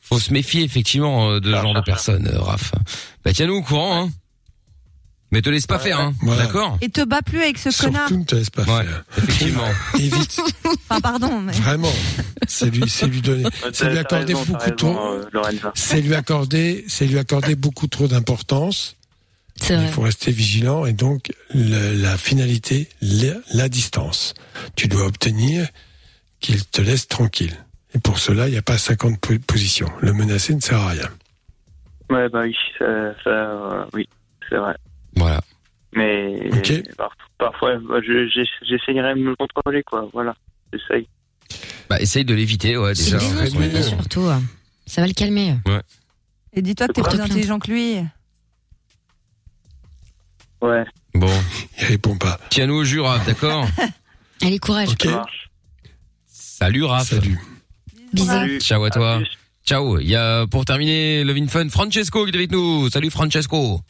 faut se méfier effectivement euh, de ce genre de personnes, euh, Raph. Bah tiens-nous au courant. Hein. Mais te laisse pas faire, hein. D'accord
Et te bats plus avec ce connard.
Surtout ne te laisse pas
Ouais, effectivement.
Évite.
Enfin, pardon, mais.
Vraiment. C'est lui, c'est lui donner, c'est lui
T'as- t'as
accorder
raison, t'as
beaucoup trop,
raison, euh, Lorenza.
c'est lui accorder, c'est lui accorder beaucoup trop d'importance. Il faut rester vigilant et donc le- la finalité, la, la distance. Tu dois obtenir qu'il te laisse tranquille. Et pour cela, il n'y a pas 50 po- positions. Le menacer ne sert à rien.
Ouais, bah oui, ça, ça, euh, oui, c'est vrai.
Voilà.
Mais par- parfois, moi, je- j'ess- j'essayerai de me contrôler, quoi. Voilà, j'essaye.
Bah essaye de l'éviter, ouais, déjà. hein,
Dénonce-le surtout. euh, Ça va le calmer.
Ouais.
Et dis-toi que t'es plus intelligent que lui.
Ouais.
Bon.
Il répond pas.
Tiens-nous au jus, Raph, d'accord
Allez, courage.
Salut Raph. Salut.
Bisous.
Ciao à toi. Ciao. Il y a pour terminer Love in Fun Francesco qui est avec nous. Salut Francesco.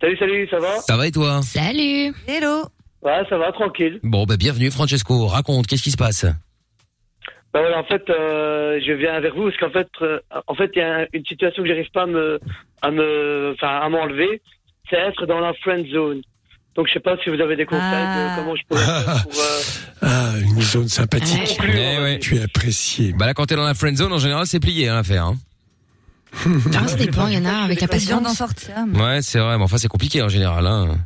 Salut, salut, ça va
Ça va et toi
Salut.
Hello.
Ouais, ça va, tranquille.
Bon bah bienvenue Francesco. Raconte qu'est-ce qui se passe
Bah voilà, en fait, euh, je viens vers vous parce qu'en fait, euh, en fait, il y a une situation que j'arrive pas à me, à me, enfin, à m'enlever, c'est être dans la friend zone. Donc, je sais pas si vous avez des conseils de comment je pourrais faire pour. euh,
Ah, une zone sympathique.
Eh ouais.
Tu es apprécié.
Bah là quand t'es dans la friend zone en général c'est plié hein, l'affaire. Hein.
Ah, ça dépend, il y en a avec la
Viens
patience.
d'en sortir.
Ouais c'est vrai. Mais enfin c'est compliqué en général. Hein.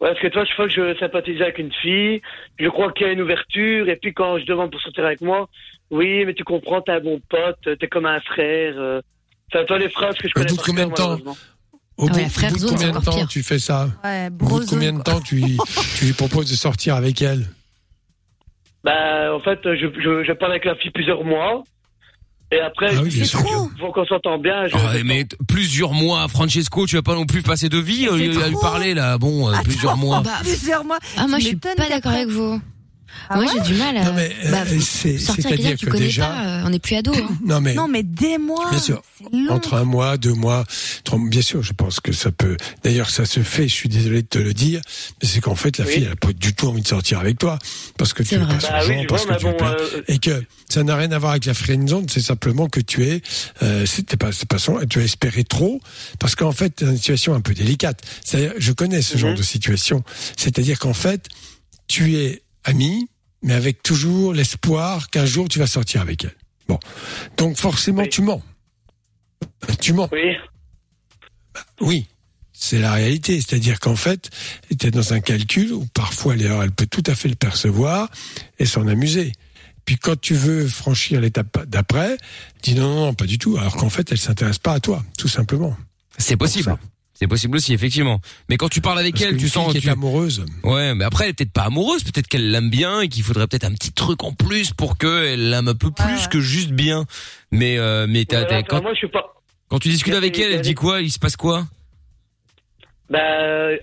Ouais, parce que toi, chaque fois que je sympathise avec une fille, je crois qu'il y a une ouverture, et puis quand je demande pour sortir avec moi, oui, mais tu comprends, t'es un bon pote, t'es comme un frère. euh. Enfin, toi, les phrases que je connais. Au bout de combien de temps
Au bout,
ouais,
au
frère
bout de
zone, c'est
combien de
encore
temps
pire.
tu fais ça
Ouais,
Au bout
broseux,
de combien de
quoi.
temps tu, tu lui proposes de sortir avec elle
Bah, en fait, je, je, je parle avec la fille plusieurs mois. Et après, c'est trop. Faut qu'on s'entend bien. Je...
Ah, mais t- plusieurs mois Francesco tu vas pas non plus passer de vie euh,
C'est
à lui
trop.
parler là. Bon euh, plusieurs mois.
bah.
Plusieurs mois.
Ah, moi,
Tu Ah
je suis pas d'accord avec vous. moi, j'ai du mal à. bah,
euh, c'est-
sortir
c'est-à-dire
avec quelqu'un que tu
que
connais
déjà-
pas, euh, on n'est plus ados. hein.
Non, mais- Non,
des mois.
Bien sûr. Entre un mois, deux mois, trois mois. Bien sûr, je pense que ça peut. D'ailleurs, ça se fait. Je suis désolé de te le dire, mais c'est qu'en fait, la fille, elle a pas du tout envie de sortir avec toi parce que tu n'es pas son
Bah oui,
genre,
je
parce
vois,
que tu
mais
es
bon, euh,
plein. et que ça n'a rien à voir avec la friendzone. C'est simplement que tu es, euh, c'était pas, c'est pas son. Tu as espéré trop parce qu'en fait, c'est une situation un peu délicate. C'est-à-dire, je connais ce
Mhm.
genre de situation. C'est-à-dire qu'en fait, tu es ami, mais avec toujours l'espoir qu'un jour tu vas sortir avec elle. Bon, donc forcément, tu mens. Tu mens. Bah,
Oui.
oui. C'est la réalité, c'est-à-dire qu'en fait, tu es dans un calcul où parfois l'erreur, elle peut tout à fait le percevoir et s'en amuser. Puis quand tu veux franchir l'étape d'après, dis non, non, non, pas du tout. Alors qu'en fait, elle s'intéresse pas à toi, tout simplement.
C'est possible. C'est possible aussi, effectivement. Mais quand tu parles avec
Parce
elle,
qu'une
tu sens
fille qui
tu...
est amoureuse.
Ouais, mais après elle est peut-être pas amoureuse, peut-être qu'elle l'aime bien et qu'il faudrait peut-être un petit truc en plus pour qu'elle l'aime un peu plus que juste bien. Mais euh, mais t'as- t'as- quand,
moi, je suis pas.
quand tu discutes
Il y a
avec
des-
elle, elle dit quoi Il se passe quoi
Bah,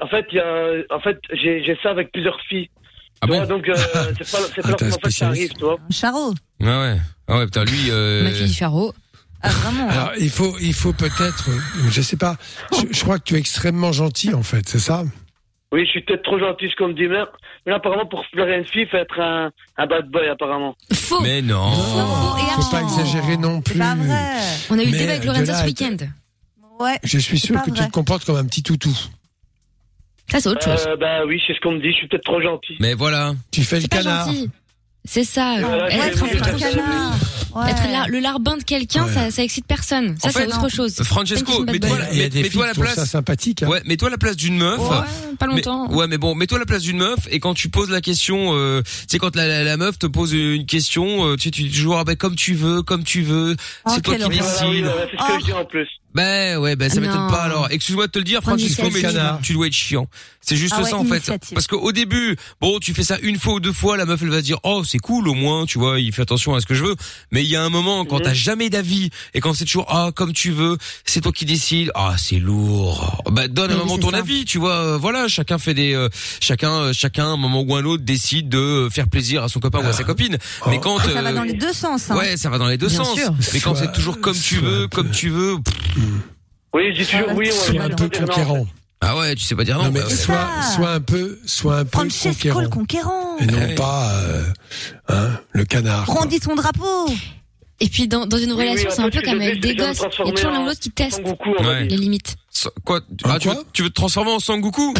en fait, il y a- en fait, j'ai j'ai ça avec plusieurs filles. Tu vois, donc, euh, c'est pas, c'est pas leur en fait, ça arrive, tu vois.
Charo.
Ah ouais. Ah ouais, putain, lui. euh,
Charo. Ah, vraiment
Alors, il faut, il faut peut-être, euh, je sais pas, je, je crois que tu es extrêmement gentil, en fait, c'est ça?
Oui, je suis peut-être trop gentil, comme dit merde. Mais là, apparemment, pour fleurer une fille, faut être un, un bad boy, apparemment.
Faux.
Mais non.
Oh,
faut pas exagérer non plus.
On a eu le
Mais
débat avec Lorenza
de là
ce
à-
week-end.
Ouais.
Je suis sûr que tu te comportes comme un petit toutou.
Ça, c'est autre
Euh,
chose.
bah oui, c'est ce qu'on me dit, je suis peut-être trop gentil.
Mais voilà.
Tu fais
C'est pas
Euh,
gentil. C'est ça.
Voilà,
être
c'est
un peu
vrai.
trop canard. Être la- le larbin de quelqu'un, ça, ça excite personne. Ça,
En
c'est
fait,
autre chose.
Francesco,
Thank you, bad
mets-toi
boy.
la, mets- mets-toi à la
qui trouvent
place.
ça sympathique. hein.
Ouais, mets-toi à la place d'une meuf.
Ouais, pas longtemps.
Mais- ouais, mais bon, mets-toi à la place d'une meuf et quand tu poses la question, euh, tu sais quand la, la, la meuf te pose une question, euh, tu sais, tu dis toujours ah, ben, comme tu veux, comme tu veux,
Ah,
Ah,
c'est toi qui décides.
Voilà, oui, voilà, c'est ce que je dis en plus.
Oh,
Ben ouais, ben ça m'étonne
Non.
pas alors. Excuse-moi de te le dire,
Prends
Francisco, mais tu,
l'initiative.
tu dois être chiant. C'est juste
Ah ouais,
ça en fait.
initiative.
Parce qu'au début, bon, tu fais ça une fois ou deux fois, la meuf elle va se dire oh c'est cool au moins, tu vois, il fait attention à ce que je veux. Mais il y a un moment quand t'as jamais d'avis et quand c'est toujours ah comme tu veux, c'est toi qui décides. Ah c'est lourd. Bah donne à un
Oui,
moment
c'est
ton
ça.
avis, tu vois. euh, Voilà, chacun fait des, euh, chacun, euh, chacun à un moment ou un autre décide de euh, faire plaisir à son copain ou à sa copine. Mais quand
Ah, Ça va
euh,
dans les deux sens. Hein.
Ouais, ça va dans les deux
Bien
sens.
sûr.
Mais quand
Soit-
c'est toujours comme tu veux, comme tu veux.
Oui, je dis toujours oui.
Sois un peu conquérant.
Ah ouais, tu sais pas dire non.
Non, mais
bah ouais.
sois, sois un peu, sois un peu conquérant.
le conquérant.
Et non
Ouais.
pas, euh, hein, le canard.
Brandis ton drapeau.
Et puis dans, dans une
Oui, oui,
relation,
en
c'est un
fait,
peu
ce que
comme
je
avec
dis, c'est
des
que je vais me
gosses. Il y a
transformer
toujours l'un
en-
ou l'autre qui teste
on va dire.
les limites.
So- Quoi, Ah, tu, veux, tu veux te transformer en Sangoku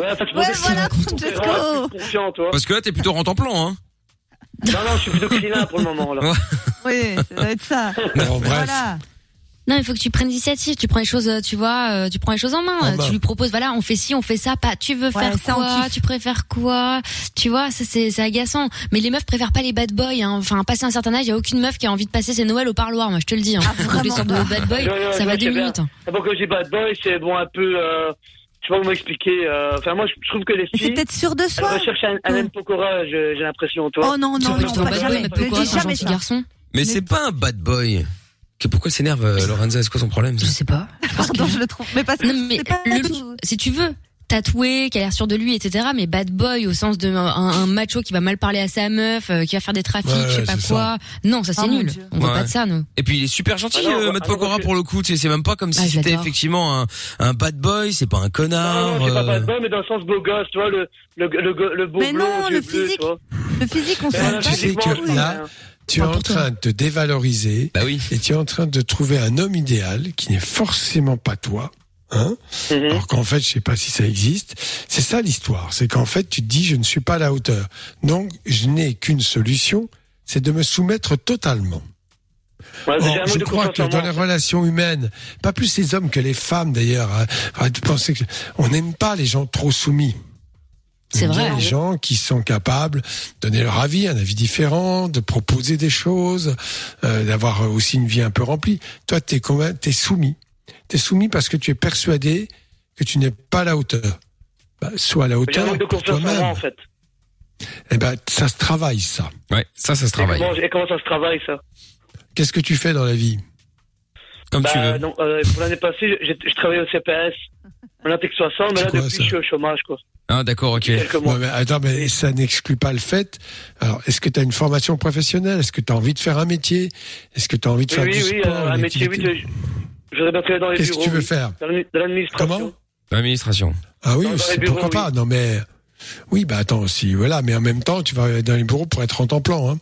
Ouais,
voilà,
Francesco. Confiant, toi.
Parce que là, t'es plutôt rentre en plan, hein.
Non, non, je suis plutôt climat pour le moment, là.
Oui, ça doit être ça.
Non,
Voilà.
Non, il faut que tu prennes l'initiative, tu prends les choses, euh, tu vois, euh, tu prends les choses en main.
En
Euh,
main.
Tu lui proposes, voilà, on fait ci, on fait ça, pas, tu veux faire
ça, on
quoi,
kiffe.
tu préfères quoi, tu vois, ça c'est c'est agaçant. Mais les meufs préfèrent pas les bad boys, hein. enfin, passé un certain âge, il y a aucune meuf qui a envie de passer ses Noël au parloir, moi je te le
Ah,
dis. Hein. Donc, les sortes de bad boys,
Non, non,
ça
non,
va
c'est
deux
bien.
minutes.
D'abord, quand je dis bad boy, c'est bon, un peu. Euh, je sais pas comment expliquer. euh, Enfin, moi, je je trouve que les filles. C'est peut-être
sûr de Hum.
soi. Elles recherchent un, un M. Pokora, je- j'ai l'impression, toi.
Oh non, non, non, pas jamais.
mais pourquoi,
Ne
c'est
dis
un
jamais
gentil
ça.
garçon.
Mais c'est pas un bad boy. Que- Pourquoi s'énerve euh, Lorenza C'est quoi son problème Je
sais pas.
Pardon, je le trouve. Mais parce que
mais le- si tu veux tatoué, qui a l'air sûr de lui, etc. Mais bad boy au sens de un, un macho qui va mal parler à sa meuf, euh, qui va faire des trafics,
Ouais,
je sais
ouais,
pas quoi.
c'est
Non, ça c'est
Oh
Ah, mon
nul.
Dieu.
On veut
Ouais.
pas de ça, nous.
Et puis il est super gentil,
Ah non,
euh,
bah,
Matt
ah non,
Pokora pour le coup. tu sais, C'est même pas comme si
Ah, je
c'était
l'adore.
effectivement un, un bad boy. C'est pas un connard.
C'est pas
euh,
bad boy, mais dans le sens beau gosse, tu vois, le, le, le, le, le beau
Mais
blond,
non,
aux
le
yeux bleus,
physique-
tu vois.
Le physique, on
Mais
s'en Ah
alors,
bat.
Euh, Tu sais que là, tu es en train de te dévaloriser
Bah
et tu es en train de trouver un homme idéal qui n'est forcément pas toi. Hein Alors qu'en fait, je sais pas si ça existe. C'est ça l'histoire, c'est qu'en fait, tu te dis je ne suis pas à la hauteur. Donc, je n'ai qu'une solution, c'est de me soumettre totalement.
Ouais,
Or,
j'ai un manque
je
de
crois
confiance
que
en
dans
moi.
les relations humaines, pas plus les hommes que les femmes d'ailleurs, hein, arrête de penser que on n'aime pas les gens trop soumis.
C'est
J'aime
vrai.
bien Les gens qui sont capables de donner leur avis, un avis différent, de proposer des choses, euh, d'avoir aussi une vie un peu remplie. Toi, t'es convain- t'es soumis. T'es soumis parce que tu es persuadé que tu n'es pas à la hauteur. Bah, sois à la
J'ai un
hauteur
manque de
pour
confiance en moi,
toi-même.
en fait.
Eh ben, ça se travaille, ça.
Ouais, ça, ça se
Et comment, et comment ça se travaille, ça
Qu'est-ce que tu fais dans la vie Comme
Bah,
tu veux.
non, euh, pour l'année passée, j'ai- je travaillais au CPS, on a 60, mais là,
quoi,
depuis, je suis au chômage, quoi.
Ah, d'accord, ok.
Ouais, mais attends, mais ça n'exclut pas le fait. Alors, est-ce que tu as une formation professionnelle Est-ce que tu as envie de faire un métier Est-ce que tu as envie de
Oui,
faire du
oui, oui,
sport
euh, un
une
métier, oui,
activité
je, je voudrais bien travailler dans les
Qu'est-ce
bureaux.
que tu veux
oui.
faire
Dans l'admi- dans l'administration.
Administration.
Ah oui,
Dans les
c'est-
bureaux,
pourquoi
oui.
pas Non, mais oui, bah attends, si voilà, mais en même temps, tu vas dans les bureaux pour être en temps plan. Hein.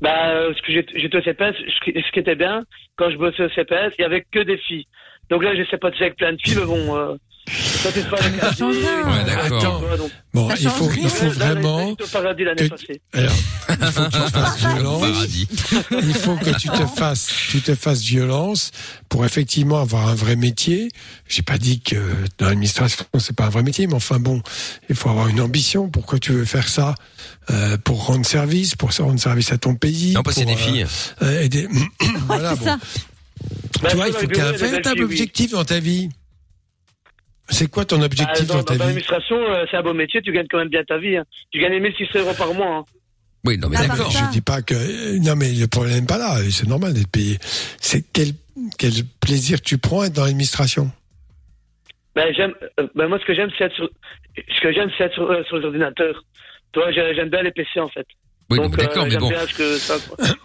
Bah, euh, ce que j'ai- j'étais au CPS, ce qui- ce qui était bien, quand je bossais au CPS, il y avait que des filles. Donc là, je sais pas si avec plein de filles, mais bon, euh, Quand tu te fais avec un
change rien.
Ouais,
Attends. Bon, il faut, il faut vraiment.
au paradis l'année passée.
Alors, il faut que tu te fasses violence. Il faut que tu te fasses, tu te fasses violence pour effectivement avoir un vrai métier. J'ai pas dit que dans l'administration c'est pas un vrai métier, mais enfin bon, il faut avoir une ambition. Pourquoi tu veux faire ça Euh, Pour rendre service, pour rendre service à ton pays.
Non, parce que c'est
pour,
des filles.
euh, aider. voilà, bon.
ça.
Tu vois, il
dans
faut
les
que tu aies un
bureaux, il y a des belles
véritable
filles, oui.
objectif dans ta vie. C'est quoi ton objectif
Ah, Bah, dans
dans, ta
dans
vie
l'administration, euh, c'est un beau métier, tu gagnes quand même bien ta vie. hein. Tu gagnes 1600 euros par mois. hein.
Oui, non, mais
Ah,
d'accord.
bah,
Je dis pas que euh, non, mais le problème n'est pas là. C'est normal d'être payé. C'est quel quel plaisir tu prends à être dans l'administration.
Ben, j'aime, euh, ben, moi, ce que j'aime, c'est être sur, ce que j'aime, c'est être sur, euh, sur les ordinateurs. Toi, j'ai- j'aime bien les PC, en fait.
Oui,
Donc, euh,
mais d'accord, mais
j'aime
bon.
bien ce que ça, quoi.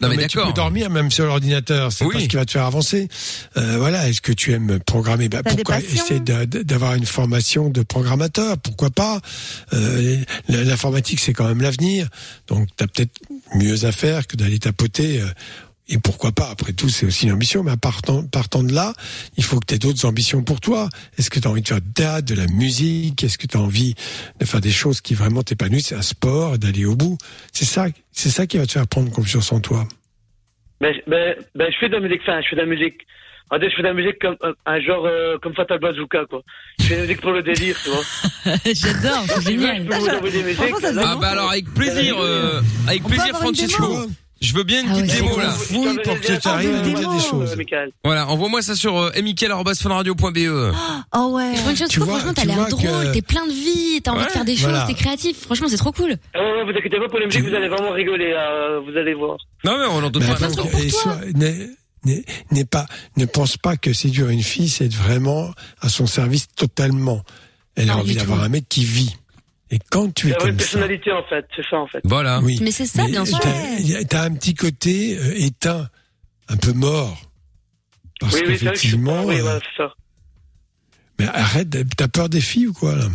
Non, mais
tu
d'accord.
peux dormir même sur l'ordinateur, c'est pas ce qui va te faire avancer. Euh, voilà, est-ce que tu aimes programmer bah,
T'as des
Pourquoi
passions
essayer d'a- d'avoir une formation de programmateur Pourquoi pas Euh, l- L'informatique, c'est quand même l'avenir, donc t'as peut-être mieux à faire que d'aller tapoter. euh, et pourquoi pas Après tout, c'est aussi une ambition. Mais partant, partant de là, il faut que tu aies d'autres ambitions pour toi. Est-ce que tu as envie de faire de la- de la musique Est-ce que tu as envie de faire des choses qui vraiment t'épanouissent Un sport, d'aller au bout C'est ça, c'est ça qui va te faire prendre confiance en toi.
Ben, je- ben, ben, je fais de la musique, enfin, je fais de la musique. En fait, je fais de la musique comme euh, un genre euh, comme Fatal Bazooka, quoi. Je fais de la musique pour le délire, tu vois.
J'adore, c'est génial.
Vous envoyez des musiques, là.
Ah bah alors avec plaisir, euh, avec
On peut
plaisir
avoir une
Francesco.
démo
hein.
Je veux bien
Ah
une petite démo là.
Oui, pour que tu arrives à dire des choses.
Voilà, envoie-moi ça sur euh, mickaël@funradio.be.
Ah.
Oh ouais.
Franchement,
Tu vois-
franchement, t'as
tu
l'air
vois
drôle,
que-
t'es plein de vie, t'as envie
Ouais,
de faire des choses,
voilà.
t'es créatif. Franchement, c'est trop cool.
Ah ouais, ouais, vous inquiétez pas pour les musiques, vous allez vraiment rigoler, euh, vous allez voir.
Non mais on en donne
Bah,
pas
donc, et sois- n'aie- n'aie- n'aie pas, ne pense pas que séduire une fille, c'est être vraiment à son service totalement. Elle a
Ah
Non,
envie
du
d'avoir
tout.
un mec qui vit. Et quand tu es
D'avoir une
comme ça,
personnalité, en fait, c'est ça, en fait.
Voilà.
oui.
Mais c'est ça, bien sûr.
t'as- y a- T'as un petit côté euh, éteint, un peu mort, parce
Oui, oui, c'est vrai que je suis-
qu'effectivement,
oui,
euh,
voilà, c'est ça.
mais arrête, d'être- t'as peur des filles ou quoi là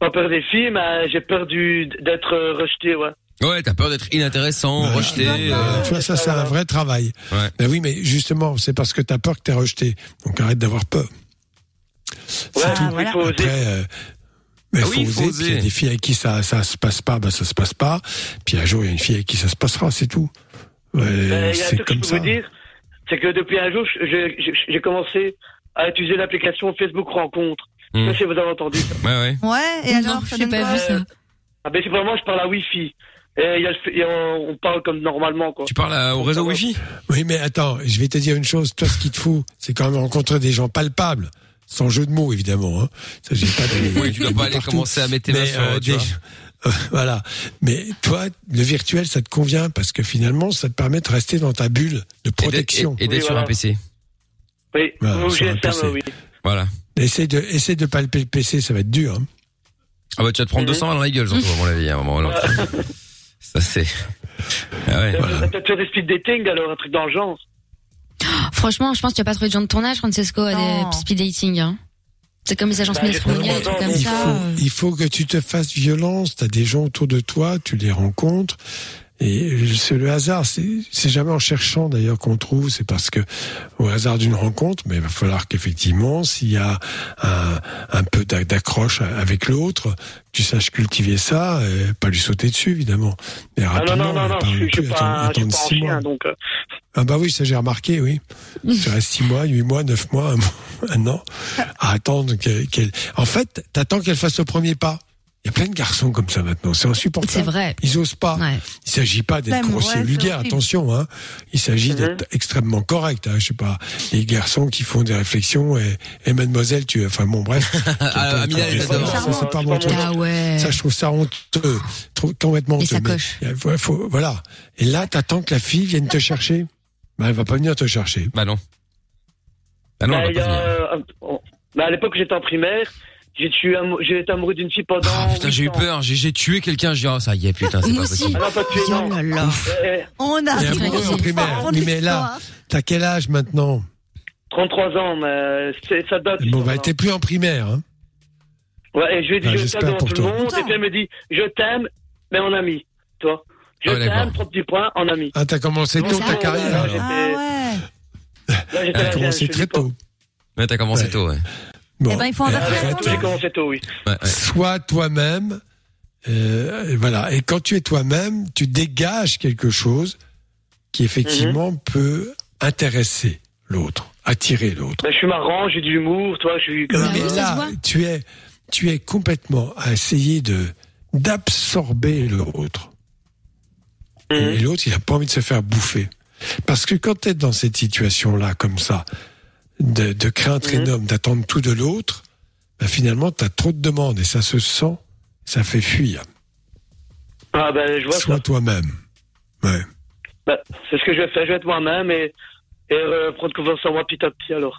Pas peur des filles, mais j'ai peur du- d'être euh, rejeté, ouais.
Ouais, t'as peur d'être inintéressant,
Bah,
rejeté. euh,
Tu vois, ça c'est un vrai travail.
Ouais.
Ben oui, mais justement, c'est parce que t'as peur que t'es rejeté. Donc arrête d'avoir peur.
Ouais,
C'est tout.
il faut oser.
Après, euh, mais
Ah
faut
oui, il
oser.
faut
Puis Il y a
oser.
des filles avec qui ça, ça se passe pas, bah ça se passe pas. Puis un jour, il y a une fille avec qui ça se passera, c'est tout. Ouais, euh,
Ben, Il y a un
c'est
truc que je
comme
peux
ça.
vous dire, c'est que depuis un jour, je- je- je- j'ai commencé à utiliser l'application Facebook Rencontre. Je sais
Hmm.
pas si vous avez entendu ça.
Ouais ouais.
Ouais, et alors, ça donne quoi
Ah ben c'est vraiment, je parle à Wi-Fi. Et, il y a le- et on, on parle comme normalement, quoi.
Tu parles à- au réseau Wi-Fi
Oui, mais attends, je vais te dire une chose. Toi, ce qui te faut, c'est quand même rencontrer des gens palpables. Sans jeu de mots, évidemment. Hein. Ça, j'ai pas d'aller-
Oui, tu dois pas aller
partout.
commencer à mettre tes mains
Mais,
sur.
euh,
tu
des-
vois.
Euh, voilà. Mais toi, le virtuel, ça te convient parce que finalement, ça te permet de rester dans ta bulle de
Et d'être-
protection.
Et et d'être sur un PC.
Oui,
Voilà,
vous
sur
obligez
un
de faire,
PC.
oui.
Voilà.
Essaye de, essaye de palper le PC, ça va être dur. hein.
Ah bah tu vas
Mhm.
te prendre 200 balles dans la gueule surtout à mon avis à un moment. alors. Ça c'est. Ah ouais.
T'as peut-être fait des speed dating, alors, un truc dans le genre.
Franchement, je pense que tu as pas trouvé de gens de tournage, Francesco, à des speed dating. hein. C'est comme les agences
Bah,
Mestronia,
j'ai
des trucs comme
Il
ça.
faut, il faut que tu te fasses violence. T'as des gens autour de toi, tu les rencontres. Et c'est le hasard. C'est c'est jamais en cherchant d'ailleurs qu'on trouve. C'est parce que au hasard d'une rencontre, mais il va falloir qu'effectivement, s'il y a un, un peu d'a- d'accroche avec l'autre, tu saches cultiver ça, et pas lui sauter dessus évidemment. Mais
Ah non,
rapidement,
non, non, non,
pas
je
non
suis je
plus
suis pas, je suis
attendre- attendre
pas en
six mois.
chien, donc... euh,
Ah bah oui, ça j'ai remarqué, oui.
Mmh.
Tu restes 6 mois, 8 mois, 9 mois, un, mois, un an à attendre qu'elle... qu'elle- En fait, t'attends qu'elle fasse le premier pas. Il y a plein de garçons comme ça maintenant, c'est insupportable.
C'est vrai.
Ils osent pas. Il s'agit pas
Ouais,
d'être
mais
grossier,
ouais, c'est
vulgaire,
horrible.
attention. Hein. Il s'agit
Mhm.
d'être extrêmement correct. Hein. Je sais pas, les garçons qui font des réflexions et, et mademoiselle, tu... Enfin bon, bref.
Ah, Amina, elle est
Ça,
dedans.
c'est pas mon truc.
Ah ouais.
Ça, je trouve ça honteux. Trop- Complètement
Et
honteux.
ça
mais
coche.
il faut- faut- voilà. Et là, t'attends que la fille vienne te chercher. Bah, elle va pas venir te chercher.
Bah non. Ah non,
bah,
elle
il y
va pas
a,
venir.
euh, un- bah, à l'époque, j'étais en primaire. J'ai tué amou- j'ai été amoureux d'une fille pendant.
Ah, putain, j'ai eu peur, j'ai j'ai tué quelqu'un, j'ai dit, ah, ça y est, putain, c'est pas possible.
Ah, non, pas tué, non. Eh, eh,
On a
Et amoureux en primaire. Oui, mais là, t'as quel âge maintenant
33 ans, mais euh, c'est- ça date.
Bon, bah, t'es plus en primaire. Hein.
Ouais, et je lui ai dit,
Ah,
je
j'espère
t'aime devant
pour
tout le
toi.
monde. Et puis elle me dit, je t'aime, mais en ami. Toi. Je
Ah, d'accord.
t'aime, trois petits points, en ami.
Ah, t'as commencé
Non,
tôt
ça,
ta
non,
carrière.
non,
alors.
j'étais-
Ah ouais.
Là, j'étais
T'as
là, Ah, je
commencé
dis
très
pas.
tôt.
Mais t'as commencé tôt, ouais.
Eh ben, il faut inverser la tendance.
J'ai commencé tôt, oui.
Sois toi-même. euh, et voilà. Et quand tu es toi-même, tu dégages quelque chose qui effectivement peut intéresser l'autre, attirer l'autre.
Ben, je suis marrant, j'ai de l'humour, toi, je suis.
Ah,
comme
Mais là, tu es, tu es complètement à essayer de d'absorber l'autre. Et l'autre, il n'a pas envie de se faire bouffer. Parce que quand tu es dans cette situation-là, comme ça, de, de crainte énorme, d'attendre tout de l'autre, ben, finalement, tu as trop de demandes et ça se sent, ça fait fuir.
Ah ben, je vois ça.
Sois toi-même. Ouais.
Bah, c'est ce que je vais faire, je vais être moi-même et, et euh, prendre confiance en moi petit à petit alors.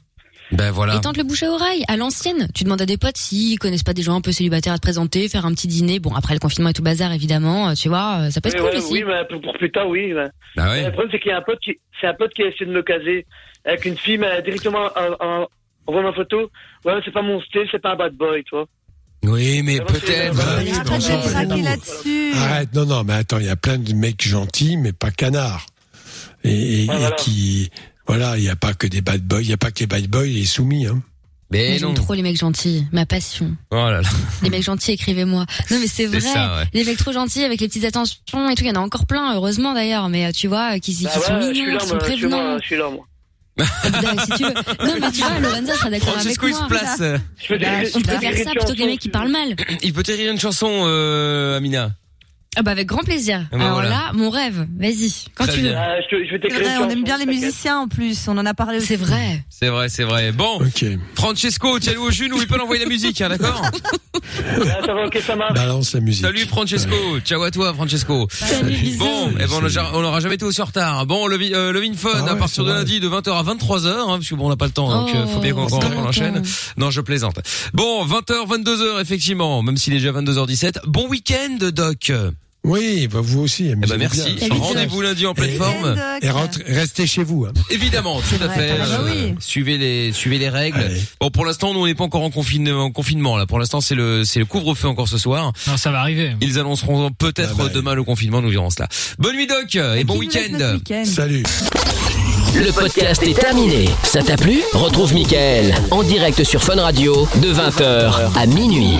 Ben
Et tente le bouche à oreille, à l'ancienne. Tu demandes à des potes s'ils connaissent pas des gens un peu célibataires à te présenter, faire un petit dîner. Bon, après le confinement et tout le bazar, évidemment, euh, tu vois, euh, ça peut
Oui,
être cool
ouais,
aussi.
oui, mais pour, pour plus tard, oui. mais-
Ah ouais.
Mais Le problème, c'est qu'il y a un pote qui, c'est un pote qui a essayé de me caser avec une fille, mais elle a directement en- en- envoie ma photo. Ouais, c'est pas mon style, c'est pas un bad boy, tu vois.
Oui, mais Bah
peut-être.
on s'en fout. Arrête, non, non, mais attends, il y a plein de mecs gentils, mais pas canards. Et, et-
Ouais,
et
voilà.
qui, voilà, il n'y a pas que des bad boys, il n'y a pas que les bad boys et les soumis. Hein.
Moi, J'aime trop les mecs gentils, ma passion.
Oh là là.
Les mecs gentils, écrivez-moi. Non mais c'est
C'est
vrai,
ça, ouais.
les mecs trop gentils avec les petites attentions et tout, il y en a encore plein, heureusement d'ailleurs, mais euh, tu vois, qui, qui
Bah
sont
ouais, je suis
mignons,
là,
qui sont
moi, je suis
prévenants.
là, je suis là, moi.
Putain, bah, si tu veux. Non mais tu vois, Lorenza sera d'accord avec
Francisco,
moi.
il se place.
Bah,
Je fais des-
on
je fais
préfère
des
ça plutôt que les mecs qui parlent mal.
Il peut t'écrire une chanson, euh, Amina.
Ah bah avec grand plaisir.
Ah bah
Alors
voilà.
là, mon rêve, vas-y, quand
Très
tu veux.
bien. Ah,
Bah, je,
C'est vrai, on aime bien les musiciens en plus, on en a parlé aussi.
C'est vrai.
C'est vrai, c'est vrai. Bon, Francesco, tiens-le au jus, n'oublie pas d'envoyer la musique, hein, d'accord
Ça va, ok, ça marche.
Balance la musique.
Salut Francesco, ciao à toi Francesco. Bon, eh ben, on aura- on n'aura jamais été aussi en retard. Bon, le, vi- euh, le Vin Fun
Ah
à partir de lundi de 20h à 23h, hein, parce que bon, on n'a pas le temps, donc euh, faut bien qu'on
Oh, c'est pas
qu'on enchaîne.
longtemps.
Non, je plaisante. Bon, 20h, 22h, effectivement, même s'il est déjà 22h17. Bon week-end, Doc.
Oui, bah vous aussi.
Eh ben,
amusez-vous
merci.
bien.
Rendez-vous lundi en pleine
Et-
forme.
Et rentre- restez chez vous. hein.
Évidemment, tout à
vrai,
fait.
t'as raison. Ah
Euh,
bah oui.
Suivez les suivez les règles. Bon, pour l'instant, nous on n'est pas encore en, confine- en confinement là. Pour l'instant, c'est le c'est le couvre-feu encore ce soir.
Non, ça va arriver.
Ils annonceront peut-être demain le confinement. Nous verrons cela. Bah Bonne nuit, Doc, et bon week-end.
Salut.
Le podcast est terminé. Ça t'a plu Retrouve Mickaël en direct sur Fun Radio de 20h à minuit.